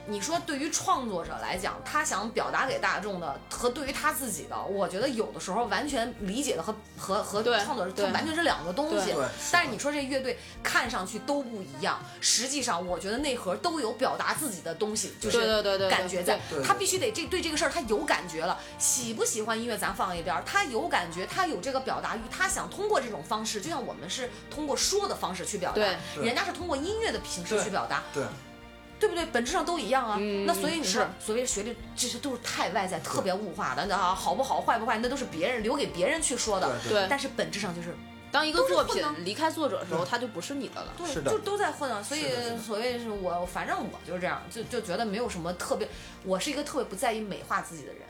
Speaker 1: 你说对于创作者来讲，他想表达给大众的和对于他自己的，我觉得有的时候完全理解的和和和
Speaker 3: 对
Speaker 1: 创作者
Speaker 3: 对
Speaker 1: 他完全是两个东西
Speaker 4: 对对。
Speaker 1: 但是你说这乐队看上去都不一样，实际上我觉得内核都有表达自己的东西，就是
Speaker 3: 对对对对对
Speaker 1: 感觉在
Speaker 3: 对。
Speaker 4: 对
Speaker 1: 他必须得这对这个事儿他有感觉了，喜不喜欢音乐咱放一边儿，他有感觉，他有这个表达欲，他想通过这种方式，就像我们是通过说的方式去表达
Speaker 3: 对，
Speaker 4: 对
Speaker 1: 人家是通过音乐的形式
Speaker 4: 对
Speaker 1: 去表达，
Speaker 4: 对，
Speaker 1: 对不对？本质上都一样啊。
Speaker 3: 嗯
Speaker 1: 那所以你说
Speaker 3: 是
Speaker 1: 所谓学历，这些都是太外在、特别物化的，那啊好不好、坏不坏，那都是别人留给别人去说的。
Speaker 4: 对
Speaker 3: 对
Speaker 1: 但是本质上就是
Speaker 3: 当一个
Speaker 1: 都是
Speaker 3: 作
Speaker 1: 混
Speaker 3: 品
Speaker 1: 的
Speaker 3: 离开作者的时候，它就不是你的了。
Speaker 1: 对，
Speaker 4: 是的
Speaker 1: 就都在混啊。所以
Speaker 4: 是的是的
Speaker 1: 所谓是我，反正我就是这样，就就觉得没有什么特别，我是一个特别不在意美化自己
Speaker 3: [laughs]
Speaker 1: 的人，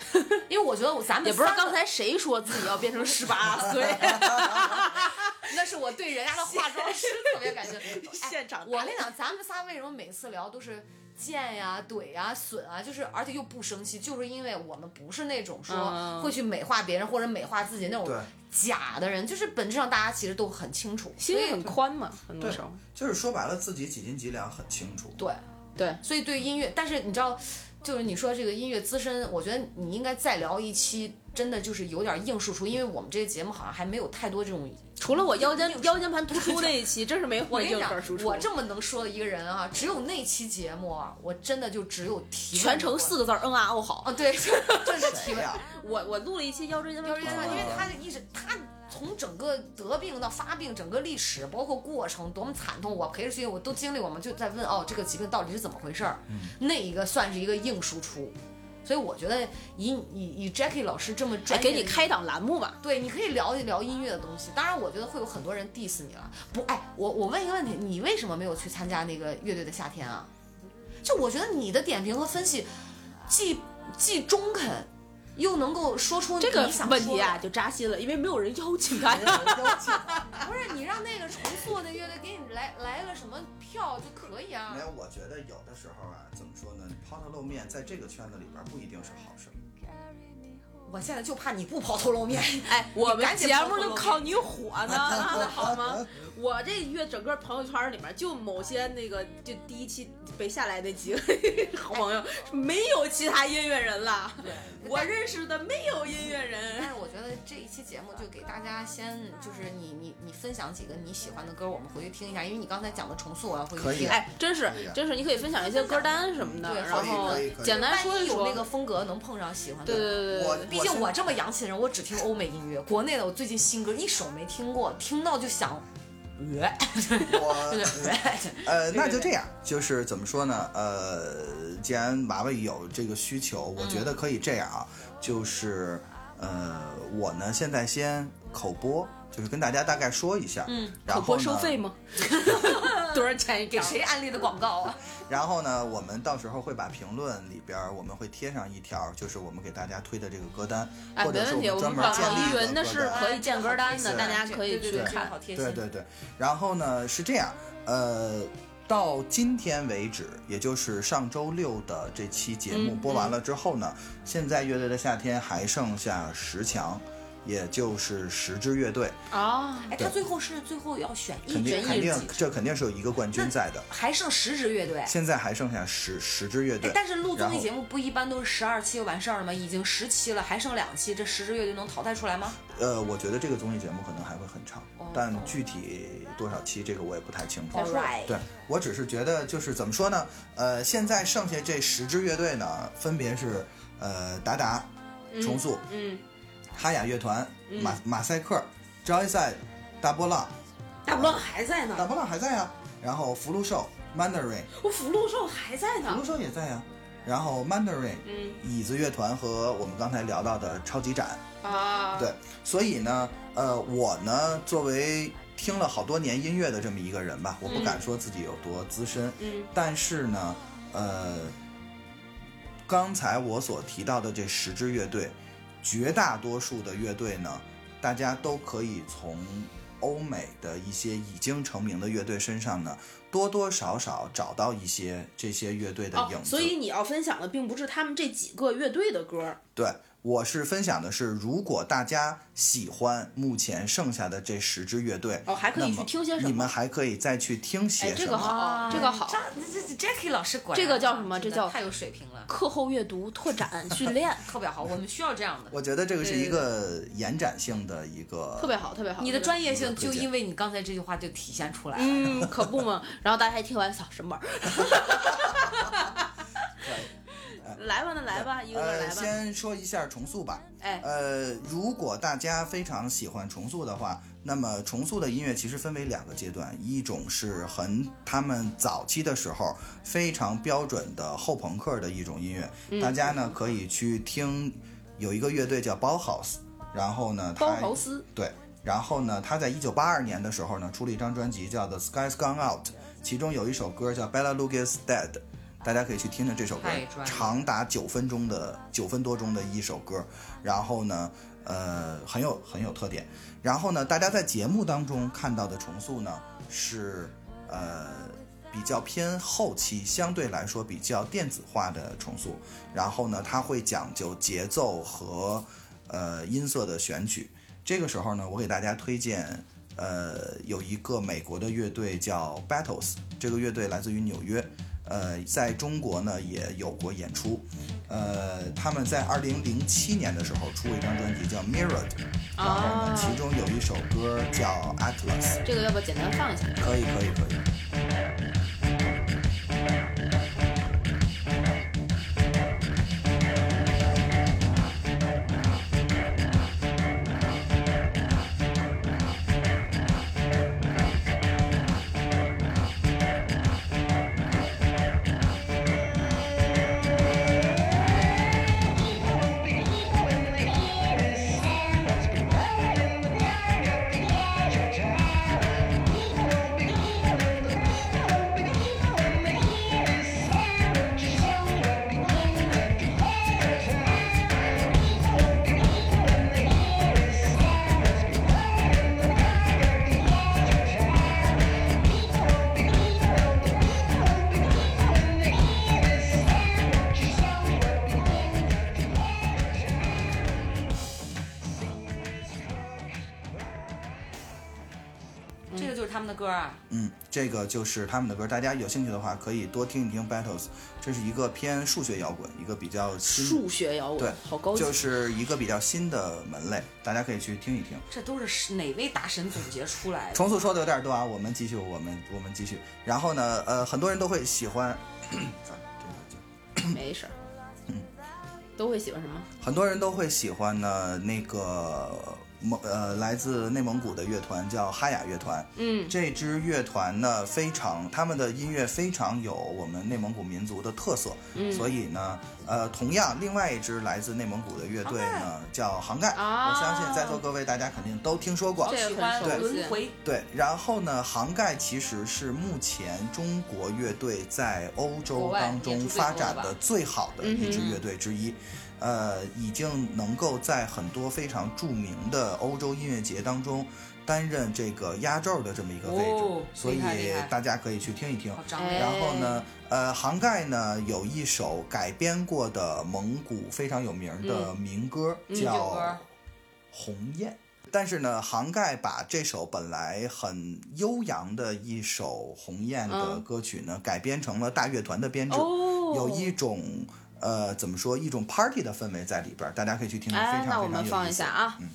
Speaker 1: 因为我觉得我咱们
Speaker 3: 也不知道
Speaker 1: 三个
Speaker 3: 刚才谁说自己要变成十八岁，啊 [laughs]
Speaker 1: 那是我对人家的化妆师特别感兴趣。哎
Speaker 3: 现场
Speaker 1: 我跟你讲，咱们仨为什么每次聊都是贱呀、怼呀、损啊，就是而且又不生气，就是因为我们不是那种说
Speaker 3: 嗯
Speaker 1: 会去美化别人或者美化自己那种
Speaker 4: 对
Speaker 1: 假的人，就是本质上大家其实都很清楚，
Speaker 3: 心
Speaker 1: 所以
Speaker 3: 里很宽嘛，很多
Speaker 4: 对
Speaker 3: 时候。
Speaker 4: 就是说白了自己几斤几两很清楚，
Speaker 1: 对，
Speaker 3: 对，
Speaker 1: 所以对音乐，但是你知道，就是你说这个音乐资深，我觉得你应该再聊一期，真的就是有点硬输出，因为我们这个节目好像还没有太多这种
Speaker 3: 除了我腰间腰间盘突出那一期，真是没有
Speaker 1: 我跟你
Speaker 3: 硬
Speaker 1: 讲
Speaker 3: 核输，出。
Speaker 1: 我这么能说的一个人啊，只有那期节目啊，我真的就只有提问
Speaker 3: 全程
Speaker 1: 过
Speaker 3: 四个字儿，嗯啊哦好。
Speaker 1: 啊，对， [laughs] 真的提
Speaker 4: 谁
Speaker 1: 问
Speaker 4: 呀。？
Speaker 3: 我我录了一期腰椎间盘
Speaker 1: 就
Speaker 3: 突
Speaker 1: 是
Speaker 3: 出
Speaker 1: 因为，因为他就一直他从整个得病到发病，整个历史包括过程多么惨痛，我陪着学我都经历，我们就在问哦，这个疾病到底是怎么回事儿？那一个算是一个硬输出，所以我觉得以以以 Jackie 老师这么
Speaker 3: 哎
Speaker 1: 专业
Speaker 3: 给
Speaker 1: 的
Speaker 3: 你开档栏目吧。
Speaker 1: 对，你可以聊一聊音乐的东西。当然，我觉得会有很多人 diss 你了。不，哎，我我问一个问题，你为什么没有去参加那个乐队的夏天啊？就我觉得你的点评和分析既既中肯，又能够说出
Speaker 3: 这个
Speaker 1: 你想
Speaker 3: 问
Speaker 1: 说
Speaker 3: 题
Speaker 1: 的
Speaker 3: 啊，就扎心了，因为没有人邀请他 [laughs]
Speaker 4: 没有。人邀请啊。
Speaker 1: 不是你让那个重塑那乐队给你来来个什么票就可以啊
Speaker 4: 没？有，我觉得有的时候啊，怎么说呢？你抛头露面，在这个圈子里边不一定是好事儿。
Speaker 1: 我现在就怕你不抛头露面，
Speaker 3: 哎，我
Speaker 1: 赶
Speaker 3: 们
Speaker 1: 紧
Speaker 3: 节
Speaker 1: 抛
Speaker 3: 目
Speaker 1: 头
Speaker 3: 就
Speaker 1: 露
Speaker 3: 靠你火 [laughs] 呢，拉的啊好吗？我这月整个朋友圈里面，就某些那个，就第一期被下来那几个 [laughs] 好朋友，没有其他音乐人 [laughs] 了。我认识的没有音乐
Speaker 1: [laughs]
Speaker 3: 人
Speaker 1: 但。是我觉得这一期节目就给大家先就是你你你分享几个你喜欢的歌，我们回去听一下，因为你刚才讲的重塑，我要回去
Speaker 4: 可以
Speaker 1: 听。
Speaker 3: 哎，真是
Speaker 4: 对呀
Speaker 3: 真是，你可以分享一些歌单什么的，
Speaker 1: 对
Speaker 3: 然
Speaker 1: 好
Speaker 3: 后
Speaker 4: 可以可以
Speaker 3: 简单
Speaker 1: 万
Speaker 3: 说一
Speaker 1: 一哎有
Speaker 3: 说。
Speaker 1: 那个风格能碰上喜欢的，
Speaker 3: 对对对对
Speaker 4: [laughs] 我
Speaker 3: 对，
Speaker 1: 毕竟
Speaker 4: 是
Speaker 1: 我这么洋气的人，我只听欧美音乐，国内的我最近新歌一首没听过，听到就想，呃， [laughs]
Speaker 4: 我呃，那就这样，就是怎么说呢？呃，既然娃娃有这个需求，我觉得可以这样啊，就是呃，我呢现在先口播，就是跟大家大概说一下，嗯，然
Speaker 3: 口
Speaker 4: 后
Speaker 3: 播
Speaker 4: 呢
Speaker 3: 收费吗？ [laughs] 多少钱一
Speaker 1: 给
Speaker 3: 条？
Speaker 1: 谁安利的广告 [laughs] 啊？
Speaker 4: 然后呢，我们到时候会把评论里边儿我们会贴上一条，就是我们给大家推的这个歌单，
Speaker 3: 哎，
Speaker 4: 或
Speaker 3: 没
Speaker 4: 者是
Speaker 3: 问题，
Speaker 4: 们
Speaker 3: 我
Speaker 4: 专
Speaker 3: 们
Speaker 4: 门
Speaker 3: 广
Speaker 4: 建
Speaker 3: 告
Speaker 4: 立
Speaker 3: 一
Speaker 4: 一
Speaker 3: 云
Speaker 4: 个
Speaker 3: 的
Speaker 4: 歌
Speaker 3: 是
Speaker 4: 单。
Speaker 1: 哎
Speaker 3: 可以建歌单的，
Speaker 4: 是
Speaker 3: 大家可以
Speaker 1: 对对
Speaker 3: 去
Speaker 1: 对这个
Speaker 3: 看。
Speaker 1: 好贴心，
Speaker 4: 对对对，然后呢是这样，呃，到今天为止，也就是上周六的这期节目
Speaker 3: 嗯
Speaker 4: 播完了之后呢，现在乐队的夏天还剩下十强，也就是十支乐队，
Speaker 3: 啊，
Speaker 1: 哎，他最后是最后要选一
Speaker 4: 肯定
Speaker 1: 人
Speaker 4: 肯
Speaker 1: 一
Speaker 4: 定
Speaker 1: 人几个，
Speaker 4: 这肯定是有一个冠军在的。
Speaker 1: 还剩十支乐队。
Speaker 4: 现在还剩下十十支乐队
Speaker 1: 哎，但是录综
Speaker 4: 然
Speaker 1: 艺
Speaker 4: 后
Speaker 1: 节目不一般都是十二期就完事儿了吗？已经十期了，还剩两期，这十支乐队能淘汰出来吗？
Speaker 4: 呃，我觉得这个综艺节目可能还会很长
Speaker 1: 哦，
Speaker 4: 但具体多少期这个我也不太清楚。
Speaker 1: right
Speaker 4: 对我只是觉得就是怎么说呢？呃，现在剩下这十支乐队呢，分别是呃达达、重塑、
Speaker 3: 嗯，
Speaker 4: 哈雅乐团、马马赛克、Joyside、大波浪、
Speaker 3: 大波浪还在
Speaker 4: 大
Speaker 3: 呢，
Speaker 4: 波浪还在呀，然后福禄寿、Mandarin、
Speaker 3: 我福禄寿还在
Speaker 4: 福禄
Speaker 3: 呢。
Speaker 4: 寿也在呀，然后 Mandarin、
Speaker 3: 嗯
Speaker 4: 椅子乐团和我们刚才聊到的超级展。
Speaker 3: 啊，
Speaker 4: 对，所以呢，呃，我呢，作为听了好多年音乐的这么一个人吧，我不敢说自己有多资深，
Speaker 3: 嗯
Speaker 4: 但是呢，呃，刚才我所提到的这十支乐队，绝大多数的乐队呢，大家都可以从欧美的一些已经成名的乐队身上呢，多多少少找到一些这些乐队的
Speaker 3: 哦
Speaker 4: 影子。，
Speaker 3: 所以你要分享的并不是他们这几个乐队的歌，
Speaker 4: 对，我是分享的是，如果大家喜欢目前剩下的这十支乐队，
Speaker 3: 哦还可以
Speaker 4: 那么
Speaker 3: 去听些什么
Speaker 4: 你们还可以再去听些什
Speaker 3: 哎
Speaker 4: 么。
Speaker 3: 这个好这个好
Speaker 1: 这哦这这 Jackie 老师果然
Speaker 3: 这个叫什么
Speaker 1: 真的
Speaker 3: 这叫
Speaker 1: 太有水平了，
Speaker 3: 课后阅读、拓
Speaker 4: [laughs]
Speaker 3: 展、训练，
Speaker 1: 特别好，我们需要这样的。
Speaker 4: 我觉得这个是一
Speaker 3: 对对
Speaker 4: 个延展性的一个，
Speaker 3: 特别好，特别好。
Speaker 1: 你的
Speaker 3: 特别好
Speaker 1: 专业性
Speaker 4: 推
Speaker 1: 就
Speaker 4: 荐
Speaker 1: 因为你刚才这句话就体现出来了。
Speaker 3: 嗯，可不嘛。然后大家还听完扫什么玩意儿？来吧，那来吧，一个个
Speaker 4: 呃，
Speaker 3: 来吧。
Speaker 4: 先说一下重塑吧。
Speaker 3: 哎，
Speaker 4: 呃，如果大家非常喜欢重塑的话，那么重塑的音乐其实分为两个阶段，一种是很他们早期的时候非常标准的后朋克的一种音乐，大家呢可以去听，有一个乐队叫 Bauhaus，然后呢，
Speaker 3: 包
Speaker 4: 它
Speaker 3: 豪斯，
Speaker 4: 对，然后呢，他在一九八二年的时候呢，出了一张专辑叫《The Sky's Gone Out》，其中有一首歌叫《Bella Lugosi's Dead》，大家可以去听听这首歌
Speaker 1: 太专，业
Speaker 4: 长达九分钟的九分多钟的一首歌。然后呢，呃，很有很有特点。然后呢，大家在节目当中看到的重塑呢，是呃比较偏后期，相对来说比较电子化的重塑。然后呢，它会讲究节奏和呃音色的选取。这个时候呢，我给大家推荐，呃，有一个美国的乐队叫 Battles，这个乐队来自于纽约，呃，在中国呢也有过演出，呃，他们在二零零七年的时候出过一张专辑叫 Mirrored，然后
Speaker 3: 哦
Speaker 4: 呢，其中有一首歌叫 Atlas，
Speaker 3: 啊这个要不要简单放一下？
Speaker 4: 可以，可以，可以。
Speaker 2: Thank you.
Speaker 3: 嗯
Speaker 1: 歌啊？
Speaker 4: 嗯，这个就是他们的歌，大家有兴趣的话可以多听一听 Battles，这是一个偏数学摇滚，一个比较新，
Speaker 3: 数学摇
Speaker 4: 对
Speaker 3: 滚，好高级
Speaker 4: 就。是一个比较新的门类，大家可以去听一听。
Speaker 1: 这都是哪位大神总结出来的？
Speaker 4: 重复说的有点多啊，我们继续，我们我们继续。然后呢，呃，很多人都会喜欢， [clears throat]
Speaker 3: 没事儿，
Speaker 4: 嗯
Speaker 3: 都会喜欢什么？
Speaker 4: 很多人都会喜欢呢那个蒙呃来自内蒙古的乐团叫哈雅乐团。
Speaker 3: 嗯，
Speaker 4: 这支乐团呢非常，他们的音乐非常有我们内蒙古民族的特色，
Speaker 3: 嗯
Speaker 4: 所以呢，呃，同样另外一支来自内蒙古的乐队呢叫杭盖，
Speaker 3: 啊
Speaker 4: 我相信在座各位大家肯定都听说过。
Speaker 1: 这
Speaker 3: 喜
Speaker 1: 喜
Speaker 3: 欢
Speaker 1: 欢
Speaker 3: 对
Speaker 1: 轮回，
Speaker 4: 对，然后呢，杭盖其实是目前中国乐队在欧
Speaker 1: 国
Speaker 4: 洲
Speaker 1: 外
Speaker 4: 当
Speaker 1: 演
Speaker 4: 中
Speaker 1: 出最
Speaker 4: 发
Speaker 1: 多
Speaker 4: 展
Speaker 1: 的吧嗯
Speaker 4: 的最好的一支乐队之一，呃，已经能够在很多非常著名的欧洲音乐节当中担任这个压轴的这么一个位置，
Speaker 1: 哦
Speaker 4: 所以
Speaker 1: 厉害厉害
Speaker 4: 大家可以去听一听
Speaker 1: 好。张
Speaker 3: 哎
Speaker 1: 力
Speaker 4: 然后呢，呃，杭盖呢有一首改编过的蒙古非常有名
Speaker 1: 嗯
Speaker 4: 的民歌，
Speaker 1: 这
Speaker 4: 叫
Speaker 1: 首
Speaker 4: 《
Speaker 1: 歌
Speaker 4: 鸿雁》。但是呢，杭盖把这首本来很悠扬的一首《鸿雁》的
Speaker 3: 嗯
Speaker 4: 歌曲呢，改编成了大乐团的编制，
Speaker 3: 哦，
Speaker 4: 有一种呃怎么说一种 party 的氛围在里边儿，大家可以去听，非常
Speaker 3: 哎
Speaker 4: 非，
Speaker 3: 那
Speaker 4: 常
Speaker 3: 我
Speaker 4: 有
Speaker 3: 们
Speaker 4: 意
Speaker 3: 放一
Speaker 4: 思
Speaker 3: 下啊。
Speaker 4: 嗯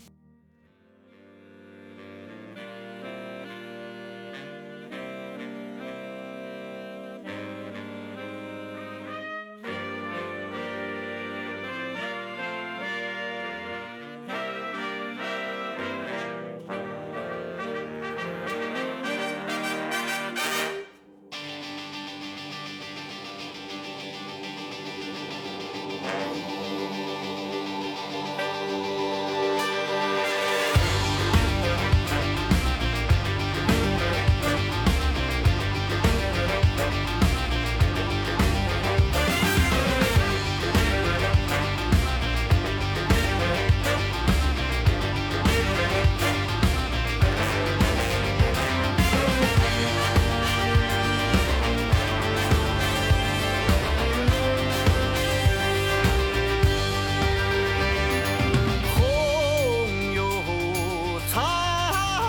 Speaker 5: 朋友长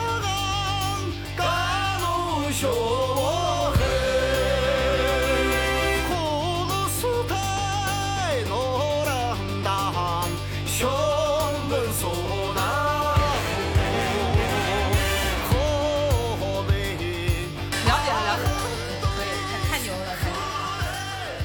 Speaker 5: 干路学恨，苦是太罗浪荡，雄门所难河北。
Speaker 1: 了解了了解，可以，太太牛了，太牛了！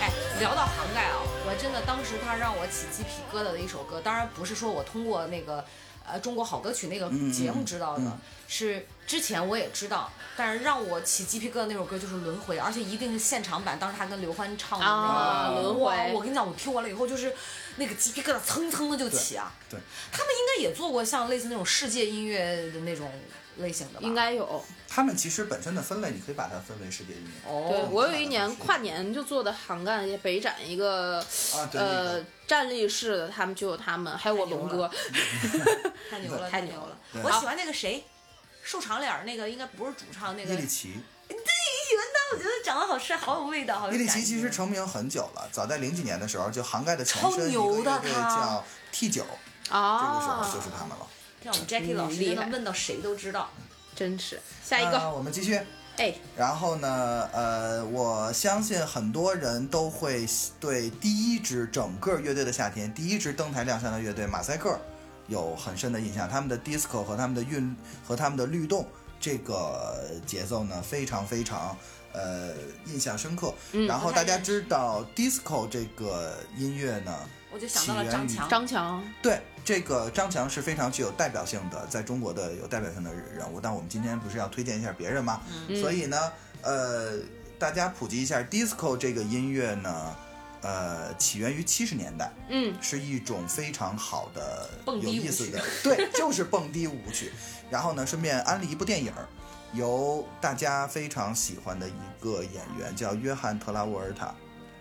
Speaker 1: 哎，聊到杭盖啊，我真的当时他让我起鸡皮疙瘩的一首歌，当然不是说我通过那个呃《中国好歌曲》那
Speaker 3: 嗯
Speaker 1: 个节目知道的，是之前我也知道，但是让我起鸡皮疙瘩那首歌就是《轮回》，而且一定是现场版，当时他跟刘欢唱的
Speaker 3: 啊
Speaker 1: 那个《
Speaker 3: 轮回
Speaker 1: 哇我跟你讲，我听完了以后就是那个鸡皮疙瘩蹭蹭的就起啊。
Speaker 4: 对，
Speaker 1: 他们应该也做过像类似那种世界音乐的那种类型的吧？
Speaker 3: 应该有，
Speaker 4: 他们其实本身的分类，你可以把它分为世界音乐。
Speaker 1: 哦，
Speaker 3: 对我有一年
Speaker 4: 是
Speaker 3: 跨年就做的杭干北展一个
Speaker 4: 啊，对，那
Speaker 3: 呃
Speaker 4: 个
Speaker 3: 站立式的，他们就有他们，还有我龙哥，
Speaker 1: 太牛了，太
Speaker 3: 太牛
Speaker 1: 牛
Speaker 3: 了
Speaker 1: 了！
Speaker 4: 对
Speaker 1: 我喜欢那个谁，瘦长脸儿那个，应该不是主唱那个。
Speaker 4: 伊里
Speaker 1: 对，
Speaker 4: 奇，
Speaker 1: 我觉得长得好帅，好有味道，好有
Speaker 4: 伊
Speaker 1: 感觉。
Speaker 4: 里奇其实成名很久了，早在零几年的时候就涵盖的前
Speaker 1: 超
Speaker 4: 身一个
Speaker 1: 牛的
Speaker 4: 乐队
Speaker 1: 他
Speaker 4: 叫 T 九，这个时候
Speaker 3: 啊，
Speaker 4: 就是他们了。
Speaker 1: 让我们 Jackie 老师
Speaker 3: 嗯厉
Speaker 1: 真
Speaker 3: 害
Speaker 1: 的问到谁都知道。
Speaker 3: 真是下一个，
Speaker 4: 呃我们继续。
Speaker 3: 哎，
Speaker 4: 然后呢，呃，我相信很多人都会对第一支整个乐队的夏天，第一支登台亮相的乐队马赛克有很深的印象。他们的 disco 和他们的韵和他们的律动这个节奏呢，非常非常呃印象深刻。然后大家知道 disco 这个音乐呢，
Speaker 1: 我就想到了张强，
Speaker 3: 张强，
Speaker 4: 对，这个张强是非常具有代表性的，在中国的有代表性的人物。但我们今天不是要推荐一下别人吗？
Speaker 1: 嗯
Speaker 4: 所以呢，呃，大家普及一下 disco 这个音乐呢，呃，起源于七十年代，
Speaker 3: 嗯，
Speaker 4: 是一种非常好的、
Speaker 1: 蹦迪
Speaker 4: 有意思的，对， [laughs] 就是蹦迪舞曲。然后呢，顺便安利一部电影儿，由大家非常喜欢的一个演员叫约翰·特拉沃尔塔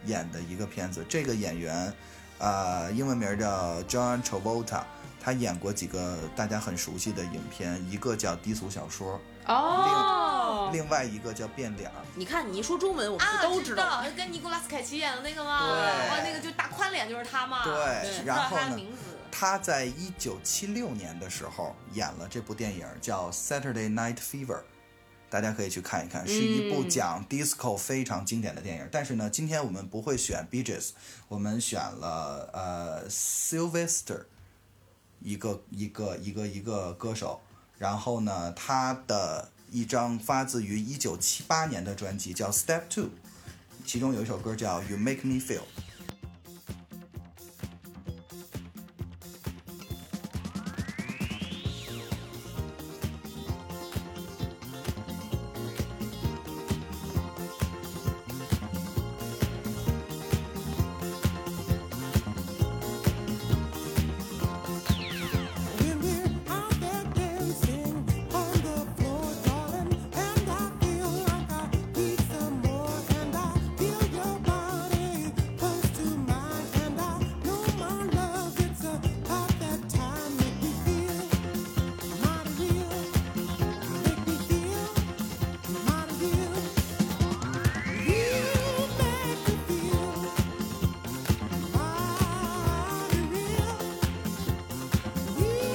Speaker 4: 演的一个片子。这个演员，呃，英文名叫 John Travolta，他演过几个大家很熟悉的影片，一个叫《低俗小说
Speaker 3: 哦》，，
Speaker 4: 另外一个叫《变脸儿》。
Speaker 3: 你看你一说中文，我们
Speaker 1: 啊，
Speaker 3: 就都知道，
Speaker 1: 道，跟尼古拉斯凯奇演的那个吗？
Speaker 4: 对
Speaker 1: 哇，那个就大宽脸就是他嘛。
Speaker 4: 对
Speaker 1: 知道
Speaker 4: 然后
Speaker 1: 他
Speaker 4: 呢
Speaker 1: 的名字。
Speaker 4: 他在一九七六年的时候演了这部电影叫《Saturday Night Fever》，大家可以去看一看，是一部讲 disco 非常经典的电影。但是呢，今天我们不会选 b e a g e s 我们选了呃 Sylvester，一个一个一个一个歌手。然后呢，他的一张发自于1978年的专辑叫《Step Two》，其中有一首歌叫《You Make Me Feel》。
Speaker 6: Women out there dancing on the floor, darling, and I feel like I need some more. And I feel your body close to mine, and I know my love. It's about that time. Make me feel mighty real. Make me feel mighty real. You make me feel mighty real. You make me feel mighty real. When we get home,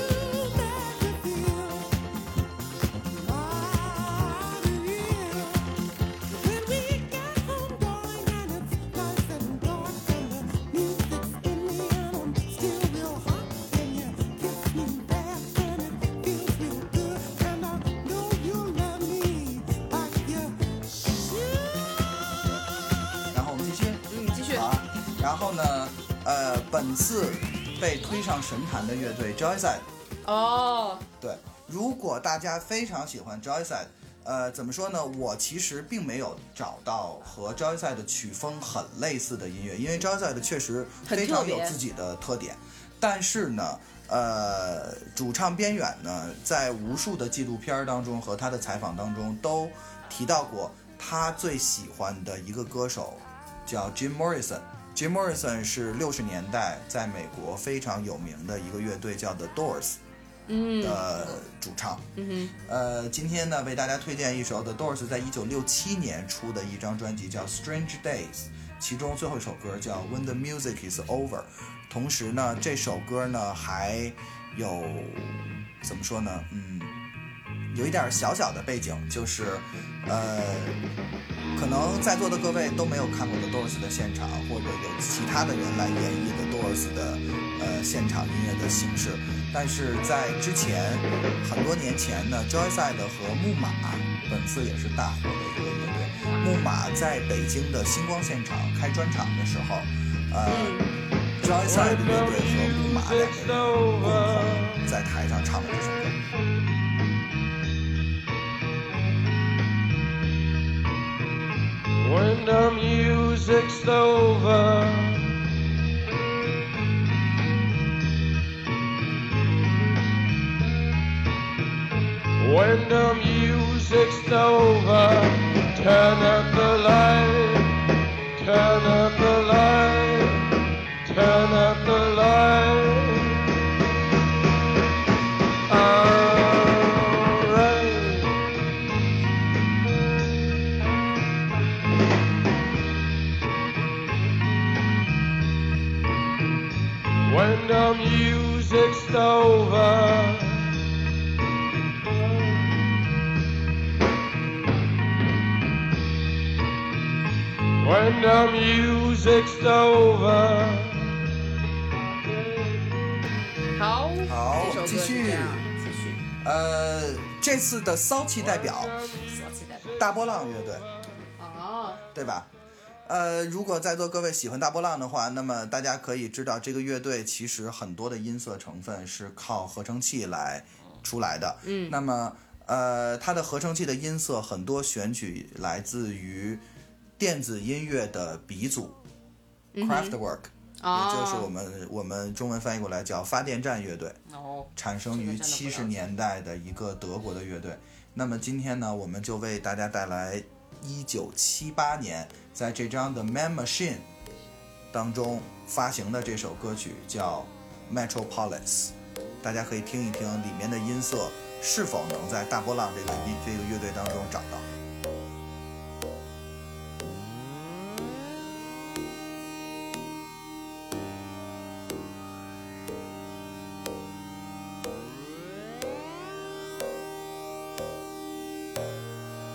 Speaker 6: darling, and it's nice and dark, and the music's in the end, I'm still real hot, and you kiss me back, and it feels real good, and I know you love me like you should.
Speaker 4: 然后我们继续。
Speaker 3: 嗯，继续。
Speaker 4: 啊，然后呢，呃，本次被推上神坛的乐队 Joyside，
Speaker 3: 哦，
Speaker 4: 对，如果大家非常喜欢 Joyside，呃，怎么说呢？我其实并没有找到和 Joyside 的曲风很类似的音乐，因为 Joyside 确实
Speaker 3: 很
Speaker 4: 非
Speaker 3: 特
Speaker 4: 常
Speaker 3: 别
Speaker 4: 有自己的特点，但是呢。呃，主唱边远呢，在无数的纪录片儿当中和他的采访当中都提到过，他最喜欢的一个歌手叫 Jim Morrison。Jim Morrison 是六十年代在美国非常有名的一个乐队，叫 The Doors。的主唱。嗯哼，呃，今天呢，为大家推荐一首 The Doors 在一九六七年出的一张专辑，叫《Strange Days》，其中最后一首歌叫《When the Music Is Over》。同时呢，这首歌呢还有怎么说呢？嗯，有一点小小的背景，就是呃，可能在座的各位都没有看过 The Doors 的现场，或者有其他的人来演绎 The Doors 的呃现场音乐的形式。但是在之前很多年前呢，Joyside 和木马本次也是大火的一个乐队。木马在北京的星光现场开专场的时候，呃，Joyside 乐队和木马两个人共同在台上唱了这首歌。
Speaker 7: when the music's over. When the music's over, turn up the light, turn up the light, turn up the light. Alright. when the music's over. When the music's over.
Speaker 3: 好，
Speaker 4: 好
Speaker 3: 这首歌
Speaker 4: 继续
Speaker 3: 是这样，继续。
Speaker 4: 呃，这次的骚气代表
Speaker 1: 所期待的。
Speaker 4: 大波浪乐队，
Speaker 3: 哦，
Speaker 4: 对吧？呃，如果在座各位喜欢大波浪的话，那么大家可以知道，这个乐队其实很多的音色成分是靠合成器来出来的。嗯，那么呃，它的合成器的音色很多选取来自于电子音乐的鼻祖、Craftwork，也
Speaker 3: 哦
Speaker 4: 就是我们我们中文翻译过来叫发电站乐队。
Speaker 1: 哦，
Speaker 4: 产生
Speaker 1: 这个
Speaker 4: 于
Speaker 1: 真的不
Speaker 4: 七
Speaker 1: 了解
Speaker 4: 十年代的一个德国的乐队。那么今天呢，我们就为大家带来一九七八年在这张的《Man Machine》当中发行的这首歌曲，叫《Metropolis》，大家可以听一听里面的音色是否能在大波浪这个音这个乐队当中找到。
Speaker 6: Metropolis,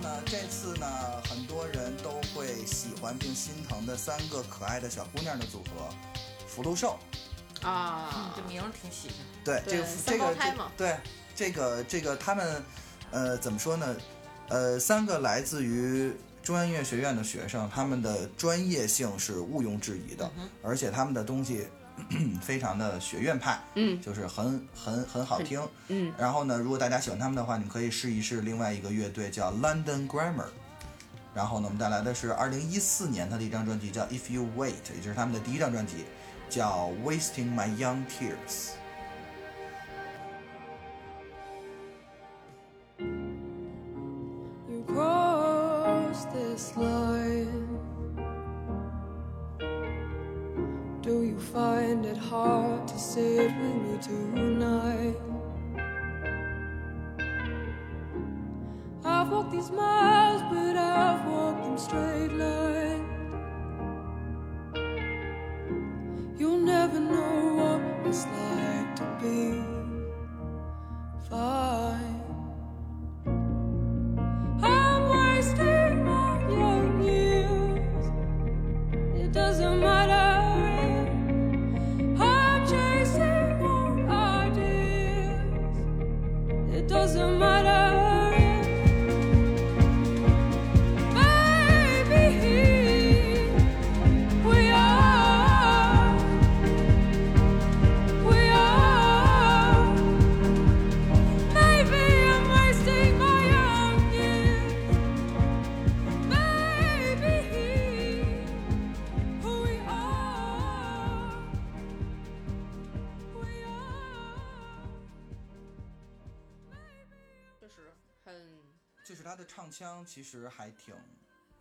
Speaker 4: 呢，这次呢，很多人都会喜欢并心疼的三个可爱的小姑娘的组合，福禄寿。
Speaker 3: 啊
Speaker 1: 嗯
Speaker 8: 这，
Speaker 4: 嗯
Speaker 8: 名儿挺喜庆。
Speaker 4: 对，
Speaker 3: 对
Speaker 4: 这个
Speaker 3: 三
Speaker 4: 这
Speaker 3: 胞
Speaker 4: 个
Speaker 3: 胎
Speaker 4: 这
Speaker 3: 嘛
Speaker 4: 对这个这个他们，呃，怎么说呢？呃，三个来自于中央音乐学院的学生，他们的专业性是毋庸置疑
Speaker 3: 嗯
Speaker 4: 的，而且他们的东西 [clears throat] 咳咳非常的学院派，
Speaker 3: 嗯
Speaker 4: 就是很很很好听。
Speaker 3: 嗯，
Speaker 4: 然后呢，如果大家喜欢他们的话，你可以试一试另外一个乐队叫 London Grammar。然后呢，我们带来的是2014年他的一张专辑叫《If You Wait》，也就是他们的第一张专辑，叫《Wasting My Young Tears》。
Speaker 9: You cross this line. Do you find it hard to sit with me tonight? I've walked these miles, but I've walked them straight line. You'll never know what it's like to be fine. I'm wasting my young years. It doesn't matter. I'm chasing more ideas. It doesn't matter. Baby, we are. We are. Maybe I'm wasting my young years. Maybe who we are, we are.
Speaker 3: 确实很
Speaker 4: 就是他的唱腔其实还挺，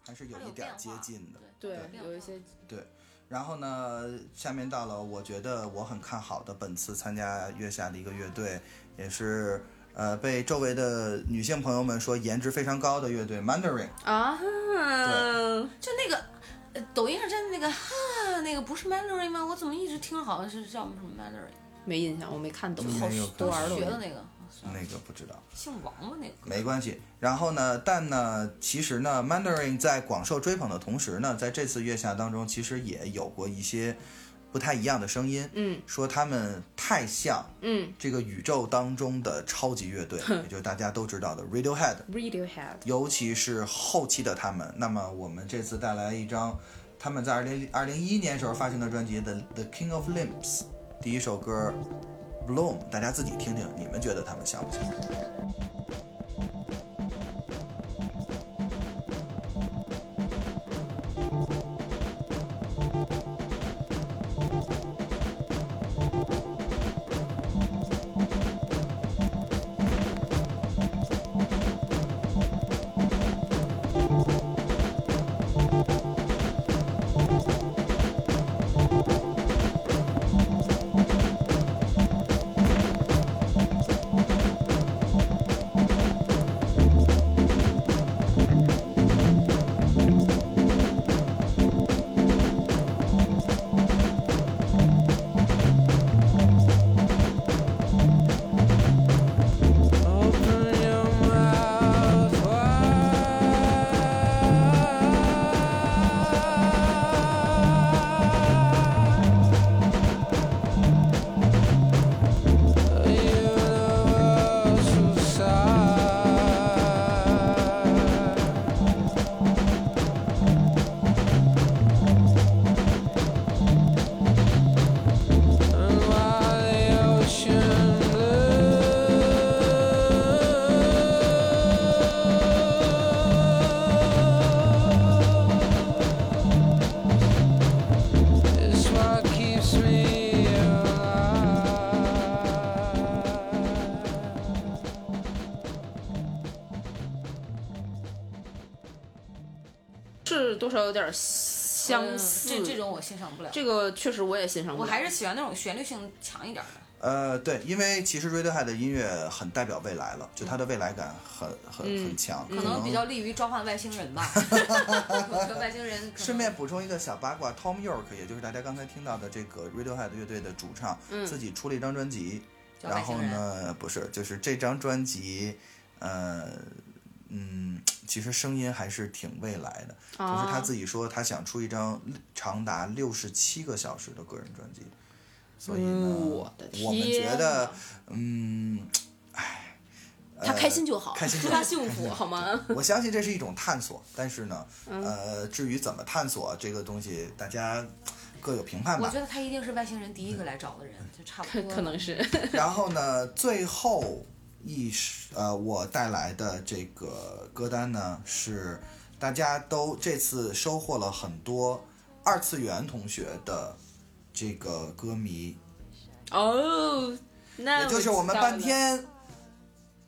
Speaker 4: 还是有
Speaker 1: 它有
Speaker 4: 一点
Speaker 1: 变
Speaker 4: 接
Speaker 1: 化
Speaker 4: 近的。
Speaker 3: 对
Speaker 1: 对，
Speaker 3: 有一些
Speaker 4: 对，然后呢，下面到了我觉得我很看好的本次参加月下的一个乐队，也是呃被周围的女性朋友们说颜值非常高的乐队 Mandarin。
Speaker 3: 啊，
Speaker 1: 就那个呃抖音上真的那个哈，那个不是 Mallory 吗？我怎么一直听好像是叫什么 Mallory？
Speaker 3: 没印象，我没看抖音，
Speaker 4: 没有
Speaker 3: 多玩
Speaker 4: 看嗯
Speaker 3: 抖
Speaker 1: 学
Speaker 3: 音
Speaker 1: 的那个
Speaker 4: 那个不知道，
Speaker 1: 姓王吧那个。
Speaker 4: 没关系。然后呢，但呢，其实呢，Mandarin 在广受追捧的同时呢，在这次月下当中，其实也有过一些不太一样的声音，
Speaker 3: 嗯
Speaker 4: 说他们太像
Speaker 3: 嗯
Speaker 4: 这个宇宙当中的超级乐队，也就是大家都知道的 Radiohead，
Speaker 3: ，Radiohead，
Speaker 4: 尤其是后期的他们。那么我们这次带来一张他们在二零二零一年时候发行的专辑《The The King of Limbs》，第一首歌《Bloom》，大家自己听听，你们觉得他们像不像？
Speaker 9: Open your mouth wide. Universal sigh. And while the ocean blue is what keeps me alive.
Speaker 3: 是多少有点
Speaker 4: 嗯
Speaker 3: 相似，
Speaker 1: 嗯这这种我欣赏不了。
Speaker 3: 这个确实我也欣赏不
Speaker 1: 我
Speaker 3: 了，
Speaker 1: 还是喜欢那种旋律性强一点的，
Speaker 4: 呃，对，因为其实 Radiohead 的音乐很代表未来了，就它的未来感很很很强，
Speaker 1: 嗯可能比较利于召唤外星人
Speaker 4: [laughs]
Speaker 1: 吧。我觉得外星人可能
Speaker 4: 顺便补充一个小八卦，Tom York，也就是大家刚才听到的这个 Radiohead 乐队的主唱，
Speaker 1: 嗯
Speaker 4: 自己出了一张专辑，
Speaker 1: 叫
Speaker 4: 然
Speaker 1: 外
Speaker 4: 后
Speaker 1: 星人
Speaker 4: 呢，不是，就是这张专辑，呃，嗯，其实声音还是挺未来的。
Speaker 1: 哦
Speaker 4: 同时
Speaker 3: 啊
Speaker 4: 他自己说，他想出一张长达六十七个小时的个人专辑，所以呢，
Speaker 3: 嗯
Speaker 1: 哦
Speaker 3: 我的
Speaker 4: 嗯我们觉
Speaker 3: 天
Speaker 4: 得
Speaker 3: 呐，
Speaker 4: 嗯，唉，
Speaker 3: 他
Speaker 4: 呃
Speaker 3: 开心就好，[laughs]
Speaker 4: 开心就
Speaker 3: 祝
Speaker 4: 好
Speaker 3: 他幸福好 [laughs] 吗？
Speaker 4: 我相信这是一种探索，但是呢，呃，至于怎么探索这个东西，大家各有评判
Speaker 1: 我
Speaker 4: 吧
Speaker 1: 觉。得他一定是外星人第一个来找的人，就差不
Speaker 3: 可
Speaker 1: 多了。
Speaker 3: 可能是
Speaker 4: 然后呢，最后一首呃，我带来的这个歌单呢，是大家都这次收获了很多二次元同学的这个歌迷，
Speaker 3: 哦，那
Speaker 4: 也就是我们
Speaker 3: 知道了
Speaker 4: 半天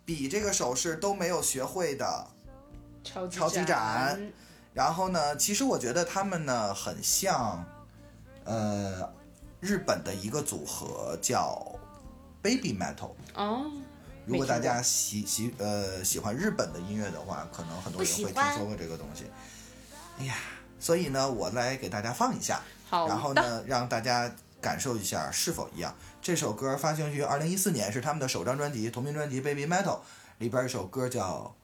Speaker 4: 比这个手势都没有学会的。
Speaker 3: 超
Speaker 4: 超级展
Speaker 3: 展，
Speaker 4: 然后呢，其实我觉得他们呢很像，呃，日本的一个组合叫 Baby Metal。
Speaker 3: 哦，
Speaker 4: 如果大家喜喜呃喜欢日本的音乐的话，可能很多人
Speaker 2: 不喜
Speaker 4: 会听
Speaker 2: 欢
Speaker 4: 说过这个东西。哎呀，所以呢，我来给大家放一下，
Speaker 3: 好的，
Speaker 4: 然后呢，让大家感受一下是否一样。这首歌发行于二零一四年，是他们的首张专辑同名专辑《Baby Metal》里边有一首歌叫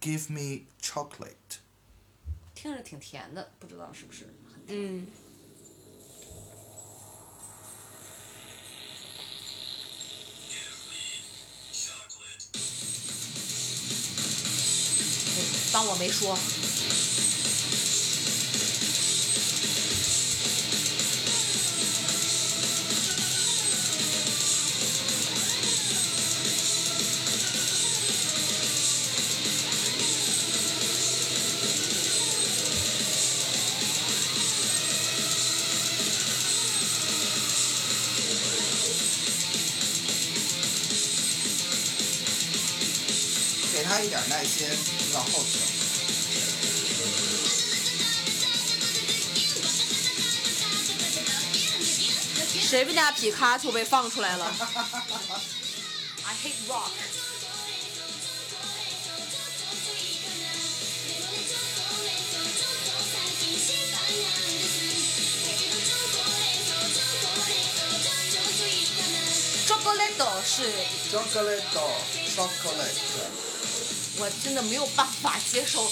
Speaker 4: 《Give Me Chocolate》。
Speaker 1: 听着挺甜的，不知道是不是很甜。
Speaker 3: 嗯，
Speaker 1: 当我没说。
Speaker 4: 给他一点耐心，往后听。
Speaker 3: 谁们家皮卡丘被放出来了？
Speaker 1: I hate rock。Chocolate 是
Speaker 4: Chocolate, chocolate。
Speaker 1: 我真的没有办法接受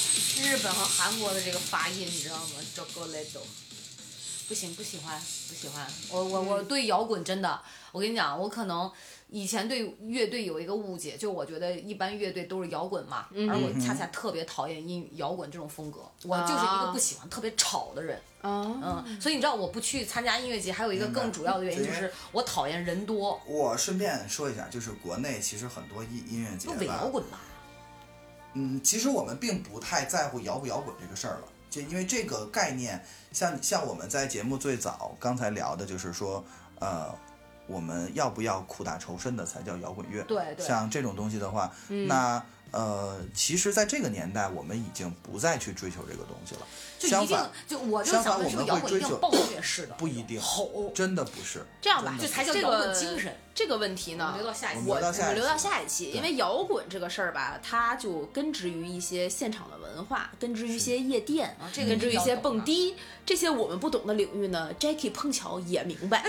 Speaker 1: 日本和韩国的这个发音，你知道吗？Chocolate，不行，不喜欢，不喜欢。我我我对摇滚真的，我跟你讲，我可能以前对乐队有一个误解，就我觉得一般乐队都是摇滚嘛，而我恰恰特别讨厌音摇滚这种风格，我就是一个不喜欢特别吵的人。
Speaker 3: 啊，
Speaker 1: 嗯，所以你知道我不去参加音乐节，还有一个
Speaker 4: 明白
Speaker 1: 更主要的原因
Speaker 4: 直
Speaker 1: 就
Speaker 4: 接
Speaker 1: 是我讨厌人多，
Speaker 4: 我顺便说一下，就是国内其实很多音音乐节
Speaker 1: 就伪摇
Speaker 4: 吧，
Speaker 1: 滚吧。
Speaker 4: 嗯，其实我们并不太在乎摇不摇滚这个事儿了，就因为这个概念，像像我们在节目最早刚才聊的，就是说，呃，我们要不要苦大仇深的才叫摇滚乐？
Speaker 1: 对嗯对
Speaker 4: 像这种东西的话，那呃，其实在这个年代，我们已经不再去追求这个东西了。
Speaker 1: 就
Speaker 4: 相
Speaker 1: 一定
Speaker 4: 反，
Speaker 1: 就我就
Speaker 4: 相
Speaker 1: 想问，
Speaker 4: 反我
Speaker 1: 是不
Speaker 4: 们
Speaker 1: 是摇
Speaker 4: 会
Speaker 1: 滚一
Speaker 4: 追
Speaker 1: 定
Speaker 4: 求
Speaker 1: 暴虐式的？
Speaker 4: 不一定
Speaker 1: 吼，
Speaker 4: 真的不是。
Speaker 3: 这样吧，
Speaker 1: 这才叫
Speaker 3: 这
Speaker 1: 摇滚
Speaker 3: 个啊
Speaker 1: 精神。
Speaker 3: 这个问题
Speaker 1: 我
Speaker 3: 呢
Speaker 1: 们，留到下一
Speaker 4: 我
Speaker 1: 期
Speaker 4: 们。
Speaker 3: 我
Speaker 4: 留到下一期
Speaker 3: 留到下一期，
Speaker 4: 对
Speaker 3: 因为摇滚这个事儿吧，它就根植于一些现场的文化，根植于一些夜店
Speaker 1: 啊，这个
Speaker 3: 根植于一些
Speaker 1: 你比较懂啊
Speaker 3: 蹦迪，这些我们不懂的领域呢，Jackie 碰巧也明
Speaker 1: [laughs]
Speaker 3: 白。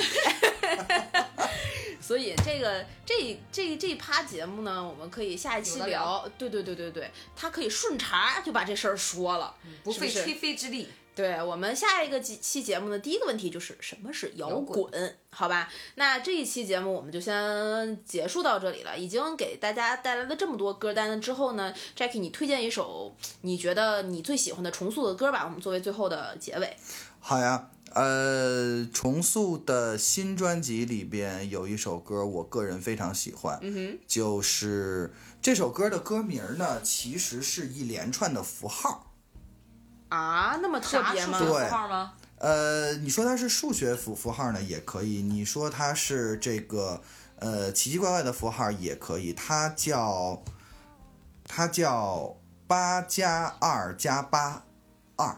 Speaker 3: 所以这个这这这一趴节目呢，我们可以下一期
Speaker 1: 有的聊
Speaker 3: 聊。对对对对对，他可以顺茬就把这事儿说了，
Speaker 1: 不
Speaker 3: 是不
Speaker 1: 费
Speaker 3: 是
Speaker 1: 吹灰之力。
Speaker 3: 对我们下一个几期节目的第一个问题就是什么是摇滚？
Speaker 1: 摇
Speaker 3: 好吧，那这一期节目我们就先结束到这里了。已经给大家带来了这么多歌单之后呢，Jackie，你推荐一首你觉得你最喜欢的重塑的歌吧，我们作为最后的结尾。
Speaker 4: 好呀，呃，重塑的新专辑里边有一首歌，我个人非常喜欢，嗯、就是这首歌的歌名呢，其实是一连串的符号。
Speaker 3: 啊，那么特别
Speaker 1: 啥数
Speaker 3: 吗？
Speaker 1: 学符号吗？
Speaker 4: 呃，你说它是数学符符号呢，也可以；你说它是这个呃奇奇怪怪的符号也可以。它叫它叫八加二加八二。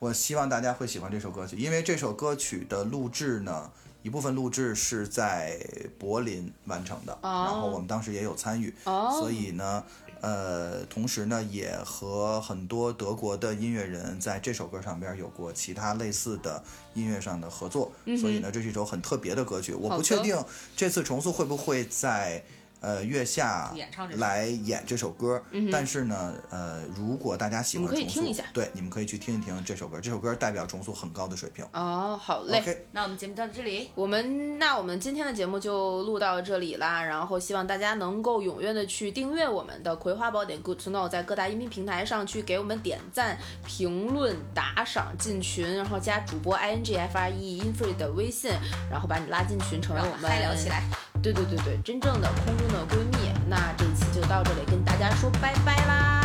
Speaker 4: 我希望大家会喜欢这首歌曲，因为这首歌曲的录制呢，一部分录制是在柏林完成的，然后我们当时也有参与，
Speaker 3: 哦
Speaker 4: 所以呢，呃，同时呢，也和很多德国的音乐人在这首歌上边有过其他类似的音乐上的合作，所以呢，这是一首很特别的歌曲。
Speaker 3: 嗯
Speaker 4: 我
Speaker 3: 好
Speaker 4: 不
Speaker 3: 的
Speaker 4: 确定这次重塑会不会在呃月下
Speaker 8: 演唱这首
Speaker 4: 来演这首歌。但是呢，呃，如果大家喜欢
Speaker 3: 嗯你们可以
Speaker 4: 重塑，
Speaker 3: 听一下
Speaker 4: 对，你们可以去听一听这首歌，这首歌代表重塑很高的水平。
Speaker 3: 哦，好嘞。
Speaker 4: OK，
Speaker 8: 那我们节目到这里，
Speaker 3: 我们那我们今天的节目就录到这里啦，然后希望大家能够踊跃的去订阅我们的《葵花宝典 Good to Know》，在各大音频平台上去给我们点赞、评论、打赏、进群，然后加主播 i n g f r e infree 的微信，然后把你拉进群，成为
Speaker 8: 让我
Speaker 3: 我
Speaker 8: 们
Speaker 3: 们
Speaker 8: 嗨聊起来。
Speaker 3: 对对对对，真正的空中的闺蜜。那这一期就到这里，跟大家说拜拜啦。